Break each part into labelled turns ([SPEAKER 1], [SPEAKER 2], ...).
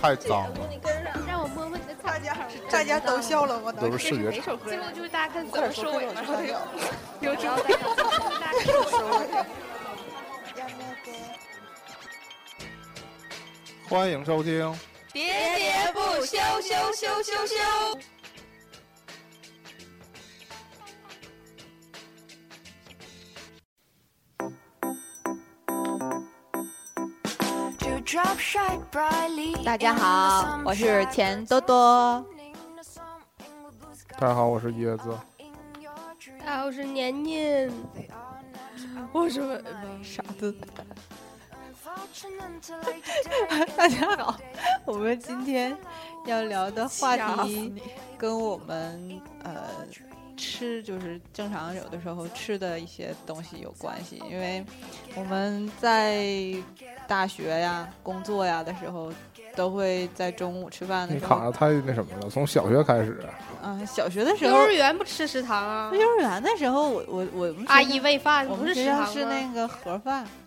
[SPEAKER 1] 太脏了，
[SPEAKER 2] 你跟上，
[SPEAKER 3] 让我摸摸你的草
[SPEAKER 2] 大
[SPEAKER 3] 条
[SPEAKER 2] 家。大家都笑了，我
[SPEAKER 1] 都
[SPEAKER 2] 能
[SPEAKER 1] 是视觉差。
[SPEAKER 3] 最后就是大家看怎
[SPEAKER 2] 快
[SPEAKER 3] 么
[SPEAKER 2] 点
[SPEAKER 3] 收
[SPEAKER 2] 说，快
[SPEAKER 3] 尾
[SPEAKER 2] 点
[SPEAKER 3] 嘛，
[SPEAKER 2] 说，快点
[SPEAKER 3] 有主要大家看
[SPEAKER 2] 说，快点
[SPEAKER 1] 欢迎收听，
[SPEAKER 3] 喋喋不休，休休休休。
[SPEAKER 4] 大家好，我是钱多多。
[SPEAKER 1] 大家好，我是椰子。
[SPEAKER 3] 大家好，我是年年，
[SPEAKER 4] 我是
[SPEAKER 5] 傻子。大家好，我们今天要聊的话题 跟我们呃吃，就是正常有的时候吃的一些东西有关系，因为我们在大学呀、工作呀的时候，都会在中午吃饭的
[SPEAKER 1] 你
[SPEAKER 5] 时
[SPEAKER 1] 卡
[SPEAKER 5] 候，
[SPEAKER 1] 的太那什么了，从小学开始，
[SPEAKER 5] 嗯、小学的时
[SPEAKER 3] 幼
[SPEAKER 5] 候
[SPEAKER 3] 儿，园不吃食堂啊？
[SPEAKER 5] 幼儿园的时候，我我我们学
[SPEAKER 3] 阿
[SPEAKER 5] 校
[SPEAKER 3] 姨喂饭
[SPEAKER 5] 我
[SPEAKER 3] 不
[SPEAKER 5] 们
[SPEAKER 3] 是
[SPEAKER 5] 学
[SPEAKER 3] 食
[SPEAKER 5] 校
[SPEAKER 3] 堂啊
[SPEAKER 5] 是
[SPEAKER 3] 吗？
[SPEAKER 5] 那个盒饭。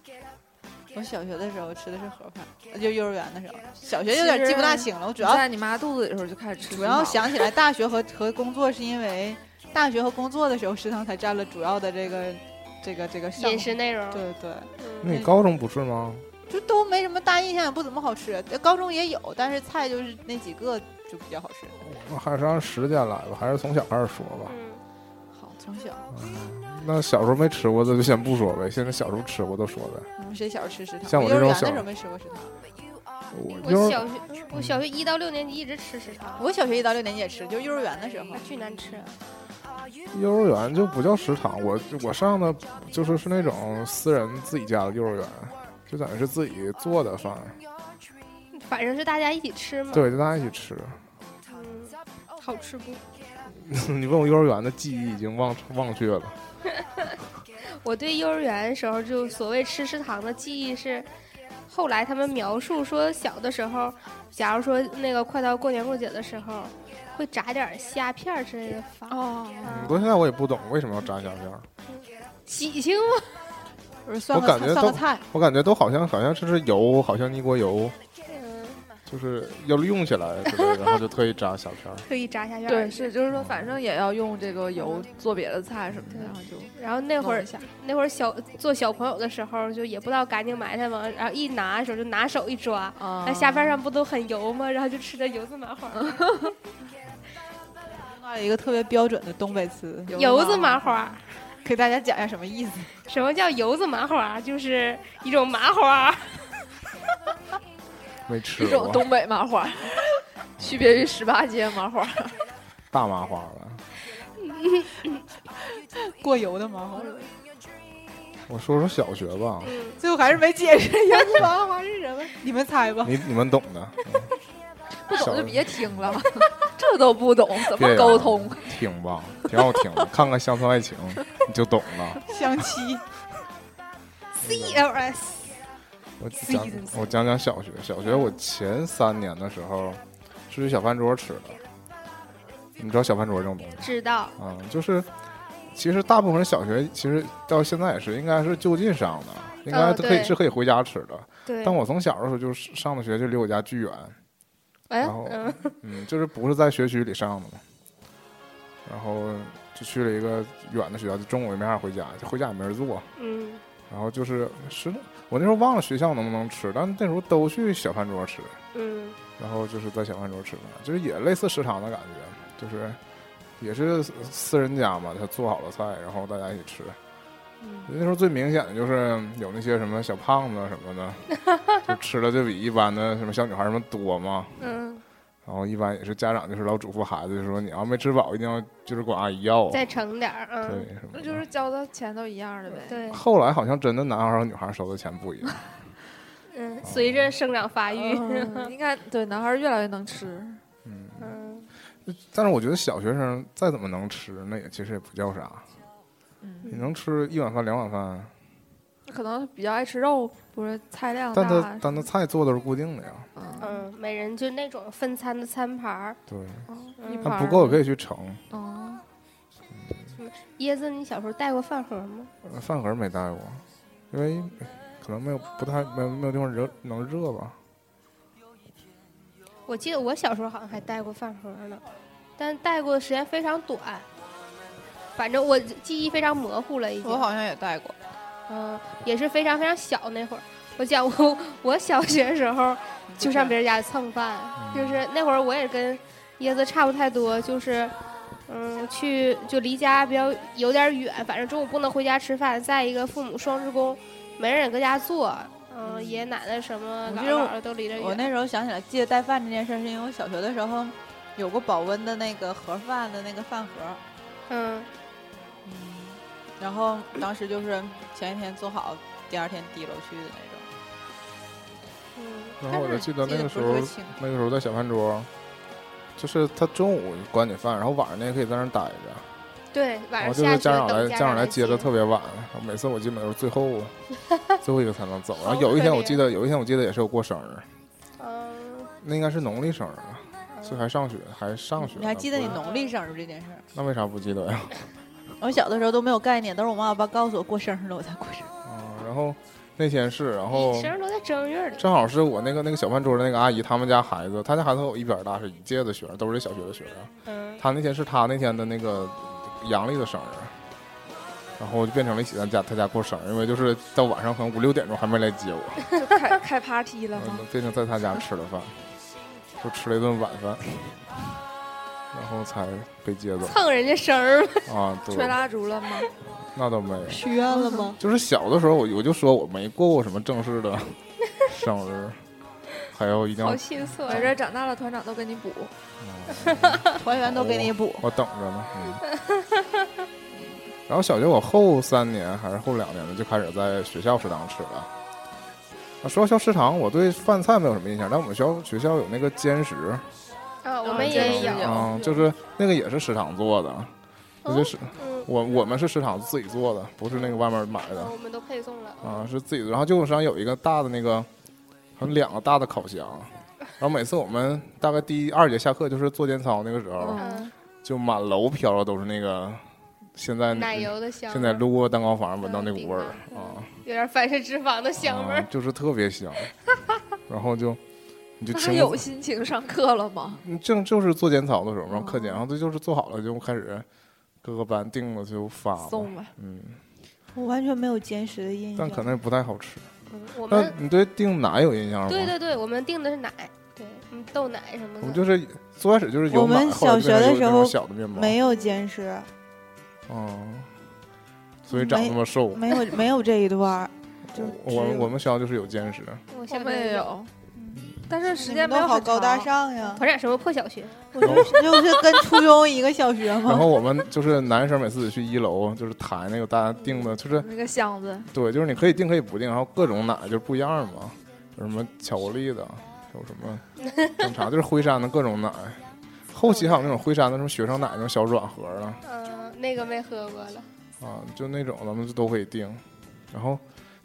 [SPEAKER 5] 我小学的时候吃的是盒饭，呃就幼儿园的时候，小学有点记不大清了。我主要
[SPEAKER 4] 在你妈肚子里的时候就开始吃，
[SPEAKER 5] 主要想 起来大学和和工作是因为大学和工作的时候食堂才占了主要的这个这个这个上
[SPEAKER 3] 饮食内容。
[SPEAKER 5] 对对，
[SPEAKER 1] 那你
[SPEAKER 3] 嗯
[SPEAKER 1] 高中不是吗？
[SPEAKER 5] 就都没什么大印象，也不怎么好吃。呃高中也有，但是菜就是那几个就比较好吃。
[SPEAKER 1] 那还是按时间来吧，还是从小开始说吧。
[SPEAKER 3] 嗯
[SPEAKER 5] 好，从小
[SPEAKER 1] 那小时候没吃过的就先不说呗，现在小时候吃过都说呗。
[SPEAKER 5] 你们谁小时候吃食堂？
[SPEAKER 1] 像我这
[SPEAKER 5] 幼儿
[SPEAKER 1] 种
[SPEAKER 5] 园
[SPEAKER 1] 小
[SPEAKER 5] 的时候没吃过食堂，
[SPEAKER 1] 我
[SPEAKER 3] 嗯我
[SPEAKER 1] 就
[SPEAKER 3] 小
[SPEAKER 1] 是
[SPEAKER 3] 学，我小学一到六年级一直吃食堂，
[SPEAKER 5] 我小学一到六年级也吃，就幼儿园的时候。
[SPEAKER 3] 巨难吃啊。
[SPEAKER 1] 幼儿园就不叫食堂，我我上的就是是那种私人自己家的幼儿园，就等于是自己做的饭，
[SPEAKER 3] 反正是大家一起吃嘛。
[SPEAKER 1] 对，就大家一起吃。
[SPEAKER 3] 嗯，好吃不？
[SPEAKER 1] 你问我幼儿园的记忆已经忘忘却了，
[SPEAKER 3] 我对幼儿园的时候就所谓吃食堂的记忆是，后来他们描述说小的时候，假如说那个快到过年过节的时候，会炸点儿虾片儿之类的饭，
[SPEAKER 5] 哦，
[SPEAKER 1] 嗯，到现在我也不懂为什么要炸虾片儿，
[SPEAKER 3] 喜庆吗？
[SPEAKER 5] 我算
[SPEAKER 1] 我
[SPEAKER 5] 个
[SPEAKER 1] 感觉
[SPEAKER 5] 菜算个
[SPEAKER 1] 都
[SPEAKER 5] 菜，
[SPEAKER 1] 我感觉都好像好像这是油，好像一锅油，
[SPEAKER 3] 嗯，
[SPEAKER 1] 就是要利用起来之类的，然后就特意炸虾片儿。
[SPEAKER 3] 特意炸虾片儿。
[SPEAKER 4] 对，是就是说，反正也要用这个油做别的菜什么的，然后就
[SPEAKER 3] 然后那会
[SPEAKER 4] 弄
[SPEAKER 3] 儿
[SPEAKER 4] 一下。
[SPEAKER 3] 那会儿小做小朋友的时候，就也不知道赶紧埋汰嘛，然后一拿的时候就拿手一抓，
[SPEAKER 4] 啊
[SPEAKER 3] 那虾片上不都很油吗？然后就吃的油子麻花儿，
[SPEAKER 5] 用到了一个特别标准的东北词，
[SPEAKER 3] 油子麻花儿。
[SPEAKER 5] 给大家讲一下什么意思。
[SPEAKER 3] 什么叫油子麻花儿？啊就是一种麻花 儿。
[SPEAKER 1] 没吃
[SPEAKER 4] 一种
[SPEAKER 1] 过
[SPEAKER 4] 东北麻花， 区别于十八街麻花。
[SPEAKER 1] 大麻花了。
[SPEAKER 5] 过油的麻花，
[SPEAKER 1] 我说说小学吧，
[SPEAKER 3] 嗯，
[SPEAKER 5] 最后还是没解释油的麻花是什么，你们猜吧。
[SPEAKER 1] 你你们懂的，嗯
[SPEAKER 4] 不懂
[SPEAKER 1] 小
[SPEAKER 4] 就别听了， 这都不懂怎
[SPEAKER 1] 别
[SPEAKER 4] 么
[SPEAKER 1] 呀
[SPEAKER 4] 沟通？
[SPEAKER 1] 听吧，挺好听的，看看《乡村爱情》你就懂了。
[SPEAKER 5] 相妻，
[SPEAKER 3] LS
[SPEAKER 1] 我讲我讲讲小学，小学我前三年的时候是去小饭桌吃的，你知道小饭桌这种东西吗
[SPEAKER 3] 知道，
[SPEAKER 1] 啊、就是其实大部分小学其实到现在也是应该是就近上的，应该
[SPEAKER 3] 哦
[SPEAKER 1] 都可以、
[SPEAKER 3] 对
[SPEAKER 1] 是可以回家吃的。
[SPEAKER 3] 对
[SPEAKER 1] 但我从小的时候就是上的学就离我家巨远，
[SPEAKER 3] 哎
[SPEAKER 1] 然后
[SPEAKER 3] 嗯，
[SPEAKER 1] 嗯，就是不是在学区里上的嘛，然后就去了一个远的学校，就中午也没法回家，就回家也没人做。
[SPEAKER 3] 嗯，
[SPEAKER 1] 然后就是是我那时候忘了学校能不能吃，但那时候都去小饭桌吃，
[SPEAKER 3] 嗯，
[SPEAKER 1] 然后就是在小饭桌吃饭，就是也类似食堂的感觉，就是也是私人家嘛，他做好了菜，然后大家一起吃。
[SPEAKER 4] 嗯
[SPEAKER 1] 那时候最明显的就是有那些什么小胖子什么的， 就吃的就比一般的什么小女孩什么多嘛。
[SPEAKER 3] 嗯，
[SPEAKER 1] 然后一般也是家长就是老嘱咐孩子，就说你要没吃饱，一定要就是管阿姨要。啊
[SPEAKER 3] 再盛点儿，
[SPEAKER 1] 对
[SPEAKER 3] 嗯，，
[SPEAKER 1] 什么
[SPEAKER 4] 那
[SPEAKER 1] 的
[SPEAKER 4] 就是交的钱都一样的呗。
[SPEAKER 3] 对，
[SPEAKER 1] 后来好像真的男孩和女孩收的钱不一样。
[SPEAKER 3] 嗯，随着生长发育，
[SPEAKER 4] 嗯，应该对男孩儿越来越能吃。
[SPEAKER 1] 嗯，
[SPEAKER 3] 嗯，
[SPEAKER 1] 但是我觉得小学生再怎么能吃，那也其实也不叫啥。
[SPEAKER 4] 嗯，
[SPEAKER 1] 你能吃一碗饭、两碗饭，
[SPEAKER 4] 可能比较爱吃肉，不是菜量大
[SPEAKER 1] 但。他但他菜做的是固定的呀。
[SPEAKER 4] 嗯，
[SPEAKER 3] 嗯，每人就那种分餐的餐盘儿，
[SPEAKER 1] 对，
[SPEAKER 4] 一
[SPEAKER 3] 嗯，
[SPEAKER 4] 盘
[SPEAKER 1] 但
[SPEAKER 4] 儿
[SPEAKER 1] 不够也可以去盛。
[SPEAKER 4] 嗯，
[SPEAKER 3] 椰子，你小时候带过饭盒吗？
[SPEAKER 1] 呃饭盒没带过，因为可能没有不太没有没有地方热能热吧。
[SPEAKER 3] 我记得我小时候好像还带过饭盒呢，但带过的时间非常短，反正我记忆非常模糊了已经。
[SPEAKER 5] 我好像也带过，
[SPEAKER 3] 嗯，也是非常非常小那会儿。我讲我我小学时候就上别人家蹭饭，
[SPEAKER 1] 嗯
[SPEAKER 3] 就是那会儿我也跟椰子差不太多，就是嗯去就离家比较有点远，反正中午不能回家吃饭。再一个父母双职工，没人搁家做，嗯爷爷奶奶什么
[SPEAKER 5] 我
[SPEAKER 3] 姥
[SPEAKER 5] 记得
[SPEAKER 3] 姥
[SPEAKER 5] 我
[SPEAKER 3] 姥姥都离着
[SPEAKER 5] 我
[SPEAKER 3] 远。
[SPEAKER 5] 那时候想起来，记得带饭这件事，是因为我小学的时候有过保温的那个盒饭的那个饭盒，
[SPEAKER 3] 嗯
[SPEAKER 5] 嗯，然后当时就是前一天做好，第二天提楼去的那种。
[SPEAKER 3] 嗯，
[SPEAKER 1] 然后我就记得那个时
[SPEAKER 5] 记
[SPEAKER 1] 候
[SPEAKER 5] 得不是清，
[SPEAKER 1] 那个时候在小饭桌，就是他中午管你饭，然后晚上你也可以在那儿待着。
[SPEAKER 3] 对，晚
[SPEAKER 1] 然后哦就
[SPEAKER 3] 上下
[SPEAKER 1] 是
[SPEAKER 3] 学
[SPEAKER 1] 家长来
[SPEAKER 3] 等
[SPEAKER 1] 家
[SPEAKER 3] 长
[SPEAKER 1] 来接的特
[SPEAKER 3] 别。
[SPEAKER 1] 别晚，然后每次我基本都是最后最后一个才能走。然
[SPEAKER 3] 好
[SPEAKER 1] 后有一天
[SPEAKER 3] 可
[SPEAKER 1] 我
[SPEAKER 3] 怜
[SPEAKER 1] 记得有一天我记得也是我过生日，
[SPEAKER 3] 嗯，
[SPEAKER 1] 那应该是农历生日吧，所以还上学还上学呢。
[SPEAKER 5] 嗯你还记得你
[SPEAKER 1] 不是
[SPEAKER 5] 农历生日这件事儿？
[SPEAKER 1] 那为啥不记得呀？
[SPEAKER 5] 我小的时候都没有概念，都是我妈我爸告诉我过生日了，我才过生日。
[SPEAKER 1] 啊，然后那天是，然后
[SPEAKER 3] 你生日都在正月里。
[SPEAKER 1] 正好是我那个那个小饭桌的那个阿姨，他们家孩子，她家孩子和我一边大，是一届的学生，都是小学的学生。
[SPEAKER 3] 嗯，
[SPEAKER 1] 她那天是她那天的那个阳历的生日，然后就变成了一起在家她家过生日，因为就是到晚上可能五六点钟还没来接 我，
[SPEAKER 4] 就开开 party 了
[SPEAKER 1] 然
[SPEAKER 4] 吗
[SPEAKER 1] 后？变成在她家吃了饭，就吃了一顿晚饭，然后才被接 走
[SPEAKER 3] 蹭人家生日，
[SPEAKER 1] 啊。
[SPEAKER 4] 吹
[SPEAKER 1] 对，
[SPEAKER 4] 蜡烛了吗？
[SPEAKER 1] 那倒没有。
[SPEAKER 5] 许愿了吗？
[SPEAKER 1] 就是小的时候，我我就说我没过过什么正式 的生日，还有一定要
[SPEAKER 3] 好心酸。
[SPEAKER 4] 我这长大了，团长都给你补。
[SPEAKER 5] 团员都给你补。
[SPEAKER 1] 我等着呢。嗯、然后小学我后三年还是后两年呢，就开始在学校食堂吃了。啊，说到校食堂，我对饭菜没有什么印象，但我们学校学校有那个煎食，
[SPEAKER 3] 啊，我
[SPEAKER 4] 啊
[SPEAKER 3] 们
[SPEAKER 4] 这个
[SPEAKER 3] 也
[SPEAKER 4] 是
[SPEAKER 3] 有。
[SPEAKER 4] 有
[SPEAKER 1] 嗯，就是那个也是食堂做的，那就是
[SPEAKER 3] 嗯，
[SPEAKER 1] 我我们是食堂自己做的，不是那个外面买的
[SPEAKER 3] 啊我们都配送了。
[SPEAKER 1] 啊，是自己做。然后就上有一个大的那个，有两个大的烤箱，然后每次我们大概第一二节下课就是做间操那个时候，
[SPEAKER 4] 嗯
[SPEAKER 3] 嗯，
[SPEAKER 1] 就满楼飘的都是那个现在
[SPEAKER 3] 奶油的香味
[SPEAKER 1] 现
[SPEAKER 3] 儿，
[SPEAKER 1] 在路过蛋糕房闻到那股味儿
[SPEAKER 3] 嗯
[SPEAKER 1] 啊，
[SPEAKER 3] 有点反式脂肪的香味
[SPEAKER 1] 啊
[SPEAKER 3] 儿。
[SPEAKER 1] 就是特别香， 然后就你就
[SPEAKER 4] 那还
[SPEAKER 1] 听
[SPEAKER 4] 有心情上课了吗？
[SPEAKER 1] 嗯正就是做监草的时候，然后
[SPEAKER 3] 嗯
[SPEAKER 1] 课间，
[SPEAKER 4] 哦
[SPEAKER 1] 然后这就是做好了就开始各个班定了就发嘛，
[SPEAKER 4] 送吧。
[SPEAKER 1] 嗯，
[SPEAKER 5] 我完全没有坚实的印象。
[SPEAKER 1] 但可能也不太好吃。
[SPEAKER 3] 嗯我
[SPEAKER 1] 那
[SPEAKER 3] 们
[SPEAKER 1] 你对定奶有印象吗？
[SPEAKER 3] 对对对，我们订的是奶，对，嗯豆奶什么
[SPEAKER 1] 我们
[SPEAKER 3] 的。
[SPEAKER 1] 就是最开始就是有
[SPEAKER 5] 我们
[SPEAKER 1] 奶后来就
[SPEAKER 5] 小学的
[SPEAKER 1] 变成有
[SPEAKER 5] 时候
[SPEAKER 1] 那种小的面包，
[SPEAKER 5] 没有坚实，
[SPEAKER 1] 嗯，所以长
[SPEAKER 5] 没
[SPEAKER 1] 那么瘦。
[SPEAKER 5] 没有没有这一段 儿。就
[SPEAKER 1] 我我们学校就是有坚 实，
[SPEAKER 3] 我
[SPEAKER 4] 我
[SPEAKER 3] 小
[SPEAKER 4] 们
[SPEAKER 3] 学
[SPEAKER 4] 也
[SPEAKER 3] 也。
[SPEAKER 4] 有，嗯但是时
[SPEAKER 5] 你
[SPEAKER 4] 间
[SPEAKER 5] 们
[SPEAKER 4] 没有
[SPEAKER 5] 都好
[SPEAKER 4] 很
[SPEAKER 5] 高大
[SPEAKER 4] 长。
[SPEAKER 5] 上 呀！
[SPEAKER 3] 团长什么破小学？
[SPEAKER 5] 我就是就是跟初中一个小学
[SPEAKER 1] 然
[SPEAKER 5] 嘛。
[SPEAKER 1] 后我们就是男生每次去一楼就是抬那个大家定的，就是
[SPEAKER 4] 那个箱子，
[SPEAKER 1] 对，就是你可以定可以不定，然后各种奶就是不一样嘛，有什么巧克力的，有什么 正常，就是灰山的各种奶。后期还有那种灰山的什么学生奶那种小软盒了
[SPEAKER 3] 嗯，那个没喝过 了。
[SPEAKER 1] 啊，就那种咱们就都可以定。然后，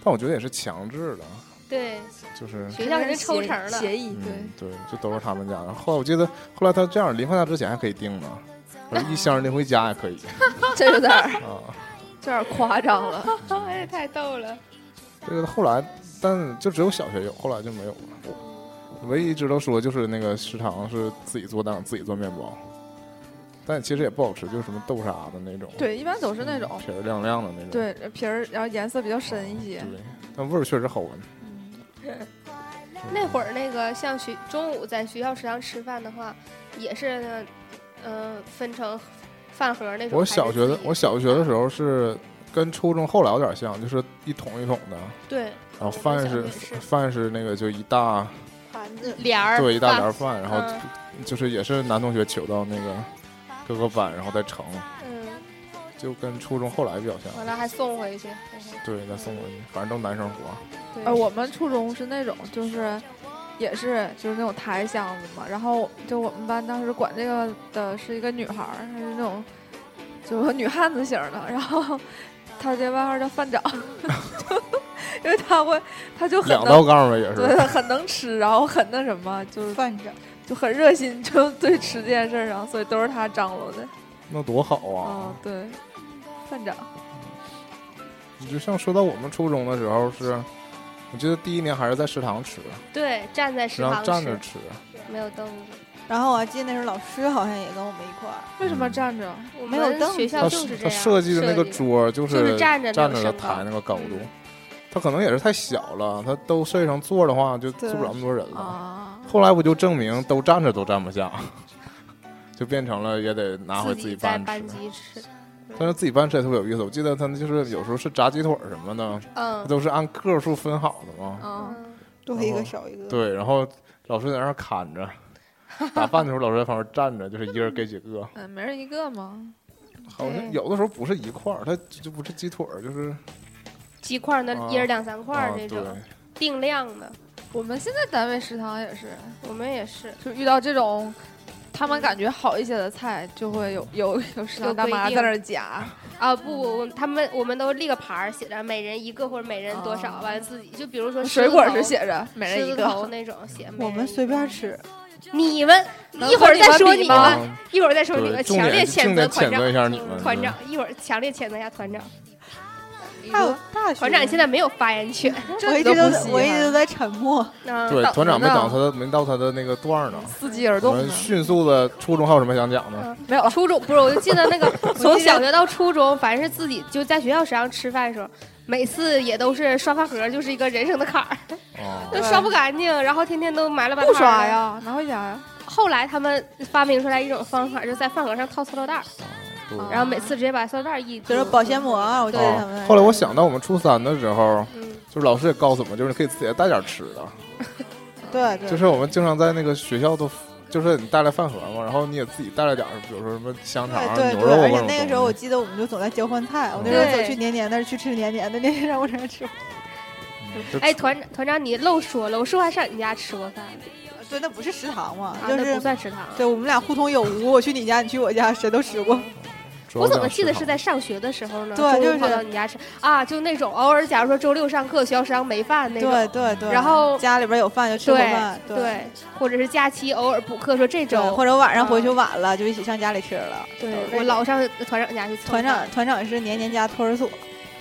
[SPEAKER 1] 但我觉得也是强制的，
[SPEAKER 3] 对，
[SPEAKER 1] 就是
[SPEAKER 3] 学校给你抽成
[SPEAKER 4] 协
[SPEAKER 3] 的。
[SPEAKER 4] 协议
[SPEAKER 1] 嗯
[SPEAKER 4] 对，
[SPEAKER 1] 对，就都是他们家的。后来我记得后来他这样，临放假之前还可以定呢，我一箱拎回家也可以
[SPEAKER 4] 这有点儿
[SPEAKER 1] 啊。
[SPEAKER 4] 这有点夸张了。
[SPEAKER 3] 哎，太逗了。
[SPEAKER 1] 这个后来，但就只有小学有，后来就没有了。唯一值得说就是那个食堂是自己做蛋，自己做面包，但其实也不好吃，就是什么豆沙的那种，嗯
[SPEAKER 4] 对，一般都是那种，
[SPEAKER 1] 皮儿亮亮的那种。
[SPEAKER 4] 对皮儿，然后颜色比较深一些
[SPEAKER 1] 对。，但味儿确实好闻。
[SPEAKER 3] 那会儿那个像学中午在学校食堂吃饭的话，也是呢，嗯，分成饭盒那种。
[SPEAKER 1] 我小学的
[SPEAKER 3] 还是自己
[SPEAKER 1] 我小学的时候是跟初中后来有点像，就是一桶一桶的，
[SPEAKER 3] 对
[SPEAKER 1] 然后
[SPEAKER 3] 我们
[SPEAKER 1] 饭
[SPEAKER 3] 小
[SPEAKER 1] 是
[SPEAKER 3] 学是
[SPEAKER 1] 饭是那个就一大
[SPEAKER 5] 盘子
[SPEAKER 3] 嗯帘儿
[SPEAKER 1] 对一大
[SPEAKER 3] 饭
[SPEAKER 1] 碟儿饭，然后
[SPEAKER 3] 嗯
[SPEAKER 1] 就是也是男同学求到那个各个班，然后再盛，
[SPEAKER 3] 嗯，
[SPEAKER 1] 就跟初中后来比较像。
[SPEAKER 3] 完了还送回去。嗯
[SPEAKER 1] 对，再送过去，反正都男生活。
[SPEAKER 3] 对
[SPEAKER 4] 呃，我们初中是那种，就是也是就是那种抬箱子嘛。然后就我们班当时管这个的是一个女孩儿，她是那种就是女汉子型儿的。然后她这外号叫饭长， 因为她会，她就很
[SPEAKER 1] 两道
[SPEAKER 4] 能。
[SPEAKER 1] 杠呗，也
[SPEAKER 4] 对，
[SPEAKER 1] 是。
[SPEAKER 4] 很能吃，然后很那什么，就是
[SPEAKER 5] 饭着，
[SPEAKER 4] 就很热心，就对吃这件事儿上，所以都是她张罗的。
[SPEAKER 1] 那多好
[SPEAKER 4] 嗯
[SPEAKER 3] 哦
[SPEAKER 1] 啊！，
[SPEAKER 4] 对，饭长，
[SPEAKER 1] 你就像说到我们初中的时候是，我记得第一年还是在食堂吃，
[SPEAKER 3] 对，站在食
[SPEAKER 1] 然后
[SPEAKER 3] 堂
[SPEAKER 1] 站
[SPEAKER 3] 吃，
[SPEAKER 1] 着吃，
[SPEAKER 3] 没有凳子。
[SPEAKER 5] 然后我还记得那时候老师好像也跟我们一块儿，
[SPEAKER 4] 为什么站着？
[SPEAKER 3] 我
[SPEAKER 5] 没有
[SPEAKER 3] 们
[SPEAKER 5] 凳
[SPEAKER 3] 学
[SPEAKER 5] 子
[SPEAKER 3] 校
[SPEAKER 1] 他
[SPEAKER 3] 就是是这
[SPEAKER 1] 他
[SPEAKER 3] 样
[SPEAKER 1] 设计的那个
[SPEAKER 3] 设计
[SPEAKER 1] 桌儿就是
[SPEAKER 3] 就是站着
[SPEAKER 1] 站
[SPEAKER 3] 那
[SPEAKER 1] 着的
[SPEAKER 3] 个嗯身
[SPEAKER 1] 抬
[SPEAKER 3] 高
[SPEAKER 1] 那个高度，他可能也是太小了，他都设计成座儿的话就坐
[SPEAKER 5] 对
[SPEAKER 1] 不了那么多人
[SPEAKER 3] 哦
[SPEAKER 1] 了。
[SPEAKER 4] 啊，
[SPEAKER 1] 后来不就证明都站着都站不下，就变成了也得拿回
[SPEAKER 3] 自
[SPEAKER 1] 己
[SPEAKER 3] 在
[SPEAKER 1] 办
[SPEAKER 3] 班
[SPEAKER 1] 吃。
[SPEAKER 3] 级吃，
[SPEAKER 1] 但是自己办吃也特别有意思，我记得他们就是有时候是炸鸡腿儿什么的，
[SPEAKER 3] 嗯
[SPEAKER 1] 都是按个数分好的嘛。
[SPEAKER 4] 嗯，
[SPEAKER 3] 嗯
[SPEAKER 5] 多一个少一个。
[SPEAKER 1] 对，然后老师在那儿看着，打饭的时候老师在旁边站着，就是一人给几 个。
[SPEAKER 4] 嗯，每人一个嘛。
[SPEAKER 1] 好像
[SPEAKER 3] 对
[SPEAKER 1] 有的时候不是一块儿，它就就不是鸡腿儿，就是
[SPEAKER 3] 鸡块儿那
[SPEAKER 1] 啊
[SPEAKER 3] 一人两三块
[SPEAKER 1] 啊
[SPEAKER 3] 儿
[SPEAKER 1] 对
[SPEAKER 3] 那种，定量的，
[SPEAKER 4] 我们现在单位食堂也是，
[SPEAKER 3] 我们也是
[SPEAKER 4] 就遇到这种他们感觉好一些的菜，就会有有有食堂大妈在那儿夹，
[SPEAKER 3] 啊，不，我他们我们都立个牌儿，写着每人一个或者每人多少，
[SPEAKER 4] 啊
[SPEAKER 3] 完了自己就比如说狮
[SPEAKER 4] 水
[SPEAKER 3] 子
[SPEAKER 4] 果
[SPEAKER 3] 头
[SPEAKER 4] 是写着每
[SPEAKER 3] 狮
[SPEAKER 4] 人一
[SPEAKER 3] 子
[SPEAKER 4] 个
[SPEAKER 3] 头。那种写，每
[SPEAKER 5] 我
[SPEAKER 3] 人
[SPEAKER 5] 们
[SPEAKER 3] 一
[SPEAKER 5] 随
[SPEAKER 3] 个
[SPEAKER 5] 便吃，
[SPEAKER 3] 你们
[SPEAKER 4] 能
[SPEAKER 3] 一会儿
[SPEAKER 4] 和你
[SPEAKER 3] 再
[SPEAKER 4] 们
[SPEAKER 3] 说
[SPEAKER 4] 比
[SPEAKER 3] 你
[SPEAKER 4] 吗
[SPEAKER 3] 们，
[SPEAKER 1] 嗯
[SPEAKER 3] 一会儿再说你
[SPEAKER 1] 对，
[SPEAKER 3] 们，
[SPEAKER 1] 重
[SPEAKER 3] 强
[SPEAKER 1] 点
[SPEAKER 3] 烈谴
[SPEAKER 1] 重
[SPEAKER 3] 责
[SPEAKER 1] 点谴
[SPEAKER 3] 团
[SPEAKER 1] 责
[SPEAKER 3] 长
[SPEAKER 1] 一下你们
[SPEAKER 3] 团长，一会儿强烈谴责一下团长，
[SPEAKER 5] 还有大学
[SPEAKER 3] 团长现在没有发言权， 嗯
[SPEAKER 5] 我一直
[SPEAKER 4] 都
[SPEAKER 5] 都
[SPEAKER 4] 不
[SPEAKER 5] 在
[SPEAKER 4] 稀
[SPEAKER 5] 我一
[SPEAKER 4] 罕
[SPEAKER 5] 直都在沉默。
[SPEAKER 3] 那
[SPEAKER 1] 对，团长没
[SPEAKER 4] 呢
[SPEAKER 1] 等他的没到他的那个段儿呢，
[SPEAKER 4] 伺机而
[SPEAKER 1] 我
[SPEAKER 4] 动
[SPEAKER 1] 们
[SPEAKER 4] 呢？
[SPEAKER 1] 迅速的初中还有什么想讲的？
[SPEAKER 4] 没有了，
[SPEAKER 3] 初中不是，我就记得那 个从
[SPEAKER 5] 记得
[SPEAKER 3] 小学到初中，凡是自己就在学校食堂吃饭的时候，每次也都是刷饭盒，就是一个人生的坎儿，
[SPEAKER 1] 啊，
[SPEAKER 3] 都刷不干净，然后天天都埋了吧
[SPEAKER 4] 不
[SPEAKER 3] 摊儿
[SPEAKER 4] 刷
[SPEAKER 3] 的。
[SPEAKER 4] 呀，拿回家呀。
[SPEAKER 3] 后来他们发明出来一种方法，就在饭盒上套塑料袋儿，
[SPEAKER 1] 对。
[SPEAKER 3] 然后每次直接把塑料袋儿一
[SPEAKER 5] 就是保鲜膜啊，我记得他
[SPEAKER 1] 啊
[SPEAKER 5] 们。，
[SPEAKER 1] 后来我想到我们初三的时候，
[SPEAKER 3] 嗯，
[SPEAKER 1] 就是老师也告诉我们，就是你可以自己带点吃的，
[SPEAKER 5] 对对，
[SPEAKER 1] 就是我们经常在那个学校都，就是你带来饭盒嘛，然后你也自己带了点儿，比如说什么香肠、
[SPEAKER 5] 哎对
[SPEAKER 1] 牛
[SPEAKER 5] 对
[SPEAKER 1] 肉
[SPEAKER 5] 对，
[SPEAKER 1] 啊
[SPEAKER 5] 而
[SPEAKER 1] 这
[SPEAKER 5] 且
[SPEAKER 1] 种
[SPEAKER 5] 那个时候我
[SPEAKER 1] 东西
[SPEAKER 5] 记得我们就总在交换菜，我那时候
[SPEAKER 3] 对
[SPEAKER 5] 走去年年那儿去吃年年的，年年让我让 吃。
[SPEAKER 1] 嗯就
[SPEAKER 3] 哎，团团长你漏说了，我说还上你家吃过饭，
[SPEAKER 5] 对，那不是食堂嘛
[SPEAKER 3] 啊，，
[SPEAKER 5] 就
[SPEAKER 3] 那
[SPEAKER 5] 是
[SPEAKER 3] 不算食堂。
[SPEAKER 5] 对我们俩互通有无，我去你家，你去我家，谁都吃过。
[SPEAKER 1] 主要
[SPEAKER 3] 我怎
[SPEAKER 1] 讲
[SPEAKER 3] 么记得
[SPEAKER 1] 食
[SPEAKER 3] 是在上学的时候呢？
[SPEAKER 5] 对
[SPEAKER 3] 中午
[SPEAKER 5] 就是
[SPEAKER 3] 跑到你家吃啊，就那种偶尔，假如说周六上课，学校食堂没饭那种，
[SPEAKER 5] 对对对，
[SPEAKER 3] 然后
[SPEAKER 5] 家里边有饭就吃口饭，
[SPEAKER 3] 对，或者是假期偶尔补课，说这
[SPEAKER 5] 对，
[SPEAKER 3] 周
[SPEAKER 5] 或者晚上回去
[SPEAKER 3] 嗯
[SPEAKER 5] 晚了就一起上家里吃了。
[SPEAKER 3] 对
[SPEAKER 5] 都是
[SPEAKER 3] 我老上团长家去蹭
[SPEAKER 5] 团
[SPEAKER 3] 饭
[SPEAKER 5] 长团长是年年家托儿所，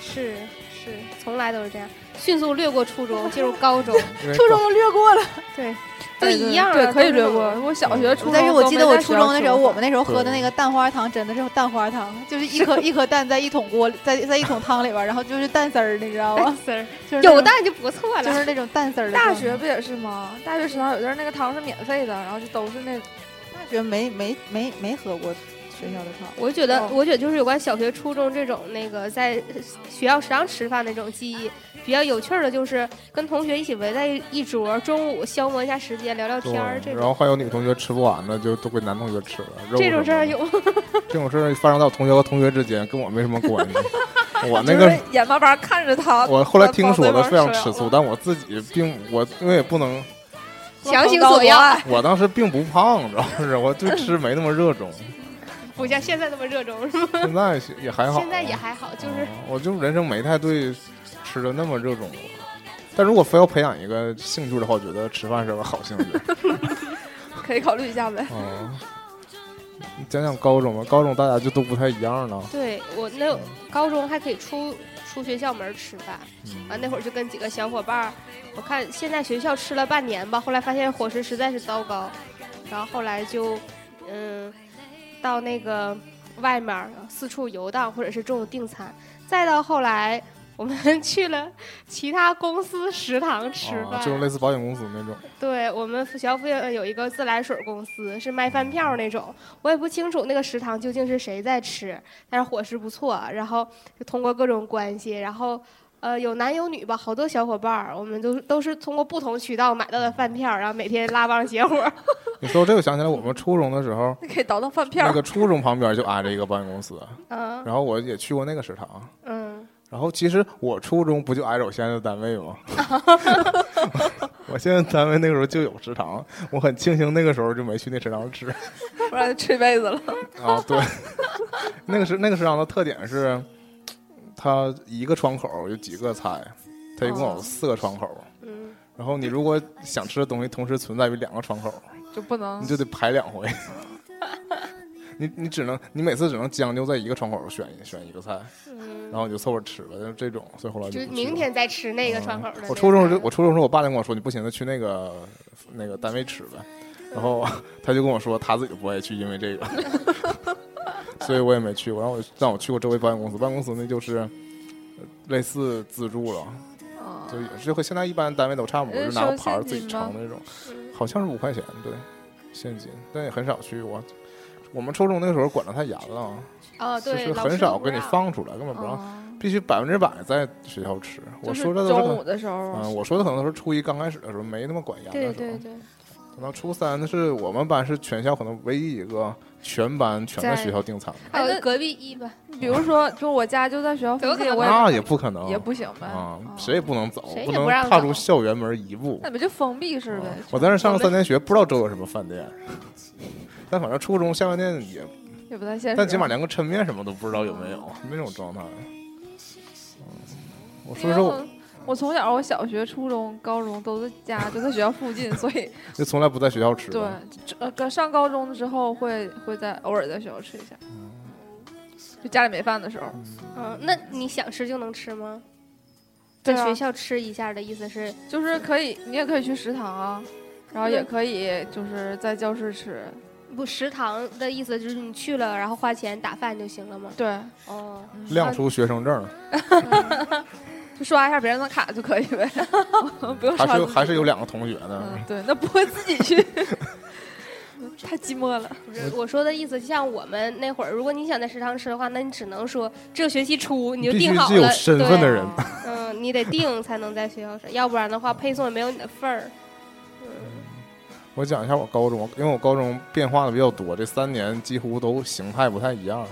[SPEAKER 3] 是是，从来都是这样，迅速略过初中，进入 高中，
[SPEAKER 1] 因为
[SPEAKER 5] 初中就略过了。
[SPEAKER 3] 对，都
[SPEAKER 4] 对
[SPEAKER 3] 一样
[SPEAKER 4] 对，
[SPEAKER 3] 了
[SPEAKER 4] 可以
[SPEAKER 3] 都是
[SPEAKER 4] 略
[SPEAKER 3] 那
[SPEAKER 4] 过。
[SPEAKER 3] 种
[SPEAKER 4] 我小学、
[SPEAKER 1] 嗯
[SPEAKER 4] 初中，
[SPEAKER 5] 但是我记得我初中的时候，我们那时候
[SPEAKER 1] 对
[SPEAKER 5] 喝的那个蛋花汤真的是蛋花汤，就是一 颗一颗蛋在一桶锅里，在在一桶汤里边儿，然后就是蛋丝儿，你知道吗？
[SPEAKER 3] 丝儿
[SPEAKER 5] 啊就是那
[SPEAKER 3] 有
[SPEAKER 5] 种
[SPEAKER 3] 蛋就不错
[SPEAKER 5] 就
[SPEAKER 3] 了。
[SPEAKER 5] 是那种蛋丝儿的
[SPEAKER 4] 大
[SPEAKER 5] 汤。
[SPEAKER 4] 学不也是吗？大学食堂有地儿那个汤是免费的，然后就都是那
[SPEAKER 5] 大学没没没没喝过学校的汤，
[SPEAKER 3] 我觉得，
[SPEAKER 4] 哦
[SPEAKER 3] 我觉得就是有关小学、初中这种那个在学校食堂吃饭的这种记忆，比较有趣儿的就是跟同学一起围在一一桌，中午消磨一下时间，聊聊
[SPEAKER 1] 对
[SPEAKER 3] 天儿这
[SPEAKER 1] 然
[SPEAKER 3] 种。
[SPEAKER 1] 后还有女同学吃不完的，就都给男同学吃了。肉
[SPEAKER 3] 这种事
[SPEAKER 1] 什么的
[SPEAKER 3] 儿有，
[SPEAKER 1] 这种事儿发生在我同学和同学之间，跟我没什么关系。我那
[SPEAKER 4] 就
[SPEAKER 1] 个
[SPEAKER 4] 是眼巴巴看着他，
[SPEAKER 1] 我后来听说的非常吃
[SPEAKER 4] 吃
[SPEAKER 1] 醋，但我自己并我因为也不能，
[SPEAKER 3] 强行
[SPEAKER 4] 啊
[SPEAKER 3] 索要，
[SPEAKER 1] 我当时并不胖，主要是我对吃没那么热 衷，
[SPEAKER 3] 不像现在那么热衷，是吗？
[SPEAKER 1] 现在也还好，
[SPEAKER 3] 现在也还好，就是
[SPEAKER 1] 啊我就人生没太对吃的那么热衷过。但如果非要培养一个兴趣的话，我觉得吃饭是个好兴 趣。
[SPEAKER 4] 可以考虑一下呗。
[SPEAKER 1] 啊，你讲讲高中吧，高中大家就都不太一样了。
[SPEAKER 3] 对我那高中还可以出出学校门儿吃饭，
[SPEAKER 1] 嗯
[SPEAKER 3] 完、那会儿就跟几个小伙伴儿，我看现在学校吃了半年吧，后来发现伙食实在是糟糕，然后后来就嗯到那个外面儿四处游荡，或者是中午订餐，再到后来我们 去了其他公司食堂吃
[SPEAKER 1] 啊
[SPEAKER 3] 饭，，
[SPEAKER 1] 就是类似保险公司那种。
[SPEAKER 3] 对我们学校附近有一个自来水公司，是卖饭票那种。我也不清楚那个食堂究竟是谁在吃，但是伙食不错。然后就通过各种关系，然后呃有男有女吧，好多小伙伴儿，我们都都是通过不同渠道买到的饭票，然后每天拉帮结伙儿。
[SPEAKER 1] 你说这，我想起来我们初中的时候，
[SPEAKER 4] 那可以倒腾饭
[SPEAKER 1] 那
[SPEAKER 4] 票
[SPEAKER 1] 个，初中旁边就挨着一个保险公司，
[SPEAKER 3] 嗯
[SPEAKER 1] 然后我也去过那个食堂。
[SPEAKER 3] 嗯，
[SPEAKER 1] 然后其实我初中不就挨着我现在的单位吗？ 我现在单位那个时候就有食堂，我很庆幸那个时候就没去那食堂吃
[SPEAKER 4] 不然就吃辈子了。
[SPEAKER 1] 啊。对， 那个食那个食堂的特点是，它一个窗口有几个菜，它一共有
[SPEAKER 4] 哦
[SPEAKER 1] 四个窗口。
[SPEAKER 3] 嗯，
[SPEAKER 1] 然后你如果想
[SPEAKER 3] 哦
[SPEAKER 1] 吃的东西同时存在于两个窗口，
[SPEAKER 4] 就不能
[SPEAKER 1] 你就得排两回。 你你只能你每次只能将就在一个窗口选一选一个菜，然
[SPEAKER 3] 嗯，
[SPEAKER 1] 后你就凑合吃了，就这种，所以后来不
[SPEAKER 3] 就是
[SPEAKER 1] 去
[SPEAKER 3] 明
[SPEAKER 1] 了
[SPEAKER 3] 天再吃那个窗口的那
[SPEAKER 1] 嗯
[SPEAKER 3] 个。
[SPEAKER 1] 我初中时候我初中时候，我爸就跟我说，你不行，就去那个那个单位吃呗。然后他就跟我说，他自己不爱去，因为这个， 所以我也没去过。然后我让我去过周围保险公司，保险公司那就是呃类似自助了，
[SPEAKER 4] 啊
[SPEAKER 1] 就也是和现在一般单位都差不多，
[SPEAKER 4] 呃
[SPEAKER 1] 就拿个
[SPEAKER 4] 收
[SPEAKER 1] 盘儿
[SPEAKER 4] 现
[SPEAKER 1] 自己
[SPEAKER 4] 金
[SPEAKER 1] 盛
[SPEAKER 4] 吗
[SPEAKER 1] 的那种，
[SPEAKER 3] 嗯
[SPEAKER 1] 好像是五块钱，对，现金，但也很少去过。我们初中那个时候管得太严了，
[SPEAKER 3] 哦，
[SPEAKER 1] 就
[SPEAKER 3] 对，
[SPEAKER 1] 是
[SPEAKER 3] 老
[SPEAKER 1] 很
[SPEAKER 3] 师
[SPEAKER 1] 少
[SPEAKER 3] 不
[SPEAKER 1] 给你
[SPEAKER 3] 让。嗯
[SPEAKER 1] 放出来，根本不让，
[SPEAKER 4] 啊，
[SPEAKER 1] 必须百分之百在学校吃。我
[SPEAKER 4] 就是
[SPEAKER 1] 说这都是可
[SPEAKER 4] 中午的时
[SPEAKER 1] 嗯，
[SPEAKER 4] 候，
[SPEAKER 1] 我说的可能都是初一刚开始的时候没那么管严的时
[SPEAKER 3] 对
[SPEAKER 1] 候，
[SPEAKER 3] 对对，
[SPEAKER 1] 等到初三，那是我们班是全校可能唯一一个全班全在学校订餐的，
[SPEAKER 3] 还
[SPEAKER 4] 哎
[SPEAKER 3] 有
[SPEAKER 4] 那
[SPEAKER 3] 隔壁一吧，
[SPEAKER 4] 比如说，就我家就在学校附
[SPEAKER 3] 怎么可
[SPEAKER 4] 近，
[SPEAKER 3] 能啊
[SPEAKER 4] 我
[SPEAKER 1] 那也不可能，
[SPEAKER 4] 也不行呗，
[SPEAKER 1] 啊
[SPEAKER 4] 啊，
[SPEAKER 1] 谁也不能走，
[SPEAKER 3] 谁也
[SPEAKER 1] 能
[SPEAKER 3] 不让
[SPEAKER 1] 踏出
[SPEAKER 3] 走
[SPEAKER 1] 校园门一步啊
[SPEAKER 4] 那。不就封闭式呗？
[SPEAKER 1] 我在那上了三年学，不知道周围有什么饭店， 但反正初中下饭店也，
[SPEAKER 4] 也不啊太现实。
[SPEAKER 1] 但起码连个抻面什么都不知道有没有，那种状态。嗯我
[SPEAKER 4] 因
[SPEAKER 1] 说
[SPEAKER 4] 为
[SPEAKER 1] 实
[SPEAKER 4] 我
[SPEAKER 1] 我
[SPEAKER 4] 我从小我小学、初中、高中都在家，就在学校附近， 所以
[SPEAKER 1] 就从来不在学校吃
[SPEAKER 4] 对
[SPEAKER 1] 的，，
[SPEAKER 4] 呃，刚上高中之后会会在偶尔在学校吃一下，
[SPEAKER 1] 嗯
[SPEAKER 4] 就家里没饭的时候。
[SPEAKER 3] 嗯，那你想吃就能吃吗？
[SPEAKER 4] 对
[SPEAKER 3] 在
[SPEAKER 4] 啊
[SPEAKER 3] 学校吃一下的意思是，
[SPEAKER 4] 就是可以，你也可以去食堂啊，然后也可以就是在教室吃。
[SPEAKER 3] 不食堂的意思就是你去了，然后花钱打饭就行了吗？
[SPEAKER 4] 对，
[SPEAKER 3] 哦，
[SPEAKER 1] 亮出学生证，
[SPEAKER 4] 就刷一下别人的卡就可以 呗，不用
[SPEAKER 1] 还
[SPEAKER 4] 刷
[SPEAKER 1] 是
[SPEAKER 4] 自
[SPEAKER 1] 有
[SPEAKER 4] 己。
[SPEAKER 1] 还是有两个同学的
[SPEAKER 4] 嗯，，对，那不会自己 去，太寂寞了。
[SPEAKER 3] 不是，我说的意思，像我们那会儿，如果你想在食堂吃的话，那你只能说这学期初你就
[SPEAKER 1] 必须
[SPEAKER 3] 定好
[SPEAKER 1] 是
[SPEAKER 3] 了，
[SPEAKER 1] 有身份的人。
[SPEAKER 3] 对，嗯，你得定才能在学校吃，要不然的话配送也没有你的份儿。
[SPEAKER 1] 我讲一下我高中，因为我高中变化的比较多，这三年几乎都形态不太一样。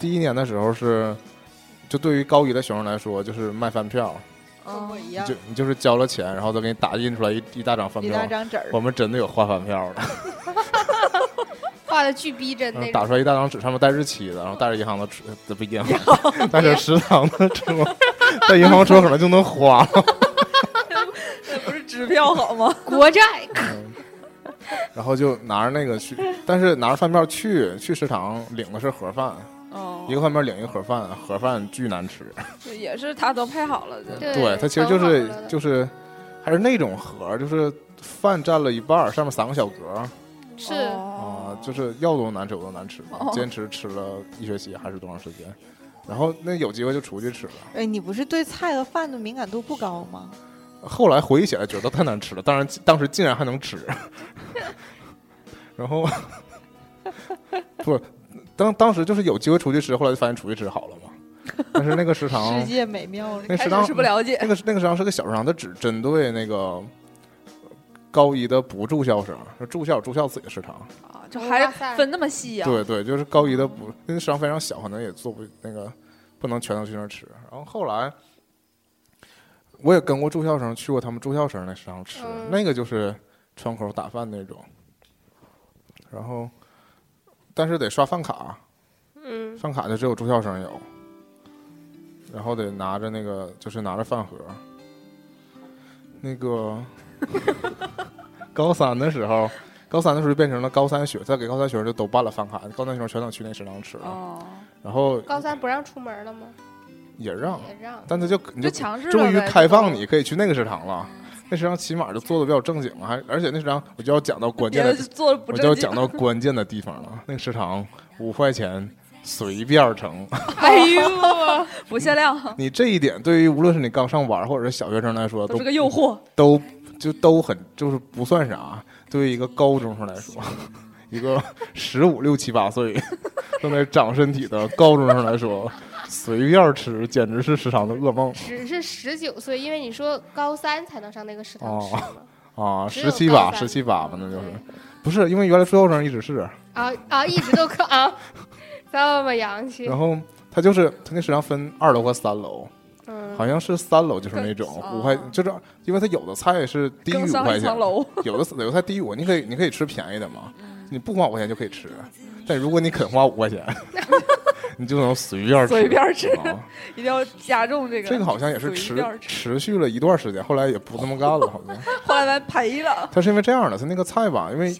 [SPEAKER 1] 第一年的时候是，就对于高一的学生来说，就是卖饭票，
[SPEAKER 4] 哦
[SPEAKER 5] 跟我一样
[SPEAKER 1] 就，你就是交了钱，然后再给你打印出来一一大张饭
[SPEAKER 5] 一
[SPEAKER 1] 票
[SPEAKER 5] 大。张纸儿
[SPEAKER 1] 我，们真的有画饭票的，
[SPEAKER 3] 画的巨逼真那
[SPEAKER 1] 嗯打
[SPEAKER 3] 种，
[SPEAKER 1] 出来一大张纸，上面带日期的，然后带着银行的吃，呃不银行，带着食堂的桌，在银行桌可能就能花了。
[SPEAKER 4] 那不是支票好吗？
[SPEAKER 3] 国债。
[SPEAKER 1] 然后就拿着那个去，但是拿着饭票去去食堂领的是盒饭，
[SPEAKER 5] 哦
[SPEAKER 1] 一个饭票领一个盒饭，盒饭巨难吃。
[SPEAKER 4] 也是他都配好了的。
[SPEAKER 3] 对
[SPEAKER 1] 对，它其实就
[SPEAKER 3] 盛好
[SPEAKER 1] 是
[SPEAKER 3] 了的
[SPEAKER 1] 就是还是那种盒儿，就是饭占了一半儿，上面三个小格儿啊、
[SPEAKER 3] 是
[SPEAKER 4] 哦
[SPEAKER 1] 就是要多难吃有多难吃，
[SPEAKER 4] 哦
[SPEAKER 1] 坚持吃了一学期还是多长时间。然后那有机会就出去吃了。
[SPEAKER 5] 哎，你不是对菜和饭的敏感度不高吗？
[SPEAKER 1] 后来回忆起来觉得太难吃了，当然当时竟然还能吃， 然后不当当时就是有机会出去吃，后来就发现出去吃好了嘛。但是那个食堂
[SPEAKER 5] 世界美妙了，
[SPEAKER 1] 那
[SPEAKER 4] 开
[SPEAKER 1] 食
[SPEAKER 4] 始
[SPEAKER 1] 堂嗯
[SPEAKER 4] 是不了解
[SPEAKER 1] 那，个那个食堂是个小食堂，它只针对那个呃高一的不住校生，就住校住校自己的食堂。
[SPEAKER 4] 啊就还
[SPEAKER 3] 哇塞
[SPEAKER 4] 分那么细呀、
[SPEAKER 1] 对对，就是高一的不，那个食堂非常小，可能也做不那个，不能全都去那儿吃。然后后来，我也跟过住校生去过他们住校生那食堂吃，
[SPEAKER 3] 嗯
[SPEAKER 1] 那个就是窗口打饭那种。然后，但是得刷饭卡，
[SPEAKER 3] 嗯，
[SPEAKER 1] 饭卡就只有住校生有，然后得拿着那个，就是拿着饭盒。那个 高三的时候，高三的时候就变成了高三学，再给高三学生就都办了饭卡，高三学生全都去那食堂吃了，
[SPEAKER 5] 哦，
[SPEAKER 1] 然后
[SPEAKER 3] 高三不让出门了吗？
[SPEAKER 1] 也让，
[SPEAKER 3] 也让。
[SPEAKER 1] 哦但他就你
[SPEAKER 4] 就
[SPEAKER 1] 就
[SPEAKER 4] 强制了
[SPEAKER 1] 终于
[SPEAKER 4] 呗
[SPEAKER 1] 开放，你可以去那个食堂了，那食堂起码就做的比较正经了，还而且那食堂我就要讲到关
[SPEAKER 4] 别
[SPEAKER 1] 键
[SPEAKER 4] 人
[SPEAKER 1] 的
[SPEAKER 4] 就做的不
[SPEAKER 1] 我就要
[SPEAKER 4] 正
[SPEAKER 1] 讲
[SPEAKER 4] 经。
[SPEAKER 1] 到关键的地方了。那个食堂五块钱随便儿盛，
[SPEAKER 4] 哎 呦，不限量，
[SPEAKER 1] 你这一点对于无论是你刚上班儿或者是小学生来说，
[SPEAKER 4] 都
[SPEAKER 1] 都
[SPEAKER 4] 是个诱惑。
[SPEAKER 1] 都就都很就是不算啥。对于一个高中生来说，一个十五六七八岁正在长身体的高中生来说，随便儿吃简直是食堂的噩梦
[SPEAKER 3] 只是十九岁，因为你说高三才能上那个食堂吃嘛，
[SPEAKER 1] 啊！
[SPEAKER 3] 只
[SPEAKER 1] 十
[SPEAKER 3] 有
[SPEAKER 1] 七
[SPEAKER 3] 高
[SPEAKER 1] 八，
[SPEAKER 3] 三嗯
[SPEAKER 1] 十七八吧，那就是
[SPEAKER 3] 对
[SPEAKER 1] 不是因为原来住校生一直是，
[SPEAKER 3] 啊啊，一直都可啊，这么洋气
[SPEAKER 1] 然，后他就是他那食堂分二楼和三楼，
[SPEAKER 3] 嗯，
[SPEAKER 1] 好像是三楼就是那种
[SPEAKER 4] 更
[SPEAKER 1] 五块
[SPEAKER 4] 哦，
[SPEAKER 1] 就是因为它有的菜是低于
[SPEAKER 4] 更
[SPEAKER 1] 五
[SPEAKER 4] 上
[SPEAKER 1] 块
[SPEAKER 4] 一
[SPEAKER 1] 钱
[SPEAKER 4] 层，楼， 嗯
[SPEAKER 1] 有的有的菜低于五，你可以你可以吃便宜的嘛，你不花五块钱就可以吃，但如果你肯花五块钱， 你就能随便吃
[SPEAKER 4] 随便吃
[SPEAKER 1] 啊
[SPEAKER 4] 一定要加重这个。
[SPEAKER 1] 这个好像也是
[SPEAKER 4] 随
[SPEAKER 1] 持
[SPEAKER 4] 便儿吃
[SPEAKER 1] 持续了一段时间，后来也不这么干了，好像。
[SPEAKER 4] 后来咱赔了。
[SPEAKER 1] 它是因为这样的，它那个菜吧，因为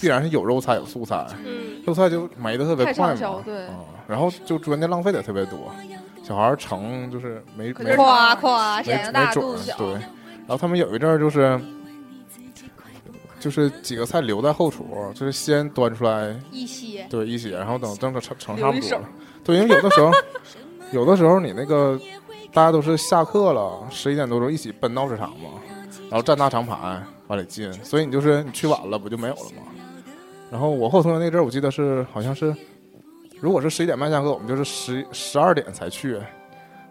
[SPEAKER 1] 必然是有肉菜有素菜，
[SPEAKER 3] 嗯，
[SPEAKER 1] 肉菜就没的特别
[SPEAKER 4] 太
[SPEAKER 1] 快
[SPEAKER 4] 畅销
[SPEAKER 1] 嘛，
[SPEAKER 4] 对
[SPEAKER 1] 嗯，然后就中间浪费的特别多，小孩儿盛就是没
[SPEAKER 4] 可
[SPEAKER 1] 没
[SPEAKER 4] 是
[SPEAKER 3] 夸夸
[SPEAKER 1] 没
[SPEAKER 3] 谁
[SPEAKER 4] 量
[SPEAKER 1] 没
[SPEAKER 4] 大
[SPEAKER 1] 准
[SPEAKER 4] 肚
[SPEAKER 1] 儿
[SPEAKER 4] 子小
[SPEAKER 1] 对。然后他们有一阵儿就是，就是几个菜留在后厨，就是先端出来
[SPEAKER 3] 一些，
[SPEAKER 1] 对一起，然后等蒸的盛盛
[SPEAKER 4] 留
[SPEAKER 1] 差
[SPEAKER 4] 一
[SPEAKER 1] 不
[SPEAKER 4] 手
[SPEAKER 1] 多了。对，因为有的时候，有的时候你那个大家都是下课了，十一点多钟一起奔闹市场嘛，然后站大长排往里进，所以你就是你去晚了不就没有了吗？然后我和我同学那阵儿，我记得是好像是，如果是十一点半下课，我们就是十十二点才去，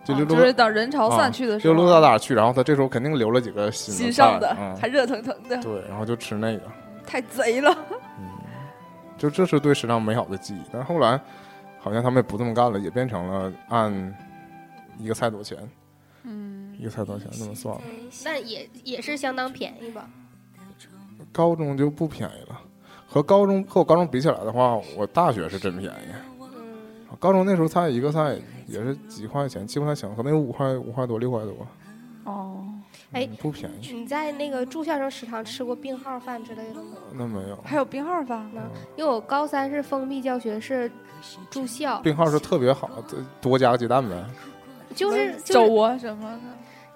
[SPEAKER 1] 就溜溜
[SPEAKER 4] 啊
[SPEAKER 1] 啊
[SPEAKER 4] 就是等人潮散去的时候，
[SPEAKER 1] 溜溜达达去，然后他这时候肯定留了几个新
[SPEAKER 4] 新
[SPEAKER 1] 的
[SPEAKER 4] 上
[SPEAKER 1] 菜，
[SPEAKER 4] 的还
[SPEAKER 1] 嗯，
[SPEAKER 4] 热腾腾的，
[SPEAKER 1] 对，然后就吃那个，
[SPEAKER 4] 太贼了。
[SPEAKER 1] 就这是对食堂美好的记忆。但是后来好像他们也不这么干了，也变成了按一个菜多少钱，
[SPEAKER 5] 嗯，
[SPEAKER 1] 一个菜多少钱那么算了。
[SPEAKER 3] 那也也是相当便宜吧？
[SPEAKER 1] 高中就不便宜了，和高中和我高中比起来的话，我大学是真便宜。
[SPEAKER 3] 嗯，
[SPEAKER 1] 高中那时候菜一个菜也是几块钱，七块钱，可能有五块五块多六块多，
[SPEAKER 4] 哦，
[SPEAKER 3] 哎
[SPEAKER 1] 嗯不便宜。
[SPEAKER 3] 你在那个住校生食堂吃过病号饭之类的吗？
[SPEAKER 1] 那没有，
[SPEAKER 4] 还有病号饭
[SPEAKER 3] 那因为我高三是封闭教学，是住校，
[SPEAKER 1] 病号是特别好，这多加个鸡蛋呗。
[SPEAKER 3] 就是
[SPEAKER 1] 嗯
[SPEAKER 3] 就是
[SPEAKER 4] 粥啊什么的，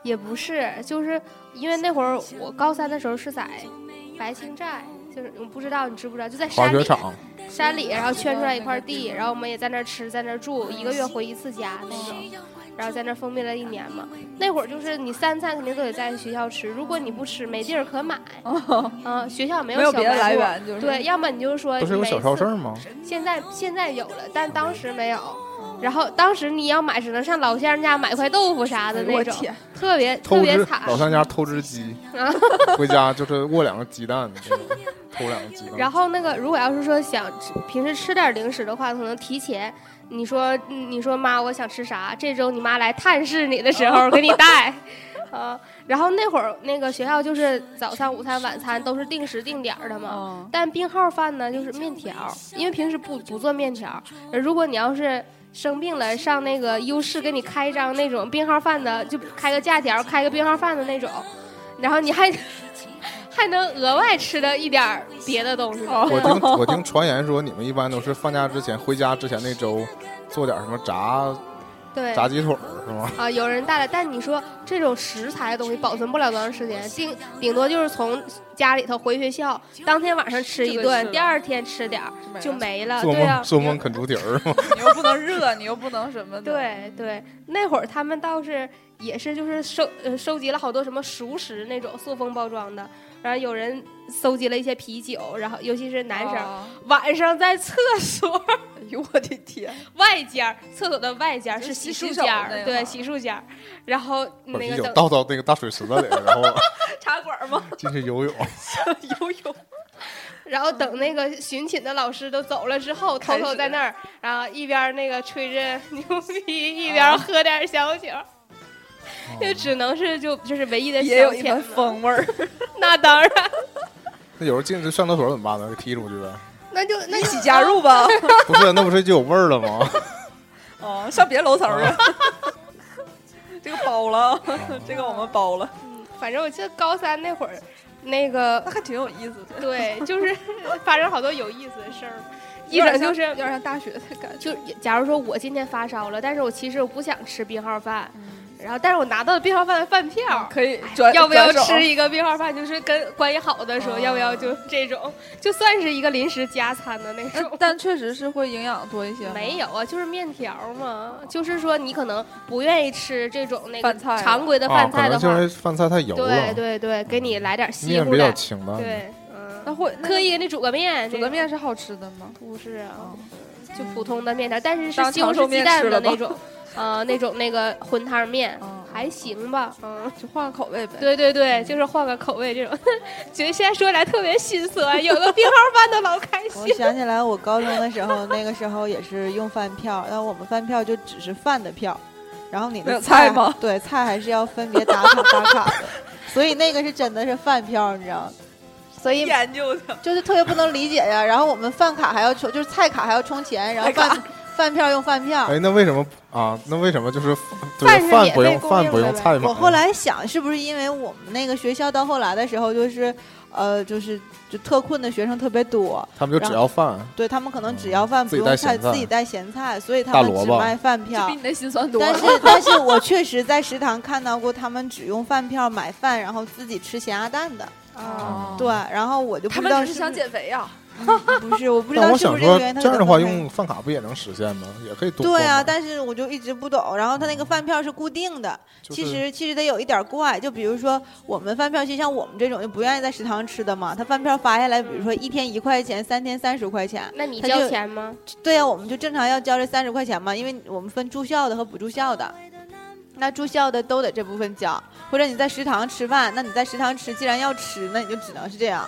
[SPEAKER 3] 也不是，就是因为那会儿我高三的时候是在白青寨，就是我不知道你知不知道，就在
[SPEAKER 1] 滑
[SPEAKER 3] 山
[SPEAKER 1] 雪
[SPEAKER 3] 里
[SPEAKER 1] 场，
[SPEAKER 3] 山里，然后圈出来一块地，然后我们也在那儿吃，在那儿住，一个月回一次家那种，然后在那儿封闭了一年嘛。那会儿就是你三餐肯定都得在学校吃，如果你不吃没地儿可买，嗯、学校没
[SPEAKER 4] 哦没有
[SPEAKER 3] 小
[SPEAKER 4] 别的
[SPEAKER 3] 卖
[SPEAKER 4] 来
[SPEAKER 3] 部。
[SPEAKER 4] 源，就是
[SPEAKER 3] 对，，要么你就说
[SPEAKER 1] 不是有
[SPEAKER 3] 每
[SPEAKER 1] 小超
[SPEAKER 3] 次
[SPEAKER 1] 市吗？
[SPEAKER 3] 现在现在有了，但当时没有。然后当时你要买，只能上老乡家买块豆腐啥的
[SPEAKER 4] 哎呦
[SPEAKER 3] 那
[SPEAKER 4] 我
[SPEAKER 3] 种，
[SPEAKER 4] 天，
[SPEAKER 3] 特别特
[SPEAKER 1] 偷
[SPEAKER 3] 别
[SPEAKER 1] 只
[SPEAKER 3] 惨。
[SPEAKER 1] 老三家偷只 鸡，回家就是握两个鸡蛋，那种偷两个鸡蛋。
[SPEAKER 3] 然后那个，如果要是说想吃平时吃点零食的话，可能提前你说嗯你说妈，我想吃啥？这周你妈来探视你的时候给你带，啊。然后那会儿那个学校就是早餐、午餐、晚餐都是定时定点儿的
[SPEAKER 4] 哦
[SPEAKER 3] 嘛。
[SPEAKER 5] 嗯，
[SPEAKER 3] 但病号饭呢，就是面条，因为平时不不做面条。呃如果你要是生病了，上那个优视给你开一张那种病号饭的，就开个价条，开个病号饭的那种，然后你还还能额外吃的一点儿别的东西。
[SPEAKER 1] 哦我听我听传言说，你们一般都是放假之前回家之前那周做点什么炸
[SPEAKER 3] 对
[SPEAKER 1] 炸
[SPEAKER 3] 啊、
[SPEAKER 1] 鸡腿儿是吗？
[SPEAKER 3] 有人带来，但你说这种食材的东西保存不了多长时间，顶顶多就是从家里头回学校，当天晚上吃一
[SPEAKER 4] 就没吃
[SPEAKER 3] 顿
[SPEAKER 4] 了，
[SPEAKER 3] 第二天吃点儿
[SPEAKER 4] 嗯没
[SPEAKER 3] 就
[SPEAKER 4] 了
[SPEAKER 3] 没了。
[SPEAKER 1] 做
[SPEAKER 3] 啊对呀、
[SPEAKER 1] 梦做梦啃猪蹄儿是吗？
[SPEAKER 4] 你又不能热，你又不能什么的，，啊
[SPEAKER 3] 对对，那会儿他们倒是也是就是收呃收集了好多什么熟食那种塑封包装的，然后有人搜集了一些啤酒，然后尤其是男生、
[SPEAKER 4] 哦
[SPEAKER 3] 晚上在厕所
[SPEAKER 4] 哎呦我的天，
[SPEAKER 3] 外间儿，厕所的外间儿
[SPEAKER 4] 就是洗
[SPEAKER 3] 洗
[SPEAKER 4] 漱
[SPEAKER 3] 漱
[SPEAKER 4] 手
[SPEAKER 3] 间
[SPEAKER 4] 那
[SPEAKER 3] 儿，
[SPEAKER 4] 块
[SPEAKER 3] 对
[SPEAKER 4] 儿
[SPEAKER 3] 洗漱间儿，然后
[SPEAKER 1] 把
[SPEAKER 3] 那
[SPEAKER 1] 啤
[SPEAKER 3] 个
[SPEAKER 1] 酒
[SPEAKER 3] 等
[SPEAKER 1] 倒到那个大水池子里，然后
[SPEAKER 4] 茶馆吗？
[SPEAKER 1] 进去游泳。
[SPEAKER 4] 游泳，
[SPEAKER 3] 然后等那个巡寝的老师都走了之后，偷
[SPEAKER 4] 开
[SPEAKER 3] 偷
[SPEAKER 4] 始
[SPEAKER 3] 在那儿，然后一边儿那个吹着牛 逼，一边
[SPEAKER 4] 啊
[SPEAKER 3] 儿喝点儿小酒儿，就只能是就就是唯一的
[SPEAKER 4] 也有
[SPEAKER 3] 消遣
[SPEAKER 4] 一番
[SPEAKER 3] 了。
[SPEAKER 4] 风味儿。
[SPEAKER 3] 那当然，
[SPEAKER 1] 那有人进去上厕所怎么办呢？给踢出去呗？
[SPEAKER 3] 那就那
[SPEAKER 4] 一
[SPEAKER 3] 就
[SPEAKER 4] 起加入 吧，
[SPEAKER 1] 不是，那不是就有味儿了 吗？
[SPEAKER 4] 哦，上别的楼层去。这个包了， 这个我们包了，
[SPEAKER 3] 反正我记得高三那会儿，那个
[SPEAKER 4] 那还挺有意思的。
[SPEAKER 3] 对，就是 发生好多有意思的事儿。一
[SPEAKER 4] 有点
[SPEAKER 3] 整
[SPEAKER 4] 像
[SPEAKER 3] 就是
[SPEAKER 4] 有点像大学的感觉，
[SPEAKER 3] 就假如说我今天发烧了，但是我其实我不想吃病号饭，然后但是我拿到了病号饭的饭票，
[SPEAKER 4] 可以转
[SPEAKER 3] 要不要
[SPEAKER 4] 转手
[SPEAKER 3] 吃一个病号饭？就是跟关系好的时候，
[SPEAKER 4] 哦
[SPEAKER 3] 要不要就这种，就算是一个临时加餐的那
[SPEAKER 4] 但
[SPEAKER 3] 种。
[SPEAKER 4] 但确实是会营养多一些吗。
[SPEAKER 3] 没有啊，就是面条嘛，就是说你可能不愿意吃这种那个
[SPEAKER 4] 饭菜啊
[SPEAKER 3] 常规的
[SPEAKER 1] 啊，
[SPEAKER 3] 饭
[SPEAKER 1] 可
[SPEAKER 3] 菜
[SPEAKER 1] 能
[SPEAKER 3] 的
[SPEAKER 1] 就
[SPEAKER 3] 话，
[SPEAKER 1] 是饭菜太油
[SPEAKER 3] 对
[SPEAKER 5] 啊
[SPEAKER 1] 了，
[SPEAKER 3] 对
[SPEAKER 5] 嗯
[SPEAKER 3] 对，给你来点西
[SPEAKER 1] 面
[SPEAKER 3] 乎
[SPEAKER 1] 比较
[SPEAKER 3] 的，
[SPEAKER 1] 清淡。
[SPEAKER 3] 对，
[SPEAKER 4] 那
[SPEAKER 3] 嗯，
[SPEAKER 4] 会
[SPEAKER 3] 刻意给你煮个面，
[SPEAKER 4] 煮
[SPEAKER 3] 这
[SPEAKER 4] 的
[SPEAKER 3] 种
[SPEAKER 4] 面是好吃的吗？
[SPEAKER 3] 不是
[SPEAKER 5] 哦
[SPEAKER 3] 啊，就普通的面条，但是是
[SPEAKER 4] 当
[SPEAKER 3] 西
[SPEAKER 4] 长
[SPEAKER 3] 红
[SPEAKER 4] 寿
[SPEAKER 3] 柿
[SPEAKER 4] 面
[SPEAKER 3] 鸡蛋
[SPEAKER 4] 吃
[SPEAKER 3] 的
[SPEAKER 4] 了吧
[SPEAKER 3] 那种，呃，那种那个混汤面
[SPEAKER 5] 哦
[SPEAKER 4] 嗯，
[SPEAKER 3] 还行吧，嗯。
[SPEAKER 4] 就换个口味呗。
[SPEAKER 3] 对对
[SPEAKER 5] 嗯
[SPEAKER 3] 对，就是换个口味这种， 觉得现在说起来特别心酸，有个病号饭都老开
[SPEAKER 5] 我
[SPEAKER 3] 心。
[SPEAKER 5] 想起来，我高中的时候，那个时候也是用饭票，但我们饭票就只是饭的票，然后你
[SPEAKER 4] 没有
[SPEAKER 5] 的还
[SPEAKER 4] 菜吗？
[SPEAKER 5] 对，菜还是要分别打 卡打卡的，所以那个是真的是饭票，你知道吗？所以
[SPEAKER 4] 研究的，
[SPEAKER 5] 就是特别不能理解呀。然后我们饭卡还要充，就是菜卡还要充钱，然后
[SPEAKER 4] 菜卡
[SPEAKER 5] 饭饭票用饭票。
[SPEAKER 1] 哎，那为什么啊？那为什么就是
[SPEAKER 3] 饭
[SPEAKER 1] 对
[SPEAKER 3] 是
[SPEAKER 1] 饭
[SPEAKER 3] 免
[SPEAKER 1] 不
[SPEAKER 3] 费
[SPEAKER 1] 用
[SPEAKER 3] 供
[SPEAKER 1] 饭
[SPEAKER 3] 应
[SPEAKER 1] 不
[SPEAKER 3] 的
[SPEAKER 1] 用
[SPEAKER 3] 呗
[SPEAKER 1] 菜吗？
[SPEAKER 5] 我后来想，是不是因为我们那个学校到后来的时候，就是呃，就是就特困的学生特别多，
[SPEAKER 1] 他们就只
[SPEAKER 5] 然后
[SPEAKER 1] 要饭，
[SPEAKER 5] 对他们可能
[SPEAKER 1] 嗯
[SPEAKER 5] 只要饭
[SPEAKER 1] 自
[SPEAKER 5] 不
[SPEAKER 1] 己带
[SPEAKER 5] 用菜，
[SPEAKER 1] 咸菜
[SPEAKER 5] 自己带咸菜，所以
[SPEAKER 1] 大
[SPEAKER 5] 他们
[SPEAKER 1] 萝
[SPEAKER 5] 只
[SPEAKER 1] 卜
[SPEAKER 5] 卖饭
[SPEAKER 4] 这
[SPEAKER 5] 票
[SPEAKER 4] 比。你的心酸多
[SPEAKER 5] 但
[SPEAKER 4] 了
[SPEAKER 5] 是。，但是我确实在食堂看到过他们只用饭票买饭，然后自己吃咸鸭蛋的。
[SPEAKER 1] 哦
[SPEAKER 5] 对，然后我就不
[SPEAKER 4] 他
[SPEAKER 5] 知
[SPEAKER 4] 们
[SPEAKER 5] 道
[SPEAKER 4] 只是
[SPEAKER 5] 不
[SPEAKER 4] 想减肥呀、
[SPEAKER 5] 不是，我不知
[SPEAKER 1] 但
[SPEAKER 5] 道
[SPEAKER 1] 我
[SPEAKER 5] 是不
[SPEAKER 1] 想
[SPEAKER 5] 是这个
[SPEAKER 1] 说，
[SPEAKER 5] 原因。他
[SPEAKER 1] 这样
[SPEAKER 5] 就
[SPEAKER 1] 的
[SPEAKER 5] 这么
[SPEAKER 1] 话
[SPEAKER 5] 开
[SPEAKER 1] 用饭卡不也能实现吗？嗯也可以多
[SPEAKER 5] 对
[SPEAKER 1] 呀、
[SPEAKER 5] 啊，但是我就一直不懂。然后他那个饭票是固定的，
[SPEAKER 1] 就是
[SPEAKER 5] 其实其实得有一点儿怪。就比如说我们饭票，就像我们这种就不愿意在食堂吃的嘛，他饭票发下来，比如说一天一块钱，三天三十块钱。
[SPEAKER 3] 那你
[SPEAKER 5] 他
[SPEAKER 3] 交
[SPEAKER 5] 就
[SPEAKER 3] 钱吗？
[SPEAKER 5] 对呀、我们就正常要交这三十块钱嘛，因为我们分住校的和不住校的。那住校的都得这部分交，或者你在食堂吃饭，那你在食堂吃，既然要吃，那你就只能是这样。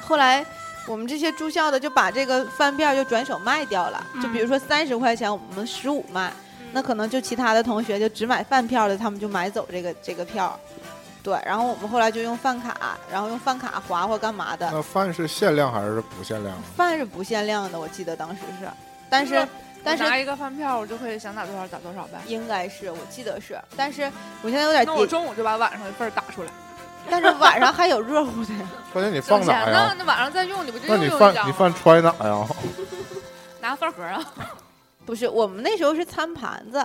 [SPEAKER 5] 后来我们这些住校的就把这个饭票就转手卖掉了，就比如说三十块钱，我们十五卖，那可能就其他的同学就只买饭票的，他们就买走这个这个票。对，然后我们后来就用饭卡，然后用饭卡划或干嘛的，
[SPEAKER 1] 那饭是限量还是不限量啊？
[SPEAKER 5] 饭是不限量的，我记得当时是，但
[SPEAKER 4] 那
[SPEAKER 5] 是但是
[SPEAKER 4] 我拿一个饭票，我就可以想打多少打多少呗。
[SPEAKER 5] 应该是，我记得是，但是我现在有点
[SPEAKER 4] 那我
[SPEAKER 5] 底，
[SPEAKER 4] 中午就把晚上的份儿打出来。
[SPEAKER 5] 但是晚上还有热乎的，
[SPEAKER 1] 关键你放
[SPEAKER 4] 省
[SPEAKER 1] 哪
[SPEAKER 4] 钱呢
[SPEAKER 1] 呀？？
[SPEAKER 4] 那晚上再用，你不就
[SPEAKER 1] 那
[SPEAKER 4] 又
[SPEAKER 1] 你
[SPEAKER 4] 用一
[SPEAKER 1] 饭你
[SPEAKER 4] 张？
[SPEAKER 1] 饭揣哪呀？
[SPEAKER 4] 拿饭盒啊？
[SPEAKER 5] 不是我们那时候是餐盘子，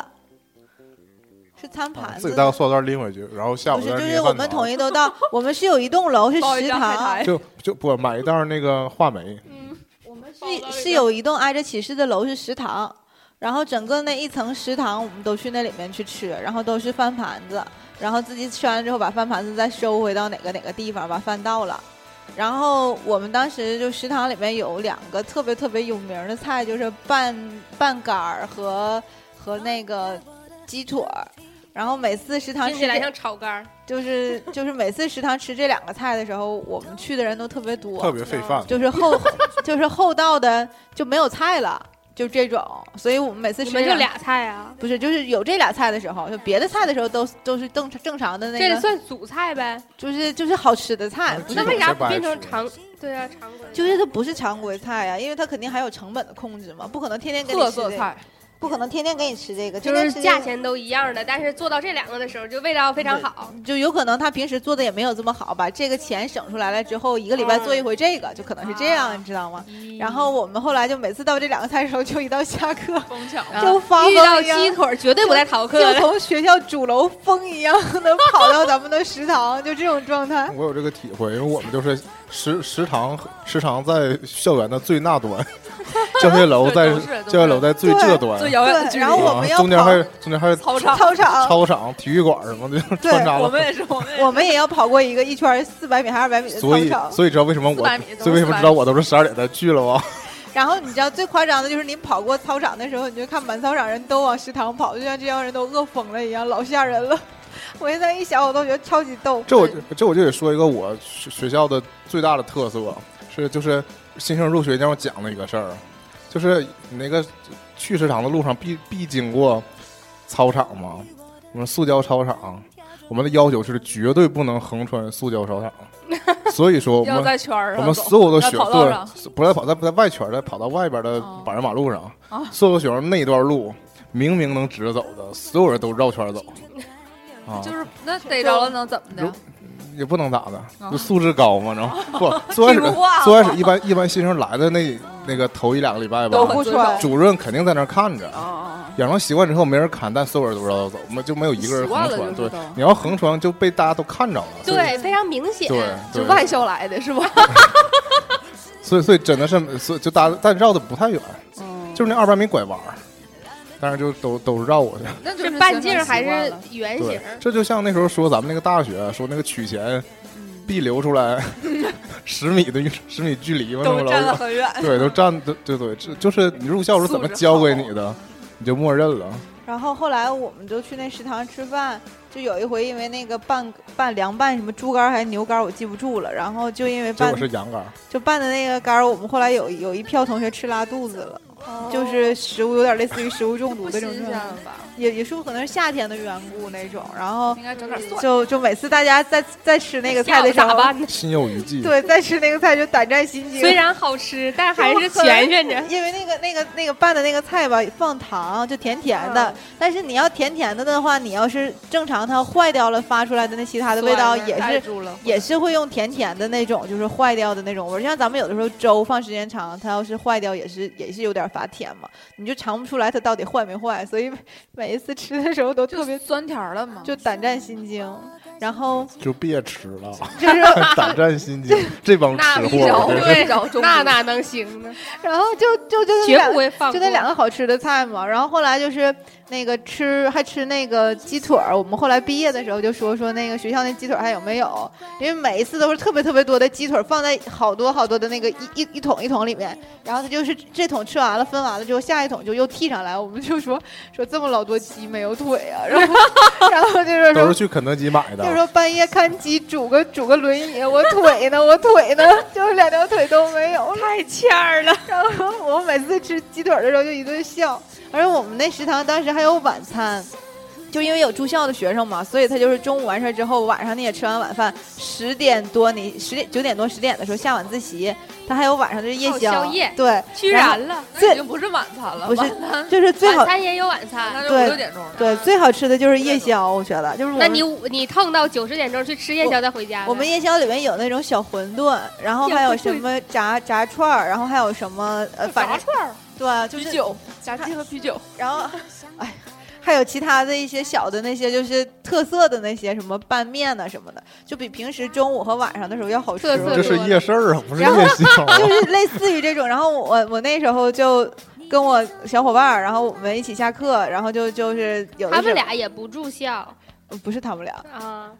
[SPEAKER 5] 是餐
[SPEAKER 1] 啊
[SPEAKER 5] 盘
[SPEAKER 1] 自
[SPEAKER 5] 子
[SPEAKER 1] 己带个塑料袋拎回去，然后下
[SPEAKER 5] 不
[SPEAKER 1] 午
[SPEAKER 5] 是
[SPEAKER 1] 再
[SPEAKER 5] 就
[SPEAKER 1] 捏
[SPEAKER 5] 是我
[SPEAKER 1] 饭
[SPEAKER 5] 们
[SPEAKER 1] 团
[SPEAKER 5] 统一都到，我们是有一栋楼是
[SPEAKER 4] 包一
[SPEAKER 5] 食
[SPEAKER 4] 张海
[SPEAKER 5] 堂，
[SPEAKER 4] 苔。
[SPEAKER 1] 就就不买一袋儿那个话梅，
[SPEAKER 3] 嗯我们是
[SPEAKER 5] 是是有一栋挨着寝室的楼是食堂，然后整个那一层食堂我们都去那里面去吃，然后都是翻盘子，然后自己吃完之后把翻盘子再收回到哪个哪个地方，把饭倒了。然后我们当时就食堂里面有两个特别特别有名的菜，就是拌拌杆儿和和那个鸡腿儿。然后每次食堂
[SPEAKER 3] 听
[SPEAKER 5] 吃
[SPEAKER 3] 起来
[SPEAKER 5] 这
[SPEAKER 3] 像炒肝儿，
[SPEAKER 5] 就是就是每次食堂吃这两个菜的时候，我们去的人都特别多，
[SPEAKER 1] 特别费饭。
[SPEAKER 5] 就是后就是后到的就没有菜了，就这种。所以我们每次
[SPEAKER 3] 你
[SPEAKER 5] 吃
[SPEAKER 3] 们
[SPEAKER 5] 这
[SPEAKER 3] 就
[SPEAKER 5] 两，
[SPEAKER 3] 俩菜啊？
[SPEAKER 5] 不是就是有这俩菜的时候，就别的菜的时候都都是正正常的那
[SPEAKER 3] 这
[SPEAKER 5] 个，
[SPEAKER 3] 算主菜呗？
[SPEAKER 5] 就是就是好吃的菜，不
[SPEAKER 1] 这
[SPEAKER 3] 那
[SPEAKER 5] 是
[SPEAKER 1] 种
[SPEAKER 3] 为啥
[SPEAKER 1] 才
[SPEAKER 3] 不
[SPEAKER 1] 白
[SPEAKER 3] 变成
[SPEAKER 1] 吃
[SPEAKER 3] 常？对啊，常规
[SPEAKER 5] 就是它不是常规菜呀、因为它肯定还有成本的控制嘛，不可能天天给你
[SPEAKER 4] 特
[SPEAKER 5] 吃、这
[SPEAKER 4] 色
[SPEAKER 5] 个，
[SPEAKER 4] 菜，
[SPEAKER 5] 不可能天天给你吃这个，
[SPEAKER 3] 就
[SPEAKER 5] 天
[SPEAKER 3] 是
[SPEAKER 5] 天吃这
[SPEAKER 3] 价
[SPEAKER 5] 个。
[SPEAKER 3] 钱都一样的，但是做到这两个的时候，就味道非常好。
[SPEAKER 5] 就有可能他平时做的也没有这么好，把这个钱省出来了之后，一个礼拜做
[SPEAKER 3] 嗯
[SPEAKER 5] 一回这个，就可能是这样，你知道吗？然后我们后来就每次到这两个菜的时候，就一到下课
[SPEAKER 4] 疯抢。
[SPEAKER 3] 啊
[SPEAKER 5] 就发
[SPEAKER 3] 遇到
[SPEAKER 5] 疯一样
[SPEAKER 3] 鸡腿儿绝对不带 逃课
[SPEAKER 5] 就
[SPEAKER 3] 的。
[SPEAKER 5] 从学校主楼风一样的跑到咱们的食堂，就这种 状态。
[SPEAKER 1] 我有这个体会，因为我们就是食食堂食堂在校园的最那端，教学楼在
[SPEAKER 4] 都是都是
[SPEAKER 1] 教学楼在最这端，
[SPEAKER 4] 最遥远的
[SPEAKER 5] 对，
[SPEAKER 4] 距离。
[SPEAKER 5] 然后我
[SPEAKER 1] 啊
[SPEAKER 5] 们要
[SPEAKER 1] 中间还
[SPEAKER 5] 跑
[SPEAKER 1] 中间还有
[SPEAKER 4] 操场，
[SPEAKER 5] 操场，
[SPEAKER 1] 操场、体育馆什么的
[SPEAKER 5] 对
[SPEAKER 1] 穿插
[SPEAKER 4] 我
[SPEAKER 1] 了。
[SPEAKER 4] 们也是，我们也
[SPEAKER 5] 我们也要跑过一个一圈四百米还是二百米的
[SPEAKER 1] 所
[SPEAKER 5] 操
[SPEAKER 1] 以，
[SPEAKER 5] 场。
[SPEAKER 1] 所以知道为什么我
[SPEAKER 4] 400米，都是
[SPEAKER 1] 所以为什么知道我都是十二点才去了吧？
[SPEAKER 5] 然后你知道最夸张的就是你跑过操场的时候，你就看满操场人都往食堂跑，就像这帮人都饿疯了一样，老吓人了。 我现在一想，我都觉得超级逗。
[SPEAKER 1] 这我就这我就得说一个我学学校的最大的特色是，就是新生入学让我讲的一个事儿，就是你那个去食堂的路上必必经过操场嘛，我们塑胶操场，我们的要求是绝对不能横穿塑胶 操场，所以说我
[SPEAKER 4] 要
[SPEAKER 1] 们
[SPEAKER 4] 在圈儿
[SPEAKER 1] 我
[SPEAKER 4] 上
[SPEAKER 1] 们
[SPEAKER 4] 走。
[SPEAKER 1] 所有的
[SPEAKER 4] 在
[SPEAKER 1] 学
[SPEAKER 4] 跑道
[SPEAKER 1] 对
[SPEAKER 4] 上，
[SPEAKER 1] 不在跑在在外圈儿，在跑到外边的
[SPEAKER 4] 哦
[SPEAKER 1] 柏油马路上
[SPEAKER 4] 哦，
[SPEAKER 1] 所有的学生那段路明明能直着走的，所有人都绕 圈儿走，啊，
[SPEAKER 4] 就是那逮着了能怎么的
[SPEAKER 1] 如？也不能咋的，
[SPEAKER 4] 哦
[SPEAKER 1] 就素质高嘛，然后哦不，最开始
[SPEAKER 4] 听话
[SPEAKER 1] 最开始一般一般新生来的那那个头一两个礼拜吧
[SPEAKER 4] 都，
[SPEAKER 5] 不
[SPEAKER 4] 很
[SPEAKER 5] 穿
[SPEAKER 4] 遵守
[SPEAKER 1] 主任肯定在那儿看着
[SPEAKER 4] 哦。哦
[SPEAKER 1] 养成习惯之后，没人看，但所有人都绕着走，我们就没有一个人
[SPEAKER 4] 习惯
[SPEAKER 1] 横
[SPEAKER 4] 了
[SPEAKER 1] 穿。
[SPEAKER 4] 就
[SPEAKER 1] 对
[SPEAKER 4] 是都，
[SPEAKER 1] 你要横穿就被大家都看着了。所以
[SPEAKER 3] 对，非常明显。
[SPEAKER 1] 对，
[SPEAKER 4] 就
[SPEAKER 1] 对
[SPEAKER 4] 外校来的是吧？
[SPEAKER 1] 所以所以真的是，所以就大家但绕的不太远，
[SPEAKER 5] 嗯
[SPEAKER 1] 就是那二百米拐弯儿，但是就都都绕过去。
[SPEAKER 4] 那就是是
[SPEAKER 3] 半径
[SPEAKER 4] 形成
[SPEAKER 3] 还
[SPEAKER 4] 习惯
[SPEAKER 3] 是
[SPEAKER 4] 了
[SPEAKER 3] 圆
[SPEAKER 1] 对
[SPEAKER 3] 形？，
[SPEAKER 1] 这就像那时候说咱们那个大学说那个取钱必留出来 十米的十米距离嘛，那
[SPEAKER 4] 都
[SPEAKER 1] 么
[SPEAKER 4] 站得
[SPEAKER 1] 老
[SPEAKER 4] 很远。
[SPEAKER 1] 对，都站对对对，这就是你入校时候怎么教给你的，你就默认了。
[SPEAKER 5] 然后后来我们就去那食堂吃饭，就有一回因为那个拌拌凉拌什么猪肝还是牛肝，我记不住了。然后就因为
[SPEAKER 1] 结
[SPEAKER 5] 拌
[SPEAKER 1] 果是羊肝，
[SPEAKER 5] 就拌的那个肝儿，我们后来有有一票同学吃拉肚子了，就是食物有点类似于食物中毒
[SPEAKER 4] 哦不啊
[SPEAKER 5] 的
[SPEAKER 4] 新
[SPEAKER 5] 这种
[SPEAKER 4] 鲜
[SPEAKER 5] 状态
[SPEAKER 4] 了。吧？
[SPEAKER 5] 也也是可能是夏天的缘故那种，然后
[SPEAKER 4] 应该整点蒜。
[SPEAKER 5] 就就每次大家在在吃那个菜
[SPEAKER 3] 下午
[SPEAKER 5] 的时
[SPEAKER 3] 咋
[SPEAKER 5] 候，
[SPEAKER 3] 办呢？
[SPEAKER 1] 心有余悸。
[SPEAKER 5] 对，在吃那个菜就胆战心惊。
[SPEAKER 3] 虽然好吃，但还是旋旋 着。
[SPEAKER 5] 因为那个那个那个拌的那个菜吧，放糖就甜甜的，但是你要甜甜的的话，你要是正常它坏掉了发出来的那其他的味道也是也是会用甜甜的那种，就是坏掉的那种味儿。像咱们有的时候粥放时间长，它要是坏掉也是也是有点发甜嘛，你就尝不出来它到底坏没坏，所以每每一次吃的时候都特
[SPEAKER 4] 特别
[SPEAKER 5] 别
[SPEAKER 4] 酸甜儿了嘛，
[SPEAKER 5] 就胆战心惊。然后
[SPEAKER 1] 就别吃了，
[SPEAKER 5] 就是
[SPEAKER 1] 胆战心惊。这帮
[SPEAKER 3] 那
[SPEAKER 1] 吃
[SPEAKER 3] 必
[SPEAKER 1] 货，
[SPEAKER 3] 着
[SPEAKER 1] 我真是
[SPEAKER 3] 对着，那哪能行 呢？
[SPEAKER 5] 然后就就就那
[SPEAKER 3] 绝
[SPEAKER 5] 两
[SPEAKER 3] 不会放过。
[SPEAKER 5] 就那两个好吃的菜嘛。然后后来就是那个吃还吃那个鸡腿儿，我们后来毕业的时候就说说那个学校那鸡腿儿还有没有，因为每一次都是特别特别多的鸡腿儿放在好多好多的那个一一一桶一桶里面，然后他就是这桶吃完了分完了之后，下一桶就又递上来，我们就说说这么老多鸡没有腿啊，然后然后就是
[SPEAKER 1] 都
[SPEAKER 5] 说
[SPEAKER 1] 是。去肯德基买
[SPEAKER 5] 就
[SPEAKER 1] 的。
[SPEAKER 5] 说半夜看鸡，拄个拄个轮椅，我腿呢？我腿呢？ 就是两条腿都没有了。
[SPEAKER 3] 太欠儿了，
[SPEAKER 5] 然后 我每次吃鸡腿儿的时候就一顿笑，而且我们那食堂当时还有晚餐。就因为有住校的学生嘛，所以他就是中午完事儿之后，晚上你也吃完晚饭，十点多你十点九点多十点的时候下晚自习，他还有晚上就是夜
[SPEAKER 3] 还有
[SPEAKER 5] 宵，
[SPEAKER 3] 哦宵夜
[SPEAKER 5] 对，
[SPEAKER 3] 居
[SPEAKER 5] 然
[SPEAKER 3] 然了。
[SPEAKER 4] 那
[SPEAKER 5] 最
[SPEAKER 4] 已经不是晚餐了，
[SPEAKER 5] 不是
[SPEAKER 4] 晚餐
[SPEAKER 5] 就是最好
[SPEAKER 3] 晚餐也有晚餐，
[SPEAKER 4] 那就
[SPEAKER 5] 对
[SPEAKER 4] 五六点钟了。
[SPEAKER 5] 对最好吃的就是夜宵，我觉得就是我
[SPEAKER 3] 那
[SPEAKER 5] 们
[SPEAKER 3] 你午你蹭到九十点钟去吃夜宵再回家呗。
[SPEAKER 5] 我们夜宵里面有那种小馄饨，然后还有什么炸炸串儿，然后还有什么呃，反正
[SPEAKER 4] 串儿、
[SPEAKER 5] 对，啊就
[SPEAKER 4] 啤
[SPEAKER 5] 是
[SPEAKER 4] 酒、炸鸡和啤酒，
[SPEAKER 5] 然后，哎，还有其他的一些小的那些，就是特色的那些什么拌面啊呐、什么的，就比平时中午和晚上的时候要好吃。
[SPEAKER 3] 特色
[SPEAKER 1] 这是夜市儿啊，不是夜宵啊。
[SPEAKER 5] 就是类似于这种。然后我我那时候就跟我小伙伴儿，然后我们一起下课，然后就就是有的
[SPEAKER 3] 他
[SPEAKER 5] 时
[SPEAKER 3] 们
[SPEAKER 5] 候
[SPEAKER 3] 俩也不住校
[SPEAKER 5] 不是他们俩，
[SPEAKER 3] 啊，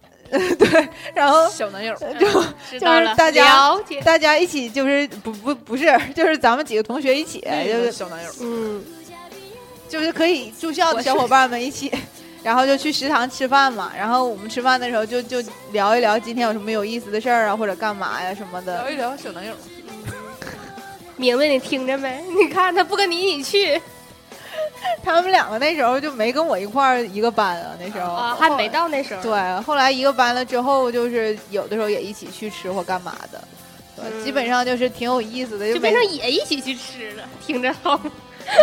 [SPEAKER 5] 然后
[SPEAKER 4] 小男友。
[SPEAKER 5] 就
[SPEAKER 3] 知道了，
[SPEAKER 5] 大家
[SPEAKER 3] 了解。
[SPEAKER 5] 大家一起就是不不不是，就是咱们几个同学一起，就
[SPEAKER 4] 哎就是
[SPEAKER 5] 是
[SPEAKER 4] 小男友，
[SPEAKER 3] 嗯，
[SPEAKER 5] 就是可以住校的小伙伴们一起， 然后就去食堂吃饭嘛。然后我们吃饭的时候就就聊一聊今天有什么有意思的事儿啊，或者干嘛呀什么的
[SPEAKER 4] 聊。一聊小男友。
[SPEAKER 3] 明白，你听着没？你看他不跟你一起去
[SPEAKER 5] 他们两个那时候就没跟我一块儿一个班啊，那时候
[SPEAKER 3] 啊，还没。到那时候。
[SPEAKER 5] 对，后来一个班了之后，就是有的时候也一起去吃或干嘛的，对，
[SPEAKER 3] 嗯
[SPEAKER 5] 基本上就是挺有意思的，
[SPEAKER 3] 就
[SPEAKER 5] 没
[SPEAKER 3] 变成也一起去吃了，听着好。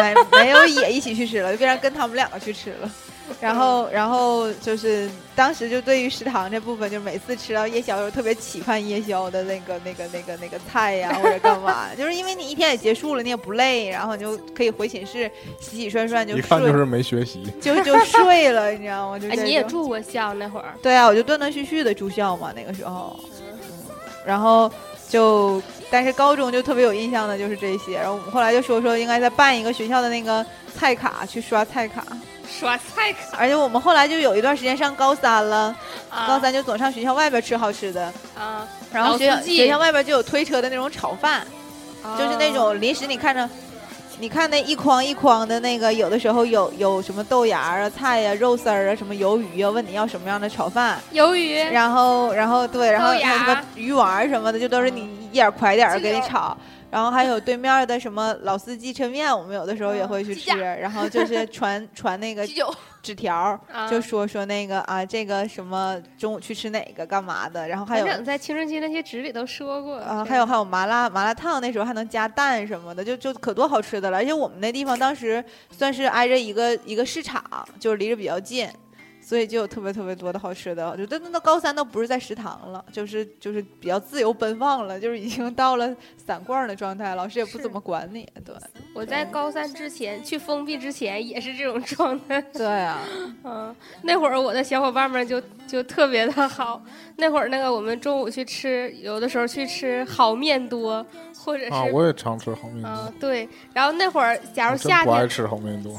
[SPEAKER 5] 没没有也一起去吃了，就变成跟他们两个去吃了。然后，然后就是当时就对于食堂这部分，就每次吃到夜宵的时候，特别期盼夜宵的那个、那个、那个、那个菜呀，或者干嘛， 就是因为你一天也结束了，你也不累，然后你就可以回寝室洗洗涮涮就
[SPEAKER 1] 一
[SPEAKER 5] 睡，
[SPEAKER 1] 看就是没学习，
[SPEAKER 5] 就就睡了，你知道吗？就
[SPEAKER 3] 哎，
[SPEAKER 5] 这
[SPEAKER 3] 你也
[SPEAKER 5] 种
[SPEAKER 3] 住过校那会儿，
[SPEAKER 5] 对啊，我就断断续续的住校嘛，那个时候，然后就，但是高中就特别有印象的就是这些，然后我们后来就说说应该再办一个学校的那个菜卡，去刷菜卡，
[SPEAKER 3] 刷菜卡
[SPEAKER 5] 而且我们后来就有一段时间上高三了，
[SPEAKER 3] 啊，
[SPEAKER 5] 高三就总上学校外边吃好吃的，
[SPEAKER 3] 啊，
[SPEAKER 5] 然后
[SPEAKER 3] 老
[SPEAKER 5] 学校
[SPEAKER 3] 司机啊
[SPEAKER 5] 学校外边就有推车的那种炒饭，啊就是那种临时你看着。你看那一筐一筐的那个，有的时候有有什么豆芽儿啊、菜呀、肉丝儿啊、什么鱿鱼啊，问你要什么样的炒饭，
[SPEAKER 3] 鱿鱼，
[SPEAKER 5] 然后，然后对，然后
[SPEAKER 3] 豆芽嗯
[SPEAKER 5] 还有什么鱼丸儿什么的，就都是你一点儿快点儿给你炒。然后还有对面的什么老司机抻面，我们有的时候也会
[SPEAKER 3] 嗯
[SPEAKER 5] 去
[SPEAKER 3] 鸡
[SPEAKER 5] 吃。
[SPEAKER 3] 架
[SPEAKER 5] 然后就是 传传那个
[SPEAKER 4] 啤酒，
[SPEAKER 5] 纸条儿，
[SPEAKER 3] 啊
[SPEAKER 5] 就说说那个啊，这个什么中午去吃哪个干嘛的。然后还
[SPEAKER 3] 团
[SPEAKER 5] 有
[SPEAKER 3] 长在青春期那些纸里都说过
[SPEAKER 5] 啊，还有还有麻辣麻辣烫，那时候还能加蛋什么的，就就可多好吃的了。而且我们那地方当时算是挨着一个一个市场，就是离着比较近，所以就有特别特别多的好吃的。我觉得那那高三都不是在食堂了，就是就是比较自由奔放了，就是已经到了散罐儿的状态，老师也不
[SPEAKER 3] 是
[SPEAKER 5] 怎么管你。对
[SPEAKER 3] 我在高三之前去封闭之前也是这种状态，
[SPEAKER 5] 对啊，
[SPEAKER 3] 嗯，那会儿我的小伙伴们就就特别的好，那会儿那个我们中午去吃，有的时候去吃好面多，或者是
[SPEAKER 1] 啊，我也常吃红面
[SPEAKER 3] 嗯
[SPEAKER 1] 多，
[SPEAKER 3] 对，然后那会儿假
[SPEAKER 1] 我
[SPEAKER 3] 如
[SPEAKER 1] 真
[SPEAKER 3] 夏
[SPEAKER 1] 不爱
[SPEAKER 3] 天
[SPEAKER 1] 吃红面多。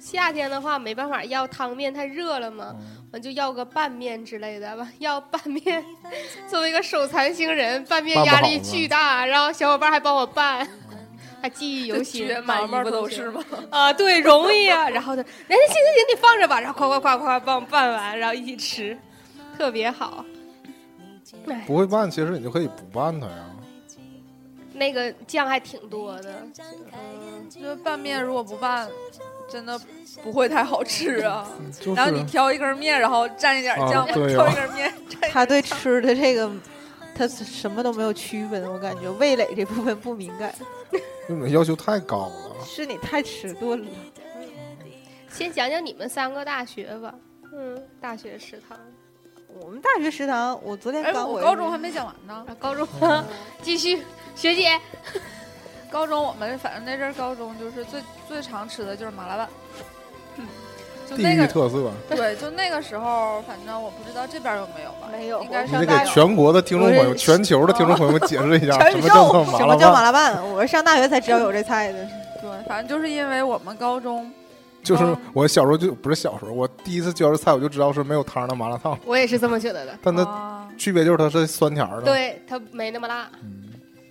[SPEAKER 3] 夏天的话没办法要汤面，太热了嘛，
[SPEAKER 1] 嗯
[SPEAKER 3] 我就要个拌面之类的吧， 要拌 面。作为一个手残星人，拌面
[SPEAKER 1] 拌不
[SPEAKER 3] 压
[SPEAKER 1] 好
[SPEAKER 3] 力
[SPEAKER 1] 吗
[SPEAKER 3] 巨大，然后小伙伴还帮我拌，还记忆犹新。
[SPEAKER 4] 买
[SPEAKER 3] 毛
[SPEAKER 4] 衣
[SPEAKER 3] 毛
[SPEAKER 4] 服
[SPEAKER 3] 同
[SPEAKER 4] 都
[SPEAKER 3] 学
[SPEAKER 4] 是吗？
[SPEAKER 3] 啊，对，容易啊。 然后就，哎，行行行，你放着吧。然后夸夸夸夸帮我拌完，然后一起吃，特别好。
[SPEAKER 1] 不会拌，其实你就可以不拌它呀。
[SPEAKER 3] 那个酱还挺多的，
[SPEAKER 4] 就是拌面如果不拌，真的不会太好吃啊。
[SPEAKER 1] 嗯就是
[SPEAKER 4] 然后你挑一根面，然后蘸一点酱，
[SPEAKER 1] 啊对
[SPEAKER 4] 挑
[SPEAKER 1] 哦
[SPEAKER 4] 一根面蘸一
[SPEAKER 5] 他
[SPEAKER 4] 点
[SPEAKER 5] 对吃的这个，他什么都没有区分，我感觉味蕾这部分不敏感，
[SPEAKER 1] 你们要求太高了。
[SPEAKER 5] 是你太迟钝了。
[SPEAKER 3] 先讲讲你们三个大学吧。嗯，大学食堂，
[SPEAKER 5] 我们大学食堂，我昨天
[SPEAKER 4] 哎，
[SPEAKER 5] 刚
[SPEAKER 4] 我
[SPEAKER 5] 回
[SPEAKER 4] 高中还没讲完呢。
[SPEAKER 3] 啊，高中 继续，学姐，
[SPEAKER 4] 高中我们反正那阵儿高中就是最最常吃的就是麻辣拌，就
[SPEAKER 1] 地
[SPEAKER 4] 那
[SPEAKER 1] 域
[SPEAKER 4] 个
[SPEAKER 1] 特色，
[SPEAKER 4] 对，就那个时候，反正我不知道这边有没有吧，
[SPEAKER 5] 没有
[SPEAKER 4] 应该
[SPEAKER 1] 你
[SPEAKER 4] 上
[SPEAKER 1] 得
[SPEAKER 4] 大
[SPEAKER 1] 给
[SPEAKER 4] 学
[SPEAKER 1] 全国的听众朋友、
[SPEAKER 5] 我是
[SPEAKER 1] 全球的听众朋友们解释一下
[SPEAKER 5] 全
[SPEAKER 1] 啊什
[SPEAKER 5] 宇
[SPEAKER 1] 么
[SPEAKER 5] 宙
[SPEAKER 1] 叫做
[SPEAKER 5] 什
[SPEAKER 1] 麻
[SPEAKER 5] 么
[SPEAKER 1] 辣
[SPEAKER 5] 叫
[SPEAKER 1] 拌，
[SPEAKER 5] 麻辣拌？我是上大学才知道有这菜 的。
[SPEAKER 4] 对，反正就是因为我们高中
[SPEAKER 1] 就是
[SPEAKER 4] 嗯
[SPEAKER 1] 我小时候就不是小时候，我第一次教这菜我就知道是没有汤的麻辣烫，
[SPEAKER 3] 我也是这么觉得的。
[SPEAKER 1] 但它
[SPEAKER 4] 啊，
[SPEAKER 1] 区别就是它是酸甜的。，
[SPEAKER 3] 对，它没那么辣，
[SPEAKER 1] 嗯，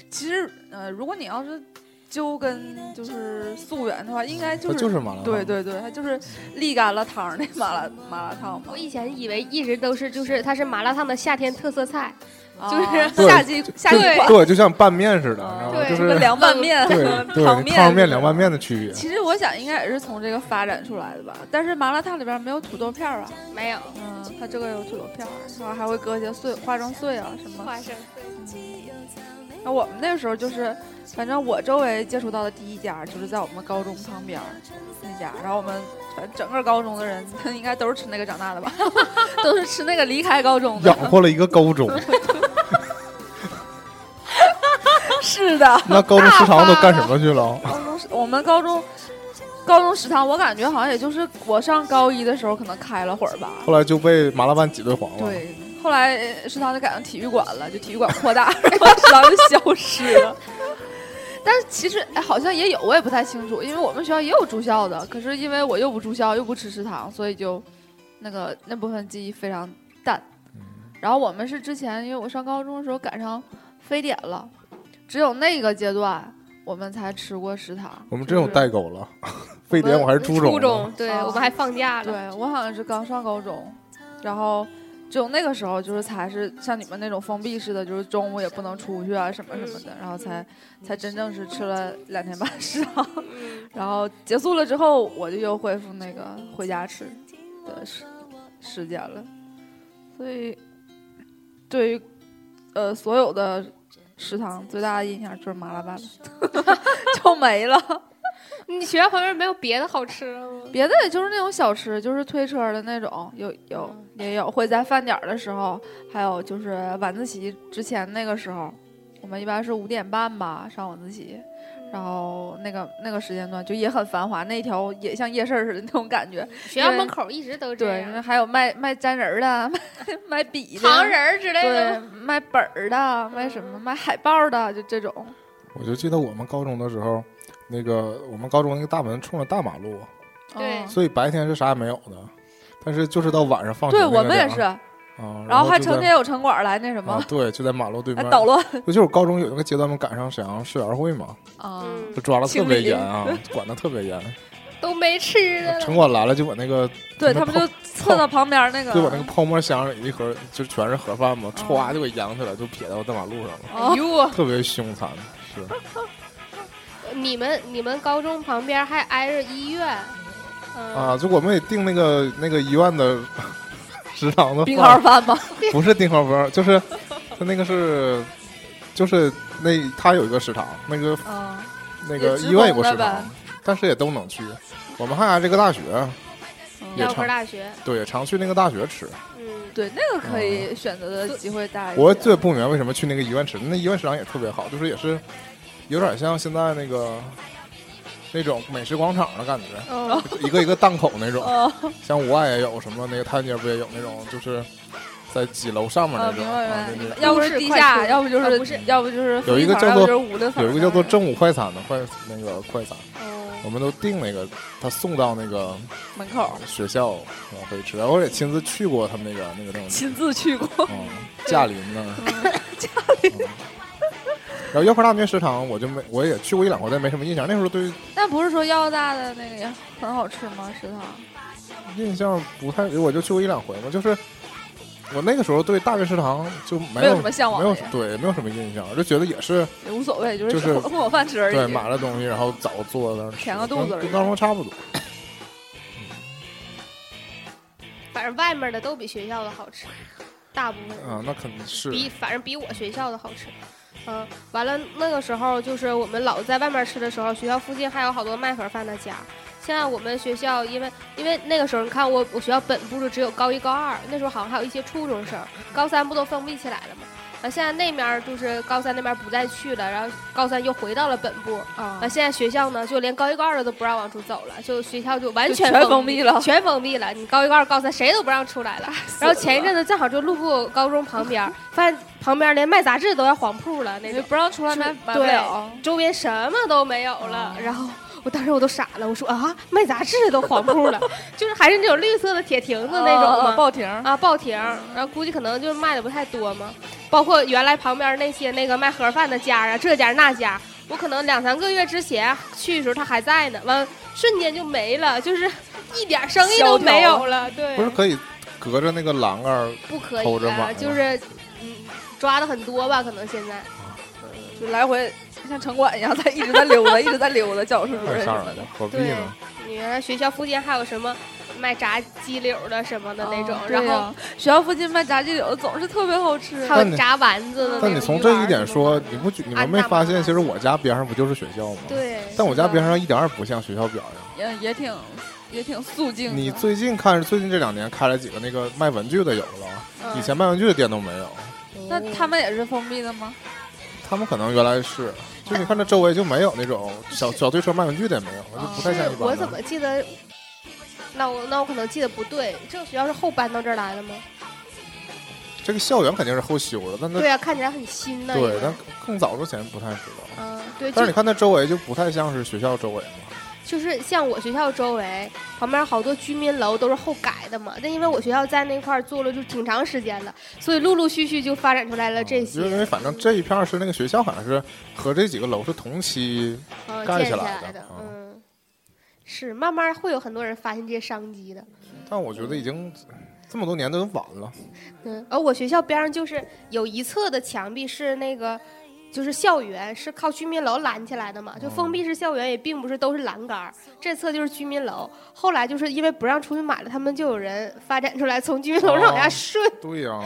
[SPEAKER 4] 其实呃，如果你要是揪跟就是溯源的话，应该就
[SPEAKER 1] 它
[SPEAKER 4] 是
[SPEAKER 1] 就是麻辣烫。
[SPEAKER 4] 对对对，它就是沥干了汤儿那麻辣麻辣烫嘛
[SPEAKER 3] 我，以前以为一直都是就是它是麻辣烫的夏天特色菜，
[SPEAKER 4] 啊
[SPEAKER 1] 对
[SPEAKER 4] 夏季夏季
[SPEAKER 3] 对
[SPEAKER 4] 款
[SPEAKER 1] 对，就像拌面似的，你知道吗？
[SPEAKER 3] 对
[SPEAKER 1] 就
[SPEAKER 4] 跟
[SPEAKER 1] 是
[SPEAKER 4] 凉拌面
[SPEAKER 1] 对对
[SPEAKER 4] 汤
[SPEAKER 1] 汤面、
[SPEAKER 4] 面
[SPEAKER 1] 凉拌面的区别。
[SPEAKER 4] 其实我想应该也是从这个发展出来的吧，但是麻辣烫里边没有土豆片儿啊，
[SPEAKER 3] 没有
[SPEAKER 4] 嗯，它这个有土豆片儿，然后还会搁一些碎花生碎啊什么。
[SPEAKER 3] 花生。
[SPEAKER 4] 那我们那个时候就是，反正我周围接触到的第一家就是在我们高中旁边儿那家，然后我们反正整个高中的人应该都是吃那个长大的吧，都是吃那个离开高中的。
[SPEAKER 1] 养活了一个高 中，
[SPEAKER 4] 是的，
[SPEAKER 1] 那高中食堂都干什么去了？
[SPEAKER 4] 高中食我们高中高中食堂，我感觉好像也就是我上高一的时候可能开了会儿吧，
[SPEAKER 1] 后来就被麻辣拌挤兑黄了。
[SPEAKER 4] 对，后来呃食堂就改成体育馆了，就体育馆扩大， 然后食堂就消失了。 但是其实、哎、好像也有，我也不太清楚，因为我们学校也有住校的，可是因为我又不住校，又不吃食堂，所以就那个那部分记忆非常淡。
[SPEAKER 1] 嗯
[SPEAKER 4] 然后我们是之前，因为我上高中的时候赶上非典了，只有那个阶段我们才吃过食堂。
[SPEAKER 1] 我们真有
[SPEAKER 4] 就是
[SPEAKER 1] 代沟了， 非典我还是初中。
[SPEAKER 3] 初中，对
[SPEAKER 4] 啊
[SPEAKER 3] 我们还放假了。
[SPEAKER 4] 对我好像是刚上高中，然后只有那个时候就是才是像你们那种封闭式的，就是中午也不能出去啊什么什么的，然后才才真正是吃了两天半食堂，
[SPEAKER 3] 嗯，
[SPEAKER 4] 然后结束了之后我就又恢复那个回家吃的时时间了，所以对于呃所有的食堂最大的印象就是麻辣拌了， 就没了。
[SPEAKER 3] 你学校旁边没有别的好吃的吗？
[SPEAKER 4] 别的也就是那种小吃，就是推车的那种，有有
[SPEAKER 3] 嗯
[SPEAKER 4] 也有会在饭点儿的时候，还有就是晚自习之前那个时候，我们一般是五点半吧上晚自习，然后那个那个时间段就也很繁华，那条也像夜市似的那种感觉。
[SPEAKER 3] 学校门口一直都这
[SPEAKER 4] 对，因为
[SPEAKER 3] 样，
[SPEAKER 4] 还有卖卖粘人儿的，啊卖 卖笔的，啊
[SPEAKER 3] 糖人儿之类
[SPEAKER 4] 对
[SPEAKER 3] 的。，
[SPEAKER 4] 卖本儿的，啊卖什么卖海报的，啊就这种。
[SPEAKER 1] 我就记得我们高中的时候，那个我们高中那个大门冲着大马路，
[SPEAKER 3] 对
[SPEAKER 4] 嗯
[SPEAKER 1] 所以白天是啥也没有的，但是就是到晚上放学
[SPEAKER 4] 对
[SPEAKER 1] 那个
[SPEAKER 4] 我
[SPEAKER 1] 点儿。
[SPEAKER 4] 们也是，
[SPEAKER 1] 啊，
[SPEAKER 4] 然后还
[SPEAKER 1] 就在
[SPEAKER 4] 成天有城管来那什么
[SPEAKER 1] 啊，，对，就在马路对
[SPEAKER 4] 来
[SPEAKER 1] 面。
[SPEAKER 4] 捣乱
[SPEAKER 1] 尤其是我高中有一个阶段，我们赶上沈阳社员会嘛，
[SPEAKER 4] 啊。
[SPEAKER 3] 嗯
[SPEAKER 1] 就，抓的特别
[SPEAKER 4] 清理
[SPEAKER 1] 严啊，管的特别 严。
[SPEAKER 3] 都没吃的
[SPEAKER 1] 城
[SPEAKER 3] 了。
[SPEAKER 1] 管来了就把那个
[SPEAKER 4] 对
[SPEAKER 1] 那
[SPEAKER 4] 他们
[SPEAKER 1] 泡
[SPEAKER 4] 就蹭到旁边那个，
[SPEAKER 1] 就把那个泡沫箱里一盒就全是盒饭嘛，
[SPEAKER 4] 嗯
[SPEAKER 1] 歘就给扬起来，就撇到大马路上了，
[SPEAKER 4] 哦
[SPEAKER 3] 哎呦，
[SPEAKER 1] 特别凶残。是，
[SPEAKER 3] 你们你们高中旁边还挨着医院，嗯，
[SPEAKER 1] 啊，就我们也订那个那个医院的食堂的
[SPEAKER 4] 冰
[SPEAKER 1] 饭
[SPEAKER 4] 块，饭吗？
[SPEAKER 1] 不是订号包，就是他那个是，就是那他有一个食堂，那个
[SPEAKER 4] 嗯，
[SPEAKER 1] 那个
[SPEAKER 4] 也职
[SPEAKER 1] 医院有个
[SPEAKER 4] 工的
[SPEAKER 1] 食堂
[SPEAKER 4] 呗，
[SPEAKER 1] 但是也都能去。我们还挨这个大学，也
[SPEAKER 3] 药
[SPEAKER 1] 差
[SPEAKER 3] 科大学，
[SPEAKER 1] 对，常去那个大学
[SPEAKER 4] 哎
[SPEAKER 1] 吃。
[SPEAKER 3] 嗯，
[SPEAKER 4] 对，那个可以选择的机会大一些。
[SPEAKER 1] 我最不明白为什么去那个医院吃，那医院食堂也特别好，就是也是有点像现在那个那种美食广场的感觉。
[SPEAKER 3] 哦，
[SPEAKER 1] 一个一个档口那种，
[SPEAKER 4] 哦
[SPEAKER 1] 像五爱也有什么那个太原街不也有那种，就是在几楼上面那
[SPEAKER 4] 啊，
[SPEAKER 1] 种
[SPEAKER 4] 明
[SPEAKER 1] 啊
[SPEAKER 4] 白
[SPEAKER 1] 那
[SPEAKER 4] 明白，
[SPEAKER 1] 种
[SPEAKER 4] 要不是地下，要不就
[SPEAKER 3] 啊
[SPEAKER 4] 是
[SPEAKER 3] 不是
[SPEAKER 4] 要不就是
[SPEAKER 1] 有一个
[SPEAKER 4] 分
[SPEAKER 1] 叫
[SPEAKER 4] 房
[SPEAKER 1] 做
[SPEAKER 4] 要不就是五六房
[SPEAKER 1] 有一个叫做“正午快餐”的快那个快餐，
[SPEAKER 3] 哦
[SPEAKER 1] 我们都订那个，他送到那个
[SPEAKER 4] 门口，
[SPEAKER 1] 学校然后会吃，然后我也亲自去过他们那个那个那种，
[SPEAKER 4] 亲自去 过。
[SPEAKER 1] 嗯，驾临那 儿，驾临。然后药科大学食堂，我就没，我也去过一两回，但没什么印象。那时候对
[SPEAKER 4] 但不是说药大的那个也很好吃吗？食堂
[SPEAKER 1] 印象不太，我就去过一两回嘛，就是我那个时候对大学食堂就没
[SPEAKER 4] 没有
[SPEAKER 1] 有
[SPEAKER 4] 什么向往
[SPEAKER 1] 没有
[SPEAKER 4] 的呀
[SPEAKER 1] 对没有什么印象，就觉得也是
[SPEAKER 4] 也无所谓，就是
[SPEAKER 1] 就是
[SPEAKER 4] 混混口饭吃而
[SPEAKER 1] 对
[SPEAKER 4] 已。
[SPEAKER 1] 买了东西，然后早做的
[SPEAKER 4] 填个肚子而已
[SPEAKER 1] 跟高中差不多。
[SPEAKER 3] 反正外面的都比学校的好吃，大部分
[SPEAKER 1] 啊，那肯定是
[SPEAKER 3] 比反正比我学校的好吃。嗯，完了那个时候就是我们老在外面吃的时候，学校附近还有好多卖盒饭的家。现在我们学校因为因为那个时候你看我我学校本部就只有高一高二，那时候好像还有一些初中生，高三不都封闭起来了吗？啊，现在那面儿就是高三那边不再去了，然后高三又回到了本部。
[SPEAKER 4] 啊
[SPEAKER 3] 啊，，现在学校呢，就连高一高二的都不让往出走了，就学校就完
[SPEAKER 4] 就
[SPEAKER 3] 全
[SPEAKER 4] 全
[SPEAKER 3] 封
[SPEAKER 4] 封闭了
[SPEAKER 3] 全封闭了。你高一高二高三谁都不让出来了。然后前一阵子正好就路过我高中旁边儿，发现旁边连卖杂志都要黄铺了那
[SPEAKER 4] 你就
[SPEAKER 3] 种，
[SPEAKER 4] 不让出来买买不
[SPEAKER 3] 对
[SPEAKER 4] 了，
[SPEAKER 3] 周边什么都没有了。然后我当时我都傻了，我说啊，卖杂志都黄铺了， 就是还是那种绿色的铁亭子那种
[SPEAKER 4] 啊
[SPEAKER 3] 吗？
[SPEAKER 4] 报亭儿，
[SPEAKER 3] 啊，报亭儿，然后估计可能就是卖的不太多嘛。包括原来旁边那些那个卖盒饭的家啊，这家那家，我可能两三个月之前去的时候他还在呢，完瞬间就没了，就是一点生意
[SPEAKER 4] 萧条
[SPEAKER 3] 都没有了。对，
[SPEAKER 1] 不是可以隔着那个栏杆儿
[SPEAKER 3] 不可
[SPEAKER 1] 偷着
[SPEAKER 3] 以
[SPEAKER 1] 买
[SPEAKER 3] 啊，
[SPEAKER 1] 吗
[SPEAKER 3] 就是嗯，抓的很多吧，可能现在
[SPEAKER 4] 就来回像城管一样在一直在溜达，一直在溜达，教室主任
[SPEAKER 1] 太
[SPEAKER 4] 什
[SPEAKER 1] 吓人
[SPEAKER 4] 么的
[SPEAKER 1] 了，，何必
[SPEAKER 3] 对
[SPEAKER 1] 呢？。
[SPEAKER 3] 你原来学校附近还有什么卖炸鸡柳的什么的那种，
[SPEAKER 4] 啊
[SPEAKER 3] 然
[SPEAKER 4] 对
[SPEAKER 3] 后
[SPEAKER 4] 呀学校附近卖炸鸡柳总是特别好吃。
[SPEAKER 3] 还
[SPEAKER 1] 但
[SPEAKER 3] 有
[SPEAKER 1] 你
[SPEAKER 3] 炸丸子的那种
[SPEAKER 1] 但你从这一点说
[SPEAKER 3] 鱼丸儿什么的，
[SPEAKER 1] 你不觉你们没发现，其实我家边上不就是学校吗？。
[SPEAKER 3] 对，
[SPEAKER 1] 但我家边上一点儿也不像学校表呀。
[SPEAKER 4] 也也挺也挺肃静的。
[SPEAKER 1] 你最近看，最近这两年开了几个那个卖文具的有了，
[SPEAKER 3] 嗯
[SPEAKER 1] 以前卖文具的店都没有。
[SPEAKER 4] 那他们也是封闭的吗？
[SPEAKER 1] 他们可能原来是，就你看这周围就没有那种小小推车卖文具的也没有，就不太像一般的。
[SPEAKER 3] 哦我怎么记得？那我那我可能记得不对，这个学校是后搬到这儿来的吗？
[SPEAKER 1] 这个校园肯定是后修的，但那
[SPEAKER 3] 对啊，看起来很新呢。
[SPEAKER 1] 对
[SPEAKER 3] 应，该
[SPEAKER 1] 但更早之前不太知道。
[SPEAKER 3] 嗯，对，
[SPEAKER 1] 但
[SPEAKER 3] 就是
[SPEAKER 1] 你看那周围就不太像是学校周围嘛，
[SPEAKER 3] 就是像我学校周围旁边好多居民楼都是后改的嘛，但因为我学校在那块儿做了就挺长时间了，所以陆陆续续就发展出来了呃这
[SPEAKER 1] 就是嗯因
[SPEAKER 3] 些
[SPEAKER 1] 为反正这一片儿是那个学校，好像是和这几个楼是同期
[SPEAKER 3] 嗯
[SPEAKER 1] 盖
[SPEAKER 3] 建
[SPEAKER 1] 起
[SPEAKER 3] 起
[SPEAKER 1] 来
[SPEAKER 3] 来
[SPEAKER 1] 的啊
[SPEAKER 3] 嗯，是慢慢会有很多人发现这些商机的。
[SPEAKER 1] 但我觉得已经这么多年都晚了。
[SPEAKER 3] 嗯，而我学校边上就是有一侧的墙壁是那个，就是校园是靠居民楼拦起来的
[SPEAKER 1] 哦
[SPEAKER 3] 嘛，就封闭式校园也并不是都是栏杆儿，这侧就是居民楼。后来就是因为不让出去买了，他们就有人发展出来从居民楼上往下
[SPEAKER 1] 哦
[SPEAKER 3] 顺，
[SPEAKER 1] 对呀、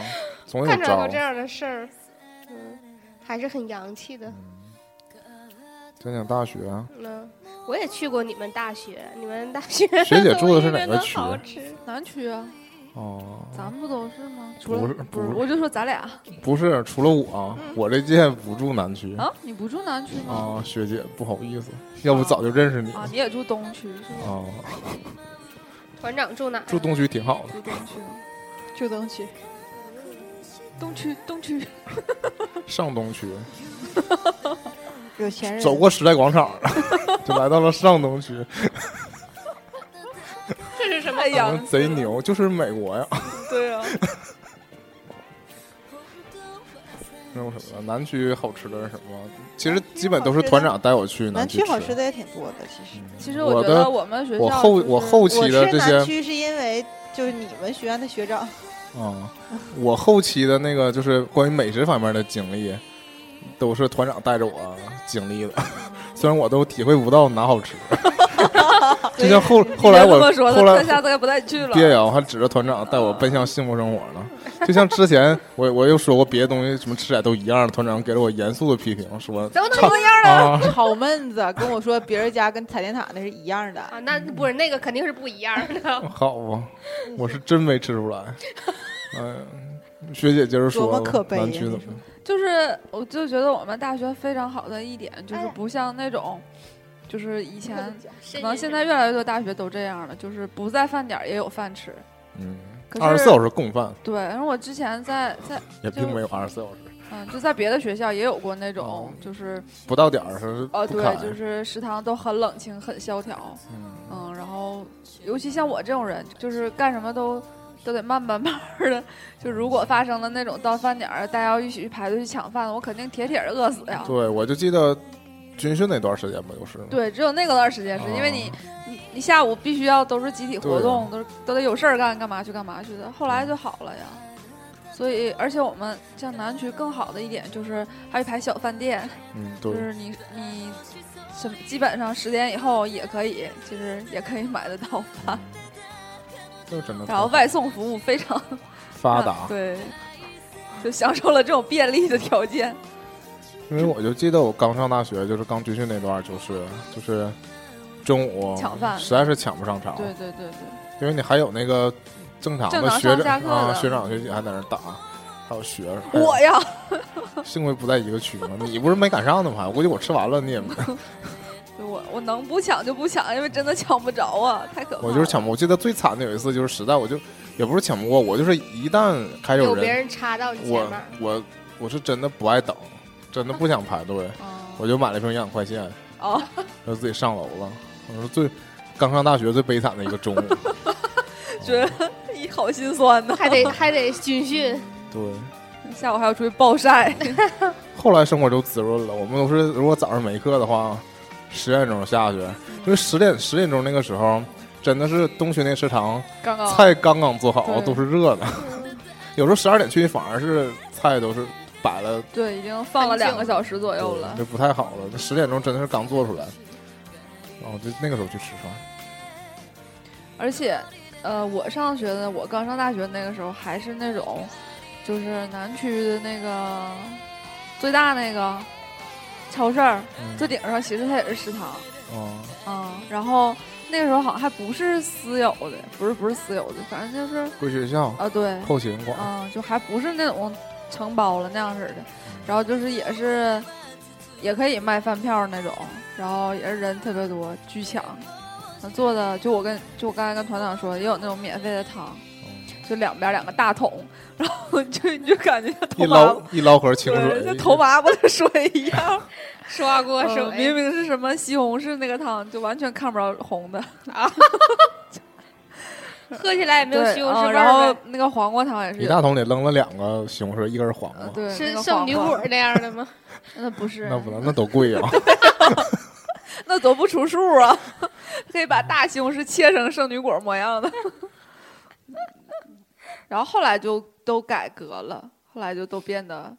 [SPEAKER 1] 总有
[SPEAKER 3] 看着
[SPEAKER 1] 招
[SPEAKER 3] 过这。样的事儿，嗯，还是很洋气的。
[SPEAKER 1] 讲讲大学，啊
[SPEAKER 3] 嗯，我也去过你们大学，你们大学
[SPEAKER 1] 学姐住的是
[SPEAKER 3] 东西
[SPEAKER 1] 哪
[SPEAKER 3] 真
[SPEAKER 1] 个
[SPEAKER 3] 的
[SPEAKER 1] 区
[SPEAKER 3] 好吃
[SPEAKER 4] 南区啊，
[SPEAKER 1] 哦，
[SPEAKER 4] 咱们不都是吗？除
[SPEAKER 1] 不
[SPEAKER 4] 了
[SPEAKER 1] 是
[SPEAKER 4] 不
[SPEAKER 1] 不是
[SPEAKER 4] 我就说咱俩
[SPEAKER 1] 不是，除了我，我这届不住南区
[SPEAKER 5] 哦
[SPEAKER 4] 啊，你不住南区吗？
[SPEAKER 1] 啊，学姐不好意思，要不早就认识你
[SPEAKER 4] 啊
[SPEAKER 5] 哦
[SPEAKER 1] 了，
[SPEAKER 4] 你也住东区是
[SPEAKER 1] 啊。
[SPEAKER 4] 吧？
[SPEAKER 3] 团长住哪儿？啊
[SPEAKER 1] 住东区挺好的，
[SPEAKER 4] 住东区，
[SPEAKER 5] 住东区，
[SPEAKER 4] 东区东区，
[SPEAKER 1] 上东区
[SPEAKER 5] 有钱人
[SPEAKER 1] 走过时代广场了，就来到了上东区，
[SPEAKER 4] 这是什么
[SPEAKER 5] 哎
[SPEAKER 1] 我
[SPEAKER 4] 洋
[SPEAKER 1] 们？贼牛，就是美国呀。
[SPEAKER 4] 哎 对啊，
[SPEAKER 1] 那种什么南区好吃的是什么？其实基本都是团长带我去
[SPEAKER 5] 南
[SPEAKER 1] 区
[SPEAKER 5] 区好吃
[SPEAKER 1] 的。
[SPEAKER 5] 的也挺多的，其实。
[SPEAKER 4] 其实
[SPEAKER 1] 我
[SPEAKER 4] 觉
[SPEAKER 1] 的
[SPEAKER 4] 得我们学校
[SPEAKER 1] 我后
[SPEAKER 4] 就是
[SPEAKER 1] 我后期
[SPEAKER 5] 我
[SPEAKER 1] 的
[SPEAKER 5] 吃
[SPEAKER 1] 这
[SPEAKER 5] 南
[SPEAKER 1] 些
[SPEAKER 5] 区是因为就是你们学院的学 长，
[SPEAKER 1] 啊，我后期的那个就是关于美食方面的经历，都是团长带着我经历
[SPEAKER 4] 嗯
[SPEAKER 1] 的。虽然我都体会不到哪好 吃，就像后后来
[SPEAKER 4] 你别
[SPEAKER 1] 我
[SPEAKER 4] 这么说
[SPEAKER 1] 后
[SPEAKER 4] 的，
[SPEAKER 1] 来
[SPEAKER 4] 他下次该不带你去
[SPEAKER 1] 别
[SPEAKER 4] 了。
[SPEAKER 1] 呀！我还指着团长带我奔向幸福生活呢。就像之前我我又说过别的东西什么吃起来都一样，团长给了我严肃的批评，说
[SPEAKER 3] 怎么能
[SPEAKER 1] 操
[SPEAKER 3] 这样呢？
[SPEAKER 1] 啊，
[SPEAKER 5] 炒焖子跟我说别人家跟彩电塔那是一 样的，
[SPEAKER 3] 啊，那不是那个肯定是不一样 的。
[SPEAKER 1] 好吧，我是真没吃出 来。哎呀，学姐接着说吧，
[SPEAKER 5] 多么可悲呀
[SPEAKER 1] 南区怎么
[SPEAKER 5] 你说
[SPEAKER 4] 就是我就觉得我们大学非常好的一点，就
[SPEAKER 3] 哎
[SPEAKER 4] 是
[SPEAKER 3] 呀
[SPEAKER 4] 不像那种，就是以
[SPEAKER 5] 哎
[SPEAKER 4] 前
[SPEAKER 3] 可
[SPEAKER 4] 可能现在越来越多大学都这样了，就是不在饭点儿也有饭吃。
[SPEAKER 1] 嗯，
[SPEAKER 4] 可是
[SPEAKER 1] 二十四小时供饭
[SPEAKER 4] 对，然后我之前在在
[SPEAKER 1] 也并没有二十四小时，
[SPEAKER 4] 嗯，就在别的学校也有过那
[SPEAKER 1] 哦
[SPEAKER 4] 种，就是
[SPEAKER 1] 不到点儿是不
[SPEAKER 4] 呃，对
[SPEAKER 1] 开，。
[SPEAKER 4] 就是食堂都很冷清、很萧条，
[SPEAKER 1] 嗯
[SPEAKER 4] 嗯，然后尤其像我这种人，就是干什么都都得慢慢慢慢的，就如果发生了那种到饭点儿大家要一起去排队去抢饭，我肯定铁铁的饿死呀。
[SPEAKER 1] 对，我就记得军训那段时间吧，就是
[SPEAKER 4] 对，只有那个段时间是因为你你你下午必须要都是集体活
[SPEAKER 1] 哦对啊嗯
[SPEAKER 4] 动，都是都得有事儿干，干嘛去干嘛去的。后来就好了呀。所以而且我们像南区更好的一点就是还有一排小饭店，
[SPEAKER 1] 嗯，
[SPEAKER 4] 就
[SPEAKER 1] 对，
[SPEAKER 4] 是你你什么基本上十点以后也可以，其实也可以买得
[SPEAKER 1] 啊
[SPEAKER 4] 到饭，
[SPEAKER 1] 就真的
[SPEAKER 4] 然后
[SPEAKER 1] 特
[SPEAKER 4] 外送服务非常
[SPEAKER 1] 发达。
[SPEAKER 4] 对，就享受了这种便利的条件。
[SPEAKER 1] 哦因为我就记得我刚上大学，就是刚军训那段儿，就是就是中午
[SPEAKER 4] 抢饭
[SPEAKER 1] 实在是抢不上场，
[SPEAKER 4] 对对对对，
[SPEAKER 1] 因为你还有那个正常
[SPEAKER 4] 正
[SPEAKER 1] 的
[SPEAKER 4] 常
[SPEAKER 1] 学
[SPEAKER 4] 上下
[SPEAKER 1] 长
[SPEAKER 4] 课
[SPEAKER 1] 啊，
[SPEAKER 4] 的
[SPEAKER 1] 学长学姐还在那儿打，还有 学生。
[SPEAKER 4] 我呀，
[SPEAKER 1] 幸亏不在一个区嘛，你不是没赶上的吗？我估计我吃完了你也 没，
[SPEAKER 4] 就我我能不抢就不抢，因为真的抢不着啊，太可怕了。
[SPEAKER 1] 我就是抢不。我记得最惨的有一次就是实在我就也不是抢不过，我就是一旦开始有
[SPEAKER 3] 有别
[SPEAKER 1] 人，
[SPEAKER 3] 人插到你前
[SPEAKER 1] 我
[SPEAKER 3] 面儿，
[SPEAKER 1] 我我是真的不爱等，真的不想排队，我就买了一瓶营养快线，
[SPEAKER 4] 哦，
[SPEAKER 1] 然后自己上楼了。我说最刚上大学最悲惨的一个 中午，
[SPEAKER 4] 觉得一好心酸呢。
[SPEAKER 3] 还得还得军训，
[SPEAKER 1] 对。
[SPEAKER 4] 下午还要出去暴晒，
[SPEAKER 1] 后来生活就滋润了。我们都是如果早上没课的话，十点钟下去，因为十点十点钟那个时候，真的是东区那食堂
[SPEAKER 4] 刚刚
[SPEAKER 1] 菜刚刚做好，
[SPEAKER 4] 哦对嗯
[SPEAKER 1] 都是热的。有时候十二点去反而是菜都是摆了，
[SPEAKER 4] 对，已经放了两个小时左右了
[SPEAKER 1] 对，就不太好了。十点钟真的是刚做出来，然后就那个时候去吃饭。
[SPEAKER 4] 而且，呃，我上学的，我刚上大学那个时候还是那种，就是南区的那个最大那个超市儿，
[SPEAKER 1] 嗯
[SPEAKER 4] 最顶上其实它也是食堂
[SPEAKER 1] 哦，
[SPEAKER 4] 啊、然后那个时候好像还不是私有的，不是不是私有的，反正就是
[SPEAKER 1] 归学校
[SPEAKER 4] 啊，对，
[SPEAKER 1] 后勤管，
[SPEAKER 4] 嗯，就还不是那种承包了那样式的，嗯然后就是也是也可以卖饭票那种，然后也是人特别多，巨抢。嗯做的就我跟就我刚才跟团长说，也有那种免费的汤，
[SPEAKER 1] 嗯
[SPEAKER 4] 就两边两个大桶， 然后就你就感觉像
[SPEAKER 1] 一
[SPEAKER 4] 头麻
[SPEAKER 1] 捞一哎捞盒清
[SPEAKER 4] 对，
[SPEAKER 1] 水
[SPEAKER 4] 像，头麻不的水一 样。
[SPEAKER 3] 哦刷锅
[SPEAKER 4] 嗯
[SPEAKER 3] 手，哎
[SPEAKER 4] 明明是什么西红柿那个汤，就完全看不着红的。
[SPEAKER 3] 喝起来也没有
[SPEAKER 4] 对
[SPEAKER 3] 西红
[SPEAKER 4] 嗯
[SPEAKER 3] 柿味
[SPEAKER 4] 然
[SPEAKER 3] 儿
[SPEAKER 4] 后
[SPEAKER 3] 呗，
[SPEAKER 4] 那个黄瓜汤也是
[SPEAKER 1] 一
[SPEAKER 4] 有，
[SPEAKER 1] 大桶里扔了两个西红柿，一根黄
[SPEAKER 4] 呃
[SPEAKER 1] 瓜，
[SPEAKER 4] 对，那
[SPEAKER 3] 是
[SPEAKER 4] 个
[SPEAKER 3] 圣
[SPEAKER 4] 黄
[SPEAKER 3] 女
[SPEAKER 4] 瓜
[SPEAKER 3] 果儿那样的 吗？
[SPEAKER 4] 那不是，
[SPEAKER 1] 那不能，那多贵 啊！
[SPEAKER 4] 那多不出数啊！ 可以把大西红柿切成圣女果模样的。 然后后来就都改革了，后来就都变得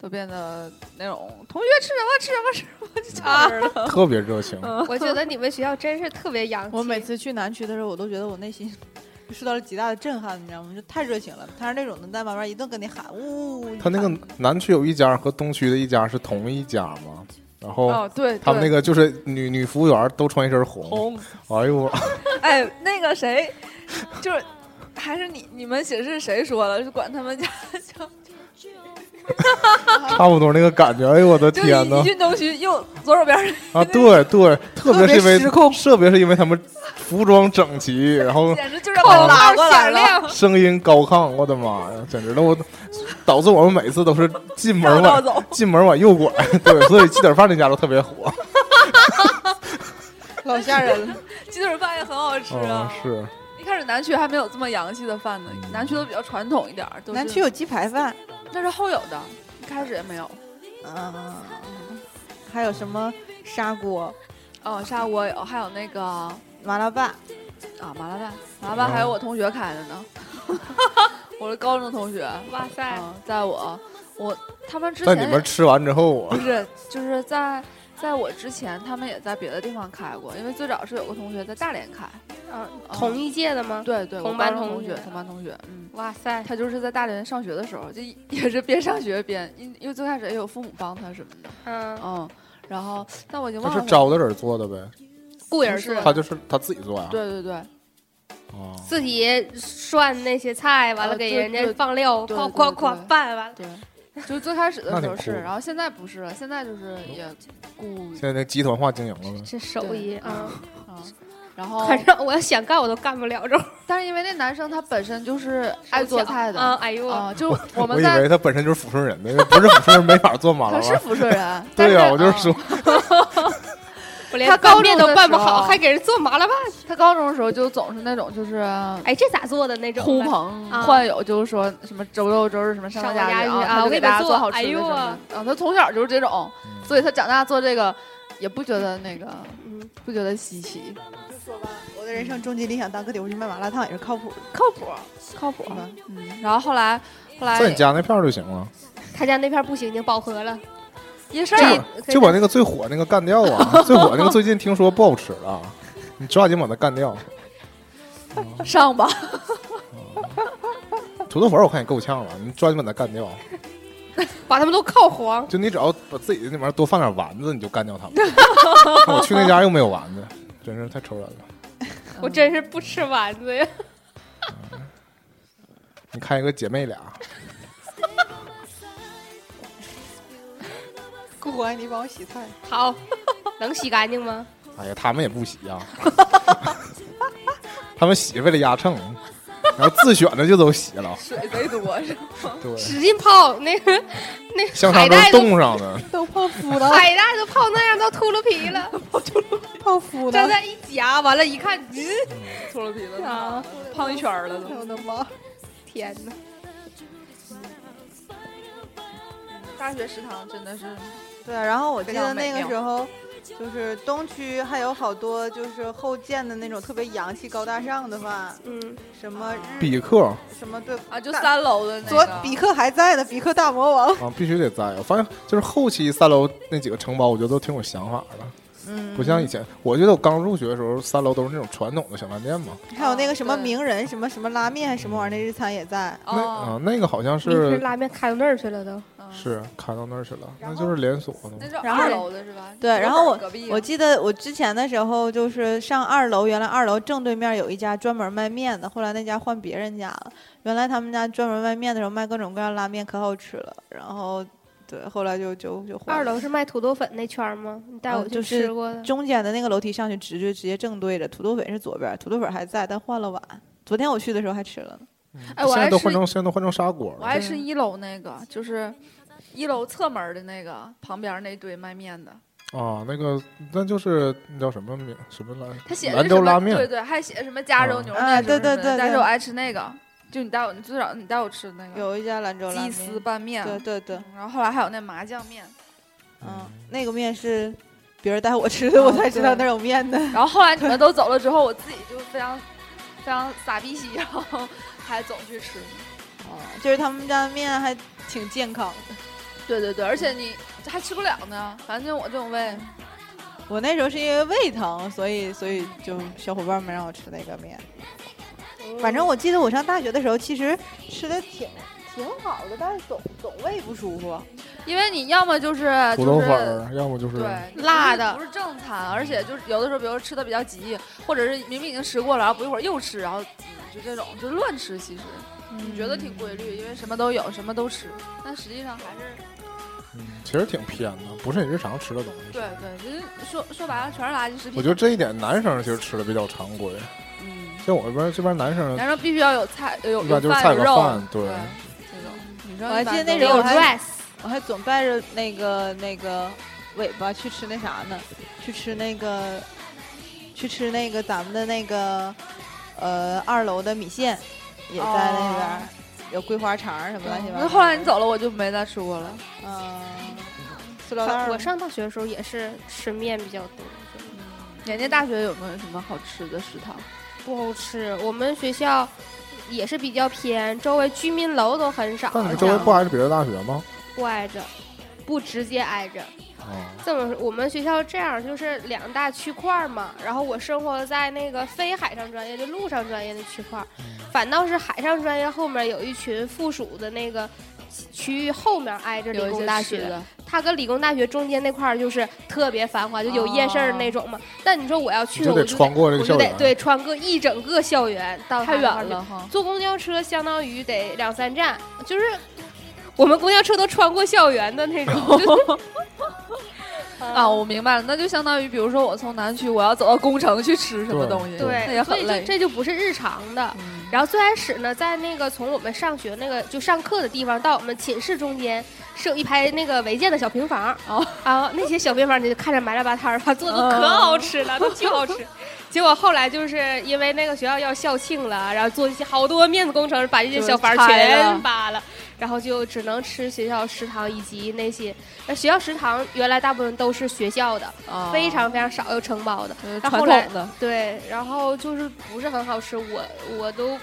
[SPEAKER 4] 都变得那种同学吃什么吃什么吃什么就这样式儿了。
[SPEAKER 1] 特别热
[SPEAKER 4] 嗯
[SPEAKER 1] 情。
[SPEAKER 3] 我觉得你们学校真是特别洋气。
[SPEAKER 5] 我每次去南区的时候，我都觉得我内心 受到了极大的震撼，你知道吗？就太热情了，他是那种能在旁边一顿跟你喊，呜呜。
[SPEAKER 1] 他那个南区有一家和东区的一家是同一家嘛，然后
[SPEAKER 4] 哦，对，
[SPEAKER 1] 他们那
[SPEAKER 4] 对
[SPEAKER 1] 个就是女女服务员都穿一身红，
[SPEAKER 4] 红，
[SPEAKER 1] 哎呦，
[SPEAKER 4] 哎，那个谁，就是还是你你们寝室谁说了，就管他们家叫。
[SPEAKER 1] 差不多那个感觉，哎呦我的
[SPEAKER 4] 就
[SPEAKER 1] 天
[SPEAKER 4] 一
[SPEAKER 1] 呐
[SPEAKER 4] 一！进东区右左手 边儿
[SPEAKER 1] 啊，对对，特别是因为
[SPEAKER 5] 特别失控
[SPEAKER 1] 特别是因为他们服装整齐，然后
[SPEAKER 4] 简直就是
[SPEAKER 5] 扣
[SPEAKER 4] 把
[SPEAKER 5] 了
[SPEAKER 4] 拉
[SPEAKER 5] 拉
[SPEAKER 4] 过
[SPEAKER 5] 过
[SPEAKER 4] 来
[SPEAKER 5] 来
[SPEAKER 4] 了
[SPEAKER 5] 了。
[SPEAKER 1] 声音高亢，我的妈呀，简直了！我导致我们每次都是进门往
[SPEAKER 4] 绕道走
[SPEAKER 1] 进门往右拐，对，所以七点饭那家都特别火，
[SPEAKER 5] 老吓 人了，
[SPEAKER 4] 鸡腿饭也很好吃
[SPEAKER 1] 嗯
[SPEAKER 4] 啊，。
[SPEAKER 1] 是
[SPEAKER 4] 一开始南区还没有这么洋气的饭呢，
[SPEAKER 1] 嗯
[SPEAKER 4] 南区都比较传统一点儿。都是
[SPEAKER 5] 南区有鸡排饭，
[SPEAKER 4] 那是后有的，一开始也没有。
[SPEAKER 5] 嗯，还有什么砂锅、
[SPEAKER 4] 哦，砂锅有，还有那个啊
[SPEAKER 5] 麻辣拌，
[SPEAKER 4] 麻辣拌，麻辣拌
[SPEAKER 1] 嗯
[SPEAKER 4] 还有我同学开的呢，
[SPEAKER 1] 哦
[SPEAKER 4] 我的高中同学，
[SPEAKER 3] 哇塞，
[SPEAKER 4] 嗯，在我我他们之
[SPEAKER 1] 在
[SPEAKER 4] 前
[SPEAKER 1] 你们吃完之后
[SPEAKER 4] 不
[SPEAKER 1] 啊，
[SPEAKER 4] 是就是在在我之前，他们也在别的地方开过，因为最早是有个同学在大连开，嗯
[SPEAKER 3] 啊，同一届的吗？
[SPEAKER 4] 对对，我
[SPEAKER 3] 同班
[SPEAKER 4] 高中
[SPEAKER 3] 同
[SPEAKER 4] 同学
[SPEAKER 3] 学
[SPEAKER 4] 同班同学，嗯。
[SPEAKER 3] 哇塞，
[SPEAKER 4] 他就是在大连上学的时候，就也 是边上学边，因因为最开始也有父母帮他什么的，
[SPEAKER 3] 嗯，
[SPEAKER 4] 嗯，然后但我已经
[SPEAKER 1] 他
[SPEAKER 4] 忘
[SPEAKER 1] 是
[SPEAKER 4] 了，
[SPEAKER 1] 招的人做的呗，
[SPEAKER 3] 雇人做
[SPEAKER 4] 不是
[SPEAKER 1] 他
[SPEAKER 3] 的，
[SPEAKER 1] 就是他自己做呀，
[SPEAKER 4] 对对对，
[SPEAKER 1] 啊，
[SPEAKER 3] 自己涮那些菜，完了
[SPEAKER 4] 啊
[SPEAKER 3] 给
[SPEAKER 4] 对
[SPEAKER 3] 人
[SPEAKER 4] 对
[SPEAKER 3] 家放料，
[SPEAKER 4] 对
[SPEAKER 3] 哐
[SPEAKER 4] 对
[SPEAKER 3] 哐
[SPEAKER 4] 对
[SPEAKER 3] 哐拌完了，
[SPEAKER 4] 对，就最开始的时
[SPEAKER 1] 那
[SPEAKER 4] 候
[SPEAKER 1] 挺
[SPEAKER 4] 是，
[SPEAKER 1] 酷
[SPEAKER 4] 然后现在不是了，现在就是也雇
[SPEAKER 1] 现在那集团化经营了呗。
[SPEAKER 3] 这手
[SPEAKER 4] 对
[SPEAKER 3] 艺啊，
[SPEAKER 4] 啊，然后
[SPEAKER 3] 反正我要想干我都干不了这种
[SPEAKER 4] 但是因为那男生他本身就是爱做菜的
[SPEAKER 3] 啊，哎呦，
[SPEAKER 4] 啊，就我
[SPEAKER 1] 我
[SPEAKER 4] 们
[SPEAKER 1] 以
[SPEAKER 4] 在
[SPEAKER 1] 为他本身就是抚顺人的，因为不是抚顺人没法做麻 辣
[SPEAKER 4] 他是
[SPEAKER 1] 拌。
[SPEAKER 4] 抚顺人，但
[SPEAKER 1] 对
[SPEAKER 4] 是
[SPEAKER 1] 呀、我就是
[SPEAKER 4] 啊
[SPEAKER 1] 说，
[SPEAKER 3] 我连
[SPEAKER 4] 他高
[SPEAKER 3] 拌面都
[SPEAKER 4] 中的
[SPEAKER 3] 拌不
[SPEAKER 4] 时候
[SPEAKER 3] 好，还给人做麻辣拌，
[SPEAKER 4] 他高中的时候就总是那种就是
[SPEAKER 3] 哎，这咋做的那种
[SPEAKER 4] 呼
[SPEAKER 3] 的？
[SPEAKER 4] 朋
[SPEAKER 3] 啊
[SPEAKER 4] 唤友，就是说什么周六周日什么上
[SPEAKER 3] 上
[SPEAKER 4] 家
[SPEAKER 3] 我家去
[SPEAKER 4] 啊，
[SPEAKER 3] 啊
[SPEAKER 4] 他就
[SPEAKER 3] 我
[SPEAKER 4] 给
[SPEAKER 3] 给
[SPEAKER 4] 大
[SPEAKER 3] 他
[SPEAKER 4] 家做
[SPEAKER 3] 做
[SPEAKER 4] 好吃的
[SPEAKER 3] 哎
[SPEAKER 4] 什
[SPEAKER 3] 呦
[SPEAKER 4] 么的
[SPEAKER 3] 啊
[SPEAKER 4] 啊，他从小就是这种，
[SPEAKER 1] 嗯
[SPEAKER 4] 所以他长大做这个也不觉得那个
[SPEAKER 3] 嗯
[SPEAKER 4] 不觉得稀奇，
[SPEAKER 5] 我的人生终极理想当个体户去卖麻辣烫也是靠谱的，
[SPEAKER 4] 靠谱，靠谱
[SPEAKER 5] 是吧？
[SPEAKER 4] 嗯，然后后来
[SPEAKER 3] 后来
[SPEAKER 1] 在你家那片儿就行了，
[SPEAKER 3] 他家那片儿不行，已经饱和了，
[SPEAKER 4] 一事
[SPEAKER 3] 可以
[SPEAKER 4] 儿
[SPEAKER 1] 就
[SPEAKER 3] 可以
[SPEAKER 1] 就把那个最火那个干掉 啊！最火那个最近听说不好吃了，你抓紧把它干掉。
[SPEAKER 4] 上吧，
[SPEAKER 1] 土豆粉儿我看你够呛了，你抓紧把它干掉。
[SPEAKER 3] 把他们都烤黄。
[SPEAKER 1] 就你只要把自己那玩意儿多放点丸子，你就干掉它们。 我去那家又没有丸子，真是太愁人了。
[SPEAKER 3] 我真是不吃丸子呀，
[SPEAKER 1] 你看一个姐妹俩，
[SPEAKER 5] 顾管你帮我洗菜，
[SPEAKER 3] 好，能洗干净吗？
[SPEAKER 1] 哎呀，他们也不洗呀、 他们洗为了压秤，然后自选的就都洗了，
[SPEAKER 4] 水贼多是吧？
[SPEAKER 1] 对，
[SPEAKER 3] 使劲泡那个那
[SPEAKER 1] 香
[SPEAKER 3] 个
[SPEAKER 1] 肠
[SPEAKER 3] 海
[SPEAKER 1] 都是
[SPEAKER 3] 带都
[SPEAKER 1] 冻上的，
[SPEAKER 5] 都泡芙了，
[SPEAKER 3] 海带都泡那样，都秃噜皮了，
[SPEAKER 5] 泡芙
[SPEAKER 3] 站
[SPEAKER 5] 了，
[SPEAKER 3] 在一夹，完了，一看，嗯，
[SPEAKER 6] 秃噜皮 了，
[SPEAKER 3] 啊，
[SPEAKER 6] 胖一圈儿了都。
[SPEAKER 5] 我的妈！
[SPEAKER 3] 天哪！
[SPEAKER 4] 大学食堂真的是
[SPEAKER 5] 对，啊然后我记
[SPEAKER 4] 非
[SPEAKER 5] 得
[SPEAKER 4] 常
[SPEAKER 5] 那
[SPEAKER 4] 美
[SPEAKER 5] 个
[SPEAKER 4] 妙
[SPEAKER 5] 时候，就是东区还有好多就是后建的那种特别洋气、高大上的饭，
[SPEAKER 3] 嗯，
[SPEAKER 5] 什么日
[SPEAKER 1] 比克啊
[SPEAKER 5] 什么对
[SPEAKER 4] 啊，就
[SPEAKER 5] 大
[SPEAKER 4] 三楼的那
[SPEAKER 5] 昨
[SPEAKER 4] 个
[SPEAKER 5] 比克还在呢，比克大魔王。
[SPEAKER 1] 啊必须得在。我发现就是后期三楼那几个城堡，我觉得都挺有想法的，
[SPEAKER 5] 嗯
[SPEAKER 1] 不像以前。我觉得我刚入学的时候，三楼都是那种传统的小饭店嘛。
[SPEAKER 5] 还有那个什么
[SPEAKER 4] 对
[SPEAKER 5] 名人什么什么拉面还是什么玩意儿，那日餐也在。
[SPEAKER 1] 那啊、
[SPEAKER 4] 哦，
[SPEAKER 1] 那个好像
[SPEAKER 3] 你是
[SPEAKER 1] 是
[SPEAKER 3] 拉面开到那儿去了都？
[SPEAKER 4] 嗯
[SPEAKER 1] 是开到那儿去了，
[SPEAKER 4] 然
[SPEAKER 1] 那
[SPEAKER 4] 后
[SPEAKER 1] 就是连锁的嘛
[SPEAKER 4] 那。是
[SPEAKER 5] 然
[SPEAKER 4] 二
[SPEAKER 5] 后
[SPEAKER 4] 楼的是吧？
[SPEAKER 5] 对
[SPEAKER 4] 左
[SPEAKER 5] 然
[SPEAKER 4] 手
[SPEAKER 5] 后我
[SPEAKER 4] 隔
[SPEAKER 3] 啊
[SPEAKER 4] 壁
[SPEAKER 5] 我记得我之前的时候，就是上二楼，原来二楼正对面有一家专门卖面的，后来那家换别人家了。原来他们家专门卖面的时候卖各种各样拉面，可好吃了。然后对，后来就就就换了
[SPEAKER 3] 二楼是卖土豆粉那圈儿吗？你带
[SPEAKER 5] 呃
[SPEAKER 3] 我
[SPEAKER 5] 就
[SPEAKER 3] 去
[SPEAKER 5] 是
[SPEAKER 3] 吃过的。
[SPEAKER 5] 中间的那个楼梯上去，直就直接正对着土豆粉是左边，土豆粉还在，但换了碗。昨天我去的时候还吃了呢。
[SPEAKER 4] 哎我
[SPEAKER 1] 嗯现在
[SPEAKER 4] 还
[SPEAKER 1] 都
[SPEAKER 4] 是
[SPEAKER 1] 换成现在都换成砂锅
[SPEAKER 4] 我
[SPEAKER 1] 了。
[SPEAKER 4] 还吃一楼那个，就是一楼侧门的那个旁边那堆卖面的，
[SPEAKER 1] 啊，那个那就是那叫什么名什么来着？
[SPEAKER 4] 他写的
[SPEAKER 1] 兰
[SPEAKER 4] 是
[SPEAKER 1] 州
[SPEAKER 4] 什么
[SPEAKER 1] 拉面
[SPEAKER 4] 对对，还写什么加州
[SPEAKER 1] 啊
[SPEAKER 4] 牛
[SPEAKER 5] 啊
[SPEAKER 4] 奶、什么
[SPEAKER 5] 对对
[SPEAKER 4] 什么的
[SPEAKER 5] 对
[SPEAKER 4] 但是
[SPEAKER 5] 对
[SPEAKER 4] 我爱吃那个，就你带我，最早你带我吃的
[SPEAKER 3] 嗯
[SPEAKER 4] 那个
[SPEAKER 5] 有一家兰州拉
[SPEAKER 4] 鸡
[SPEAKER 5] 面，
[SPEAKER 4] 丝拌面，
[SPEAKER 3] 啊
[SPEAKER 5] 对对对
[SPEAKER 4] 嗯，然后后来还有那麻酱面，
[SPEAKER 5] 嗯
[SPEAKER 1] 嗯，
[SPEAKER 5] 那个面是别人带我吃
[SPEAKER 3] 哦
[SPEAKER 5] 的，我才知道那有面的。
[SPEAKER 4] 然后后来你们都走了之后，我自己就非常非常傻逼 兮，然后还总去吃。
[SPEAKER 3] 哦
[SPEAKER 5] 就是他们家的面还挺健康的。
[SPEAKER 4] 对对对，而且你还吃不了呢，反正就我这种胃，
[SPEAKER 5] 我那时候是因为胃疼，所以所以就小伙伴们让我吃那个面。
[SPEAKER 3] 嗯
[SPEAKER 5] 反正我记得我上大学的时候，其实吃的挺挺好的，但是总总胃不舒服。
[SPEAKER 4] 因为你要么就是
[SPEAKER 1] 土豆
[SPEAKER 4] 就
[SPEAKER 1] 粉
[SPEAKER 4] 是
[SPEAKER 1] 儿，要么就是
[SPEAKER 4] 对，
[SPEAKER 3] 辣
[SPEAKER 4] 不是
[SPEAKER 3] 的
[SPEAKER 4] 不是正餐，而且就是有的时候，比如说吃的比较急，或者是明明已经吃过了，然后不一会儿又吃，然后嗯就这种就乱吃。其实
[SPEAKER 5] 嗯
[SPEAKER 4] 你觉得挺规律，因为什么都有，什么都吃，但实际上还是
[SPEAKER 1] 嗯其实挺偏的，不是你日常吃的东西。
[SPEAKER 4] 对对，就是说说白了全是垃圾食品。
[SPEAKER 1] 我觉得这一点男生其实吃的比较常规，
[SPEAKER 4] 嗯，
[SPEAKER 1] 像我这边这边男生
[SPEAKER 4] 男生必须要有菜，有
[SPEAKER 1] 一
[SPEAKER 4] 有
[SPEAKER 1] 般就是菜
[SPEAKER 4] 有
[SPEAKER 1] 和
[SPEAKER 4] 肉，
[SPEAKER 1] 饭对
[SPEAKER 4] 对这种。女生
[SPEAKER 5] 我还
[SPEAKER 4] 一般
[SPEAKER 5] 记得那
[SPEAKER 4] 都
[SPEAKER 5] 时
[SPEAKER 3] 有
[SPEAKER 5] 候
[SPEAKER 4] 有
[SPEAKER 5] 我还
[SPEAKER 3] dress，
[SPEAKER 5] 我还总带着那个那个尾巴去吃那啥呢？去吃那个去吃那个咱们的那个呃二楼的米线，也在那边儿、
[SPEAKER 4] 哦
[SPEAKER 5] 有桂花肠儿什么乱七八糟的。
[SPEAKER 4] 那后来你走了，我就没再吃过了。
[SPEAKER 5] 嗯， 塑料袋
[SPEAKER 3] 反
[SPEAKER 5] 儿
[SPEAKER 3] 我上大学的时候也是吃面比较多，
[SPEAKER 4] 人家大学有没有什么好吃的食堂？
[SPEAKER 3] 不好吃。我们学校也是比较偏，周围居民楼都很少。
[SPEAKER 1] 但你们周围不还是别的大学吗？
[SPEAKER 3] 不挨着，不直接挨着。
[SPEAKER 1] 啊，
[SPEAKER 3] 这么说，我们学校这样就是两大区块嘛。然后我生活在那个非海上专业，就陆上专业的区块，
[SPEAKER 1] 嗯
[SPEAKER 3] 反倒是海上专业后面有一群附属的那个区域，后面挨着理
[SPEAKER 4] 有一
[SPEAKER 3] 工
[SPEAKER 4] 些
[SPEAKER 3] 大
[SPEAKER 4] 吃
[SPEAKER 3] 学。
[SPEAKER 4] 的，
[SPEAKER 3] 它跟理工大学中间那块儿就是特别繁华，就有夜市儿
[SPEAKER 4] 哦
[SPEAKER 3] 那种嘛。但你说我要去
[SPEAKER 1] 你
[SPEAKER 3] 了，
[SPEAKER 1] 就
[SPEAKER 3] 我
[SPEAKER 1] 得
[SPEAKER 3] 就
[SPEAKER 1] 穿过这
[SPEAKER 3] 我
[SPEAKER 1] 个
[SPEAKER 3] 就
[SPEAKER 1] 校
[SPEAKER 3] 得
[SPEAKER 1] 园。
[SPEAKER 3] 对穿个一整个校园到
[SPEAKER 4] 太
[SPEAKER 3] 它那块儿
[SPEAKER 4] 远
[SPEAKER 3] 去
[SPEAKER 4] 了哈。
[SPEAKER 3] 坐公交车相当于得两三站，就是我们公交车都穿过校园的那 种。就是
[SPEAKER 4] 啊，我明白了，那就相当于，比如说我从南区，我要走到宫城去吃什么东西，那也
[SPEAKER 3] 对，所
[SPEAKER 4] 很
[SPEAKER 3] 以
[SPEAKER 4] 累
[SPEAKER 3] 就。这就不是日常的。
[SPEAKER 4] 嗯
[SPEAKER 3] 然后最开始呢，在那个从我们上学那个就上课的地方到我们寝室中间，是有一排那个违建的小平房。
[SPEAKER 4] 哦，
[SPEAKER 3] 啊，那些小平房你就看着埋了吧摊儿吧，做的可
[SPEAKER 4] 嗯
[SPEAKER 3] 好吃了，都巨好吃。结果后来就是因为那个学校要校庆了，然后做一些好多面子工程，把这些
[SPEAKER 4] 就
[SPEAKER 3] 小房儿
[SPEAKER 4] 拆
[SPEAKER 3] 全
[SPEAKER 4] 了
[SPEAKER 3] 扒了，然后就只能吃学校食堂以及那些。那学校食堂原来大部分都是学校的，
[SPEAKER 5] 哦
[SPEAKER 4] 啊
[SPEAKER 3] 非常非常少有承包的。
[SPEAKER 4] 就是
[SPEAKER 3] 然
[SPEAKER 4] 呃传
[SPEAKER 3] 后后
[SPEAKER 4] 统
[SPEAKER 3] 来
[SPEAKER 4] 的，
[SPEAKER 3] 对，然后就是不是很好吃，我我都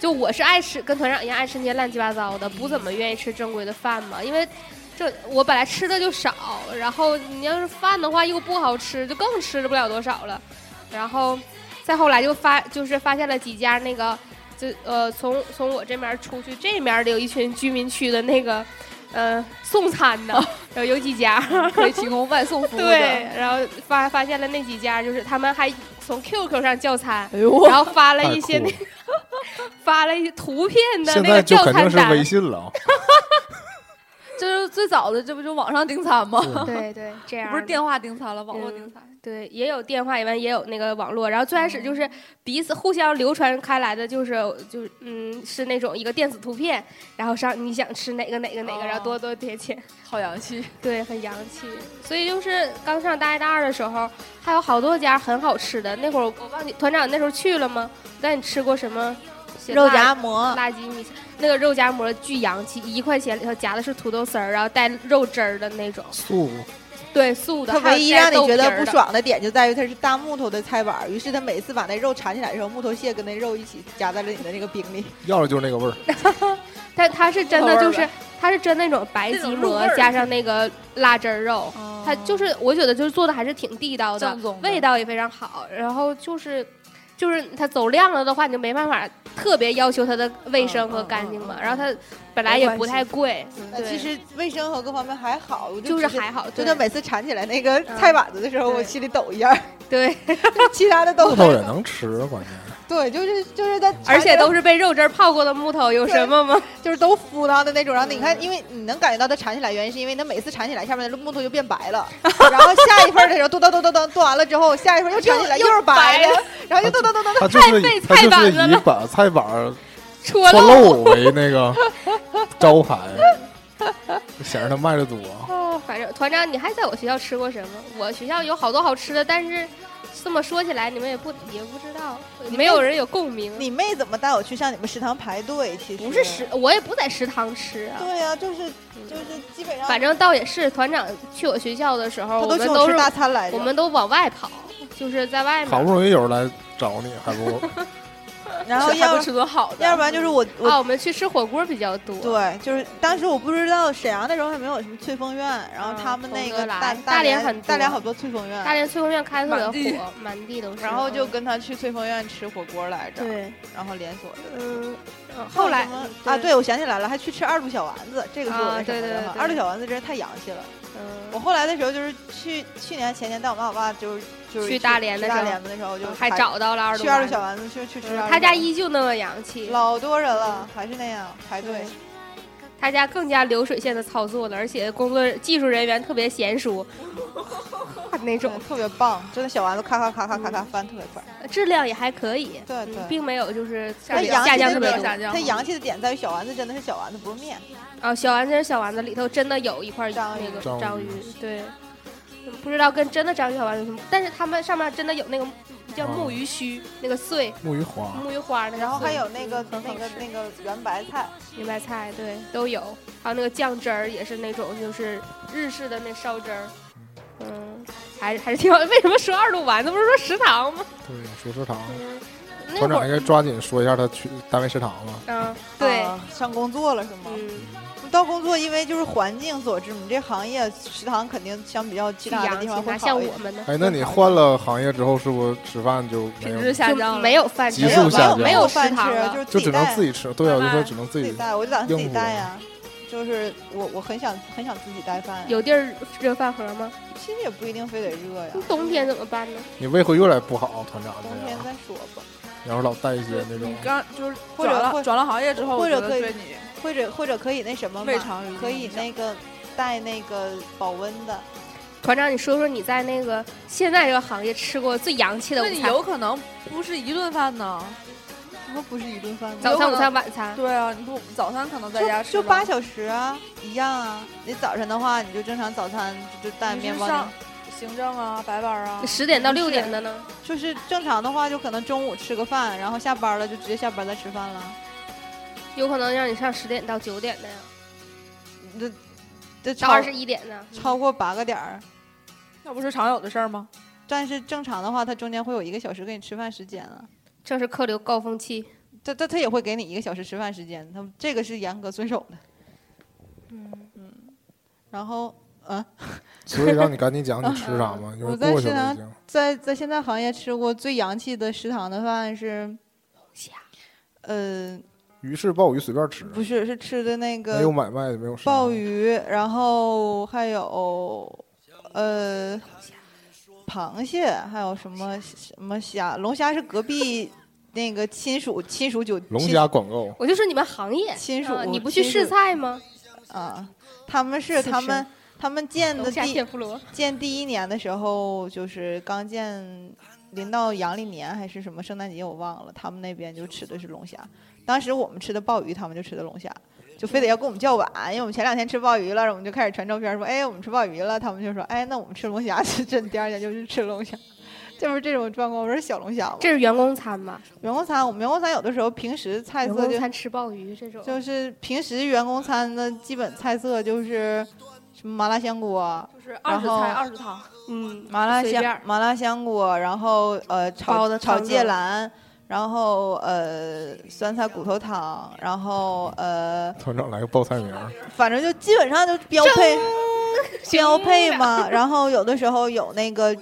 [SPEAKER 3] 就我是爱吃，跟团长一样爱吃那些乱七八糟的，不怎么愿意吃正规的饭嘛，因为这我本来吃的就少，然后你要是饭的话又不好吃，就更吃不了多少了。然后再后来就发，就是发现了几家那个，就呃从从我这面出去这面的有一群居民区的那个，呃送餐的，有有几家，
[SPEAKER 4] 可以提供外送服务的。
[SPEAKER 3] 对，然后发发现了那几家，就是他们还从 QQ 上叫餐，
[SPEAKER 4] 哎呦我
[SPEAKER 3] 然后发了
[SPEAKER 1] 太
[SPEAKER 3] 一些
[SPEAKER 1] 酷
[SPEAKER 3] 那
[SPEAKER 1] 了
[SPEAKER 3] 发了一些图片的
[SPEAKER 1] 现
[SPEAKER 3] 那个
[SPEAKER 1] 在就
[SPEAKER 3] 叫
[SPEAKER 1] 肯
[SPEAKER 3] 餐
[SPEAKER 1] 定是微
[SPEAKER 3] 单，
[SPEAKER 1] 信了啊，
[SPEAKER 4] 就是最早的，这不就网上订餐吗？
[SPEAKER 3] 对对，这样
[SPEAKER 4] 不是
[SPEAKER 3] 的
[SPEAKER 4] 电话订餐了，网络订餐。
[SPEAKER 3] 对，也有电话，以外也有那个网络。然后最开始就是彼此互相流传开来的，就是就是嗯，是那种一个电子图片，然后上你想吃哪个哪个哪个，然后多多贴钱，
[SPEAKER 4] 好洋气，
[SPEAKER 3] 对，很洋气。所以就是刚上大一大二的时候，还有好多家很好吃的。那会儿我忘记团长那时候去了吗？带你吃过什么？
[SPEAKER 5] 肉夹馍，
[SPEAKER 3] 垃圾米线，那个肉夹馍巨洋气，一块钱里头夹的是土豆丝儿，然后带肉汁儿的那种，
[SPEAKER 1] 素
[SPEAKER 3] 对，素的。
[SPEAKER 5] 嗯它
[SPEAKER 3] 还有
[SPEAKER 5] 唯一
[SPEAKER 3] 带
[SPEAKER 5] 让你
[SPEAKER 3] 豆
[SPEAKER 5] 觉
[SPEAKER 3] 皮
[SPEAKER 5] 得
[SPEAKER 3] 儿
[SPEAKER 5] 不
[SPEAKER 3] 的，
[SPEAKER 5] 爽的点就在于它是大木头的菜板儿，于是它每次把那肉缠起来的时候，木头屑跟那肉一起夹在了你的那个饼 里。
[SPEAKER 1] 要的就是那个味儿。
[SPEAKER 3] 但它是 真
[SPEAKER 7] 口
[SPEAKER 3] 的
[SPEAKER 7] 味
[SPEAKER 3] 就
[SPEAKER 7] 儿
[SPEAKER 3] 是
[SPEAKER 7] 呗，
[SPEAKER 3] 它是真那种白
[SPEAKER 7] 那
[SPEAKER 3] 吉
[SPEAKER 7] 种入
[SPEAKER 3] 馍
[SPEAKER 7] 味儿
[SPEAKER 3] 加上那个辣汁儿肉，它就是我觉得就是做的还是挺地道哦的
[SPEAKER 4] 正，宗的
[SPEAKER 3] 味道也非常好。然后就是就是它走量了的话，你就没办法特别要求它的卫生和干
[SPEAKER 5] 嗯
[SPEAKER 3] 净嘛。然后它本来也不太贵，
[SPEAKER 5] 呃
[SPEAKER 3] 对
[SPEAKER 5] 其实卫生和各方面还好，我
[SPEAKER 3] 就是
[SPEAKER 5] 只是
[SPEAKER 3] 还好，
[SPEAKER 5] 就
[SPEAKER 3] 对
[SPEAKER 5] 它每次缠起来那个菜板子的时候，
[SPEAKER 3] 嗯
[SPEAKER 5] 我心里抖一下，
[SPEAKER 3] 对，
[SPEAKER 5] 其他的都
[SPEAKER 1] 木头也能吃，关键
[SPEAKER 5] 对，就是就是它缠起来，
[SPEAKER 3] 而且都是被肉汁儿泡过的木头，有什么 吗？
[SPEAKER 5] 就是都敷到的那种。然后你看，因为你能感觉到它缠起来，原因是因为它每次缠起来，下面的木头就变白 了。然后下一份儿的时候，剁剁剁剁剁剁完了之后，下一份儿又缠起来，
[SPEAKER 3] 又
[SPEAKER 5] 又
[SPEAKER 3] 又
[SPEAKER 5] 是白
[SPEAKER 3] 白
[SPEAKER 5] 的，然后
[SPEAKER 1] 啊
[SPEAKER 5] 又剁剁剁剁
[SPEAKER 1] 它就是
[SPEAKER 3] 太费
[SPEAKER 1] 以它就
[SPEAKER 3] 菜
[SPEAKER 1] 是
[SPEAKER 3] 板子
[SPEAKER 1] 以
[SPEAKER 3] 了
[SPEAKER 1] 把菜板儿
[SPEAKER 3] 戳
[SPEAKER 1] 搓
[SPEAKER 3] 漏
[SPEAKER 1] 漏为那个招牌，显示它卖的多。
[SPEAKER 3] 哦，反正团长，你还在我学校吃过什么？我学校有好多好吃的，但是这么说起来，你们也不也不知道，没有人有共鸣。
[SPEAKER 5] 你妹怎么带我去上你们食堂排队？其实
[SPEAKER 3] 不是食，，我也不在食堂吃啊。
[SPEAKER 5] 对呀、就是
[SPEAKER 3] 嗯
[SPEAKER 5] 就是基本上，
[SPEAKER 3] 反正倒也是，团长去我学校的时候，我
[SPEAKER 5] 他都
[SPEAKER 3] 们
[SPEAKER 5] 请我
[SPEAKER 3] 都
[SPEAKER 5] 吃
[SPEAKER 3] 是
[SPEAKER 5] 大餐来着。
[SPEAKER 3] 我们都往外跑，就是在外
[SPEAKER 1] 好
[SPEAKER 3] 面。
[SPEAKER 1] 不容易有人来找你，还不
[SPEAKER 5] 然后
[SPEAKER 4] 还
[SPEAKER 5] 要
[SPEAKER 4] 不吃顿好的，
[SPEAKER 5] 要不然就是我我、
[SPEAKER 3] 啊，我们去吃火锅比较多。
[SPEAKER 5] 对，就是当时我不知道沈阳那时候还没有什么翠峰苑，然后
[SPEAKER 3] 嗯
[SPEAKER 5] 他们那
[SPEAKER 3] 冯
[SPEAKER 5] 个
[SPEAKER 3] 德
[SPEAKER 5] 大
[SPEAKER 3] 莱
[SPEAKER 5] 大
[SPEAKER 3] 大连
[SPEAKER 5] 连
[SPEAKER 3] 很
[SPEAKER 5] 大连
[SPEAKER 3] 多
[SPEAKER 5] 好多翠峰苑，
[SPEAKER 3] 大连翠峰苑开的特
[SPEAKER 4] 满
[SPEAKER 3] 别
[SPEAKER 4] 地
[SPEAKER 3] 火，满地都是。
[SPEAKER 8] 然后就
[SPEAKER 3] 嗯
[SPEAKER 8] 跟他去翠峰苑吃火锅来着，
[SPEAKER 5] 对，
[SPEAKER 8] 然后连锁的。
[SPEAKER 3] 嗯，嗯后来
[SPEAKER 5] 还有什么啊，对我想起来了，还去吃二度小丸子，这个是我
[SPEAKER 3] 啊
[SPEAKER 5] 的什
[SPEAKER 3] 对
[SPEAKER 5] 么的
[SPEAKER 3] 对
[SPEAKER 5] 哈
[SPEAKER 3] 对
[SPEAKER 5] 二度小丸子真是太洋气了。我
[SPEAKER 3] 嗯，
[SPEAKER 5] 后来的时候就是去去年前年带我妈我爸就是就是
[SPEAKER 3] 去大连的时
[SPEAKER 5] 去大
[SPEAKER 3] 候
[SPEAKER 5] 连的时候就
[SPEAKER 3] 还找到了二
[SPEAKER 5] 去
[SPEAKER 3] 丸
[SPEAKER 5] 二
[SPEAKER 3] 子
[SPEAKER 5] 度小丸子去去吃二度
[SPEAKER 3] 嗯他家
[SPEAKER 5] 小丸
[SPEAKER 3] 依旧那么洋气
[SPEAKER 5] 子，老多人了，还是那样排队。
[SPEAKER 3] 他家更加流水线的操作了，而且工作技术人员特别娴 熟，哇那种
[SPEAKER 5] 对特别棒，真的小丸子咔咔咔咔咔咔翻特别快。
[SPEAKER 3] 质量也还可以，
[SPEAKER 5] 对对
[SPEAKER 3] 嗯并没有就是下
[SPEAKER 5] 它
[SPEAKER 3] 降
[SPEAKER 5] 洋气
[SPEAKER 3] 下
[SPEAKER 5] 的
[SPEAKER 3] 降特别
[SPEAKER 5] 点，
[SPEAKER 3] 多
[SPEAKER 7] 下降
[SPEAKER 5] 它
[SPEAKER 7] 吗
[SPEAKER 5] 洋气的点在于小丸子真的是小丸子，不是面。
[SPEAKER 3] 啊。小丸子小丸子里头真的有一块
[SPEAKER 5] 章鱼
[SPEAKER 3] 那个
[SPEAKER 1] 章鱼
[SPEAKER 3] 章鱼，对，嗯不知道跟真的章鱼小丸子有什么，但是他们上面真的有那个叫
[SPEAKER 1] 哦
[SPEAKER 3] 木鱼须那个穗。
[SPEAKER 1] 木鱼花
[SPEAKER 3] 木鱼花那个穗，
[SPEAKER 5] 然后还有那个
[SPEAKER 3] 嗯
[SPEAKER 5] 那
[SPEAKER 3] 很
[SPEAKER 5] 个
[SPEAKER 3] 好吃
[SPEAKER 5] 那个圆白菜，
[SPEAKER 3] 明白菜，对，都有，还有那个酱汁儿也是那种就是日式的那烧汁儿，嗯，还是还是挺好。为什么说二路丸子不是说食堂吗？
[SPEAKER 1] 对说食堂，
[SPEAKER 3] 嗯，那
[SPEAKER 1] 团
[SPEAKER 3] 会
[SPEAKER 1] 长应
[SPEAKER 3] 儿，
[SPEAKER 1] 该抓紧说一下他去单位食堂了。
[SPEAKER 3] 嗯，对，
[SPEAKER 5] 啊上工作了是吗？
[SPEAKER 3] 嗯，
[SPEAKER 5] 到工作，因为就是环境所致，我们这行业食堂肯定相比较其
[SPEAKER 3] 去
[SPEAKER 5] 他的
[SPEAKER 3] 洋
[SPEAKER 5] 地
[SPEAKER 3] 气
[SPEAKER 5] 方会
[SPEAKER 3] 哪
[SPEAKER 5] 好
[SPEAKER 3] 像
[SPEAKER 5] 一
[SPEAKER 3] 我
[SPEAKER 5] 点。
[SPEAKER 3] 们呢？
[SPEAKER 1] 哎，那你换了行业之后，是不是吃饭就没
[SPEAKER 7] 品质
[SPEAKER 1] 有，
[SPEAKER 7] 下降
[SPEAKER 3] 就
[SPEAKER 7] 了
[SPEAKER 3] 没有饭吃，
[SPEAKER 1] 急速下降
[SPEAKER 3] 没有食
[SPEAKER 5] 饭
[SPEAKER 3] 堂
[SPEAKER 5] 吃，
[SPEAKER 3] 了
[SPEAKER 5] 就。是
[SPEAKER 1] 就只能
[SPEAKER 5] 带
[SPEAKER 1] 自己吃？对啊，我就说
[SPEAKER 7] 拜拜
[SPEAKER 1] 只能自
[SPEAKER 5] 自己
[SPEAKER 1] 己。
[SPEAKER 5] 带，我就打算自己
[SPEAKER 1] 应付
[SPEAKER 5] 带呀、就是我我很想很想自己带饭、呀，
[SPEAKER 3] 有地儿热饭盒吗？
[SPEAKER 5] 其实也不一定非得热呀，
[SPEAKER 3] 冬天怎么办呢？
[SPEAKER 1] 你胃会越来越不好，团长
[SPEAKER 5] 冬
[SPEAKER 1] 这
[SPEAKER 5] 天
[SPEAKER 1] 样，
[SPEAKER 5] 再说吧。
[SPEAKER 1] 然后老带一些那种
[SPEAKER 4] 你。刚就是
[SPEAKER 5] 或者
[SPEAKER 4] 转
[SPEAKER 5] 会
[SPEAKER 4] 了转了行业之后，
[SPEAKER 5] 或者
[SPEAKER 4] 我觉得
[SPEAKER 5] 可以
[SPEAKER 4] 对你
[SPEAKER 5] 或者或者可以那什么嘛
[SPEAKER 4] 胃肠有一定
[SPEAKER 5] 可以
[SPEAKER 4] 影响
[SPEAKER 5] 那个带那个保温的，
[SPEAKER 3] 团长，你说说你在那个现在这个行业吃过最洋气的
[SPEAKER 4] 那
[SPEAKER 3] 午
[SPEAKER 4] 你
[SPEAKER 3] 餐，
[SPEAKER 4] 有可能不是一顿饭呢。
[SPEAKER 5] 然后不是一顿饭吗？
[SPEAKER 3] 早
[SPEAKER 4] 有可
[SPEAKER 3] 餐、午
[SPEAKER 4] 能
[SPEAKER 3] 餐、晚餐，
[SPEAKER 4] 对啊，你不早餐可能在家
[SPEAKER 5] 就
[SPEAKER 4] 吃
[SPEAKER 5] 就八
[SPEAKER 4] 吧
[SPEAKER 5] 小时啊，一样啊。你早晨的话，你就正常早餐就就带
[SPEAKER 4] 你
[SPEAKER 5] 面
[SPEAKER 4] 是
[SPEAKER 5] 包
[SPEAKER 4] 上
[SPEAKER 5] 那种，
[SPEAKER 4] 行政啊、白班啊，
[SPEAKER 3] 十点到
[SPEAKER 5] 不是
[SPEAKER 3] 六点的呢？
[SPEAKER 5] 就是正常的话，就可能中午吃个饭，然后下班了就直接下班再吃饭了。
[SPEAKER 3] 有可能让你上十点到九点的呀，
[SPEAKER 5] 这这
[SPEAKER 3] 到
[SPEAKER 5] 超
[SPEAKER 3] 二十一点呢？嗯
[SPEAKER 5] 超过八个点儿，
[SPEAKER 4] 那不是常有的事儿吗？
[SPEAKER 5] 但是正常的话，它中间会有一个小时给你吃饭时间了。
[SPEAKER 3] 正是客流高峰期。
[SPEAKER 5] 他他他也会给你一个小时吃饭时间，他这个是严格遵守的。
[SPEAKER 3] 嗯，
[SPEAKER 5] 然后，嗯，
[SPEAKER 1] 所以让你赶紧讲你吃啥嘛，因为
[SPEAKER 5] 我在
[SPEAKER 1] 过去
[SPEAKER 5] 食
[SPEAKER 1] 了已
[SPEAKER 5] 堂
[SPEAKER 1] 经。
[SPEAKER 5] 在在现在行业吃过最洋气的食堂的饭是，
[SPEAKER 3] 虾
[SPEAKER 5] 呃，
[SPEAKER 1] 鱼翅鲍鱼随便吃，
[SPEAKER 5] 不是是吃的那
[SPEAKER 1] 没有
[SPEAKER 5] 个
[SPEAKER 1] 买卖也没有啥。
[SPEAKER 5] 鲍鱼，然后还有呃螃蟹，还有什么什么虾，龙虾是隔壁那个亲属亲属酒
[SPEAKER 1] 龙
[SPEAKER 5] 亲
[SPEAKER 1] 虾广告，
[SPEAKER 3] 我就说你们行业，
[SPEAKER 5] 亲属
[SPEAKER 3] 啊你不去
[SPEAKER 5] 亲
[SPEAKER 3] 试
[SPEAKER 5] 属
[SPEAKER 3] 菜吗？
[SPEAKER 5] 啊，他们是
[SPEAKER 3] 刺
[SPEAKER 5] 他
[SPEAKER 3] 身
[SPEAKER 5] 们他们建的
[SPEAKER 3] 楼啊下
[SPEAKER 5] 第
[SPEAKER 3] 铁妇罗，
[SPEAKER 5] 建第一年的时候，就是刚建，临到阳历年还是什么圣诞节，我忘了。他们那边就吃的是龙虾，当时我们吃的鲍鱼，他们就吃的龙虾，就非得要跟我们叫碗，因为我们前两天吃鲍鱼了，然后我们就开始传照片说，哎，我们吃鲍鱼了，他们就说，哎，那我们吃龙虾去，这第二天就去吃龙虾。就是这种状况，我说小 龙虾嘛。
[SPEAKER 3] 这是员工餐吧？
[SPEAKER 5] 员工餐，我们员工餐有的时候平时菜
[SPEAKER 3] 员
[SPEAKER 5] 色
[SPEAKER 3] 工
[SPEAKER 5] 就
[SPEAKER 3] 餐吃鲍鱼这种，
[SPEAKER 5] 就是平时员工餐的基本菜色就是什么麻辣香锅，
[SPEAKER 6] 就是
[SPEAKER 5] 然
[SPEAKER 6] 二十
[SPEAKER 5] 后
[SPEAKER 6] 菜二十汤，
[SPEAKER 3] 嗯，
[SPEAKER 5] 麻辣
[SPEAKER 3] 随便
[SPEAKER 5] 香
[SPEAKER 3] 儿
[SPEAKER 5] 麻辣香锅，然后呃
[SPEAKER 3] 包
[SPEAKER 5] 炒
[SPEAKER 3] 的
[SPEAKER 5] 炒
[SPEAKER 3] 汤
[SPEAKER 5] 芥
[SPEAKER 3] 头
[SPEAKER 5] 蓝，然后呃酸菜骨头汤，然后呃
[SPEAKER 1] 团长来个报菜名儿，
[SPEAKER 5] 反正就基本上就标配标配
[SPEAKER 3] 呀
[SPEAKER 5] 嘛。 然后有的时候有那个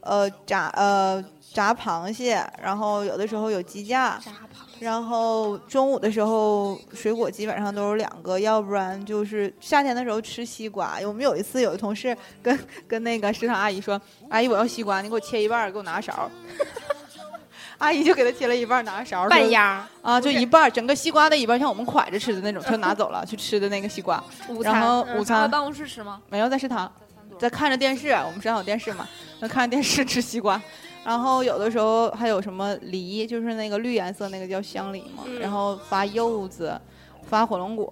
[SPEAKER 5] 呃炸呃炸螃蟹，然后有的时候有鸡架，
[SPEAKER 3] 炸螃蟹
[SPEAKER 5] 然后中午的时候水果基本上都有两个，要不然就是夏天的时候吃西瓜。我们有一次有一同事跟 跟那个食堂阿姨说：“阿姨，我要西瓜，你给我切一半儿，给我拿勺儿。” 阿姨就给他切了一半儿，拿勺儿
[SPEAKER 3] 半
[SPEAKER 5] 说
[SPEAKER 3] 鸭
[SPEAKER 5] 啊，
[SPEAKER 3] 不
[SPEAKER 5] 就是一半儿，整个西瓜的一半儿，像我们蒯着吃的那种，他拿走了去吃的那个西瓜，
[SPEAKER 3] 午餐，
[SPEAKER 5] 然后
[SPEAKER 3] 嗯
[SPEAKER 5] 午
[SPEAKER 6] 拿
[SPEAKER 5] 餐
[SPEAKER 6] 办公室吃吗？
[SPEAKER 5] 没有在食堂，在看着电视，我们身上有电视 嘛，那看着电视吃西瓜，然后有的时候还有什么梨，就是那个绿颜色那个叫香梨嘛，
[SPEAKER 3] 嗯
[SPEAKER 5] 然后发柚子，发火龙果。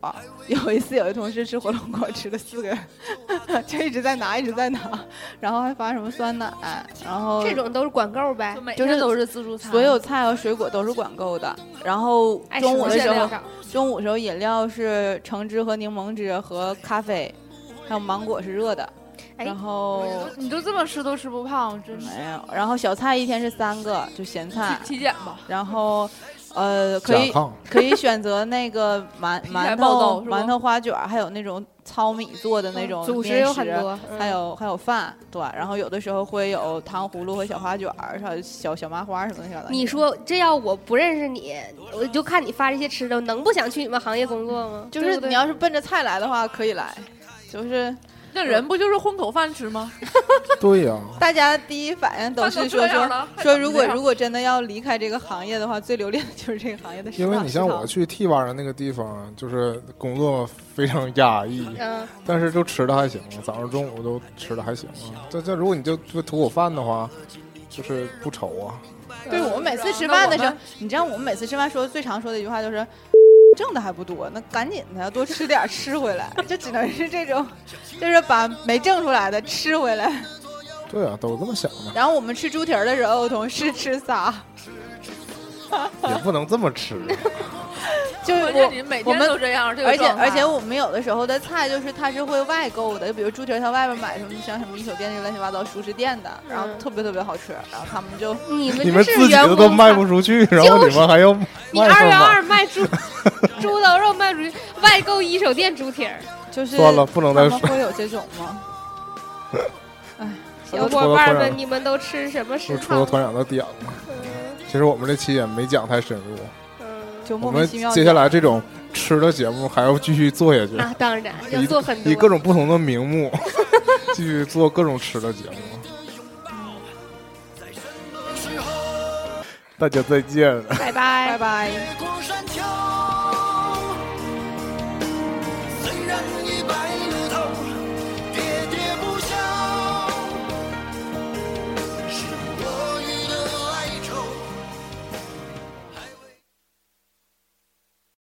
[SPEAKER 5] 有一次有一同事吃火龙果吃了四个， 就一直在拿一直在拿，然后还发什么酸奶，然后
[SPEAKER 3] 这种都啊是管够呗
[SPEAKER 6] 就，每
[SPEAKER 5] 就是
[SPEAKER 6] 天都是自助餐，
[SPEAKER 5] 所有菜和水果都是管够的。然后
[SPEAKER 3] 爱吃
[SPEAKER 5] 中午
[SPEAKER 3] 多
[SPEAKER 5] 的时
[SPEAKER 3] 少
[SPEAKER 5] 候
[SPEAKER 3] 多，少
[SPEAKER 5] 中午时候饮料是橙汁和柠檬汁和咖啡，还有芒果是热的。
[SPEAKER 3] 哎
[SPEAKER 5] 然后
[SPEAKER 6] 你都你都这么吃都吃不胖，真是
[SPEAKER 5] 没有，然后小菜一天是三个，就咸菜，
[SPEAKER 6] 体检吧，
[SPEAKER 5] 然后呃
[SPEAKER 1] 甲
[SPEAKER 5] 可以
[SPEAKER 1] 亢
[SPEAKER 5] 可以选择那个 馒
[SPEAKER 6] 材
[SPEAKER 5] 馒
[SPEAKER 6] 爆
[SPEAKER 5] 头
[SPEAKER 6] 豆是吧
[SPEAKER 5] 馒头花卷儿，还有那种糙米做的那种
[SPEAKER 3] 嗯主食
[SPEAKER 5] 面
[SPEAKER 3] 有很多，嗯
[SPEAKER 5] 还有还有饭，对，然后有的时候会有糖葫芦和小花卷儿，还有小小麻花什么的。小的
[SPEAKER 3] 你说这要我不认识你，我就看你发这些吃的，我能不想去你们行业工作吗？
[SPEAKER 5] 就
[SPEAKER 3] 对
[SPEAKER 5] 是
[SPEAKER 3] 不对
[SPEAKER 5] 你要是奔着菜来的话，可以来，就是
[SPEAKER 6] 那人不就是混口饭吃吗？
[SPEAKER 1] 对呀、
[SPEAKER 5] 大家第一反应都
[SPEAKER 6] 饭
[SPEAKER 5] 是
[SPEAKER 6] 都
[SPEAKER 5] 说
[SPEAKER 6] 这样
[SPEAKER 5] 说
[SPEAKER 6] 了，还
[SPEAKER 5] 说，
[SPEAKER 6] 怎么
[SPEAKER 5] 如果
[SPEAKER 6] 这样
[SPEAKER 5] 如果真的要离开这个行业的话，最留恋的就是这个行业的食
[SPEAKER 1] 因为
[SPEAKER 5] 堂
[SPEAKER 1] 你
[SPEAKER 5] 食
[SPEAKER 1] 像
[SPEAKER 5] 堂
[SPEAKER 1] 我去替巴人那个地方，就是工作非常压抑，
[SPEAKER 3] 嗯，
[SPEAKER 1] 但是就吃的还行，早上中午都吃的还行啊。这这如果你就就吐口饭的话，就是不愁啊。
[SPEAKER 5] 对我们每次吃饭的时候，你知道我们每次吃饭说最常说的一句话就是。挣的还不多，那赶紧的，多吃点儿吃回来， 就只能是这种，就是把没挣出来的吃回来。
[SPEAKER 1] 对啊，都这么想的，
[SPEAKER 5] 然后我们吃猪蹄儿的时候，我同事吃仨，
[SPEAKER 1] 也不能这么吃。
[SPEAKER 5] 就是
[SPEAKER 6] 关键
[SPEAKER 5] 我，
[SPEAKER 6] 你每
[SPEAKER 5] 我
[SPEAKER 6] 天
[SPEAKER 5] 们
[SPEAKER 6] 都这样，这个
[SPEAKER 5] 而且
[SPEAKER 6] 状态
[SPEAKER 5] 而且我们有的时候的菜就是它是会外购的，就比如猪蹄儿，它外边买什么像什么一手店、这乱七八糟熟食店的，然后
[SPEAKER 3] 嗯
[SPEAKER 5] 特别特别好吃，然后他们就
[SPEAKER 3] 你们
[SPEAKER 1] 你们
[SPEAKER 3] 这
[SPEAKER 1] 自
[SPEAKER 3] 是
[SPEAKER 1] 己
[SPEAKER 3] 员
[SPEAKER 1] 的都
[SPEAKER 3] 工餐
[SPEAKER 1] 卖不出去，然后你们还要卖
[SPEAKER 3] 你二
[SPEAKER 1] 上
[SPEAKER 3] 元
[SPEAKER 1] 卖
[SPEAKER 3] 二卖猪 猪头肉卖 出去，外购一手店猪蹄儿，
[SPEAKER 5] 就是
[SPEAKER 1] 算了，不能
[SPEAKER 5] 他
[SPEAKER 1] 再
[SPEAKER 5] 们
[SPEAKER 1] 说。
[SPEAKER 5] 会有这种吗？
[SPEAKER 3] 小伙伴们，你们都吃什么
[SPEAKER 1] 就
[SPEAKER 3] 食
[SPEAKER 1] 除了
[SPEAKER 3] 堂？
[SPEAKER 1] 团长的点嘛。
[SPEAKER 3] 嗯
[SPEAKER 1] 其实我们这期也没讲太深入，
[SPEAKER 3] 嗯
[SPEAKER 5] 就
[SPEAKER 1] 我
[SPEAKER 5] 莫名
[SPEAKER 1] 们
[SPEAKER 5] 其妙。
[SPEAKER 1] 接下来这种吃的节目还要继续做下去。
[SPEAKER 3] 啊，当然要
[SPEAKER 1] 以
[SPEAKER 3] 做很
[SPEAKER 1] 以各
[SPEAKER 3] 多。
[SPEAKER 1] 种不同的名目继续做各种吃的节目。大家再见。
[SPEAKER 3] 拜拜
[SPEAKER 5] 拜。拜。
[SPEAKER 9] 越过山丘。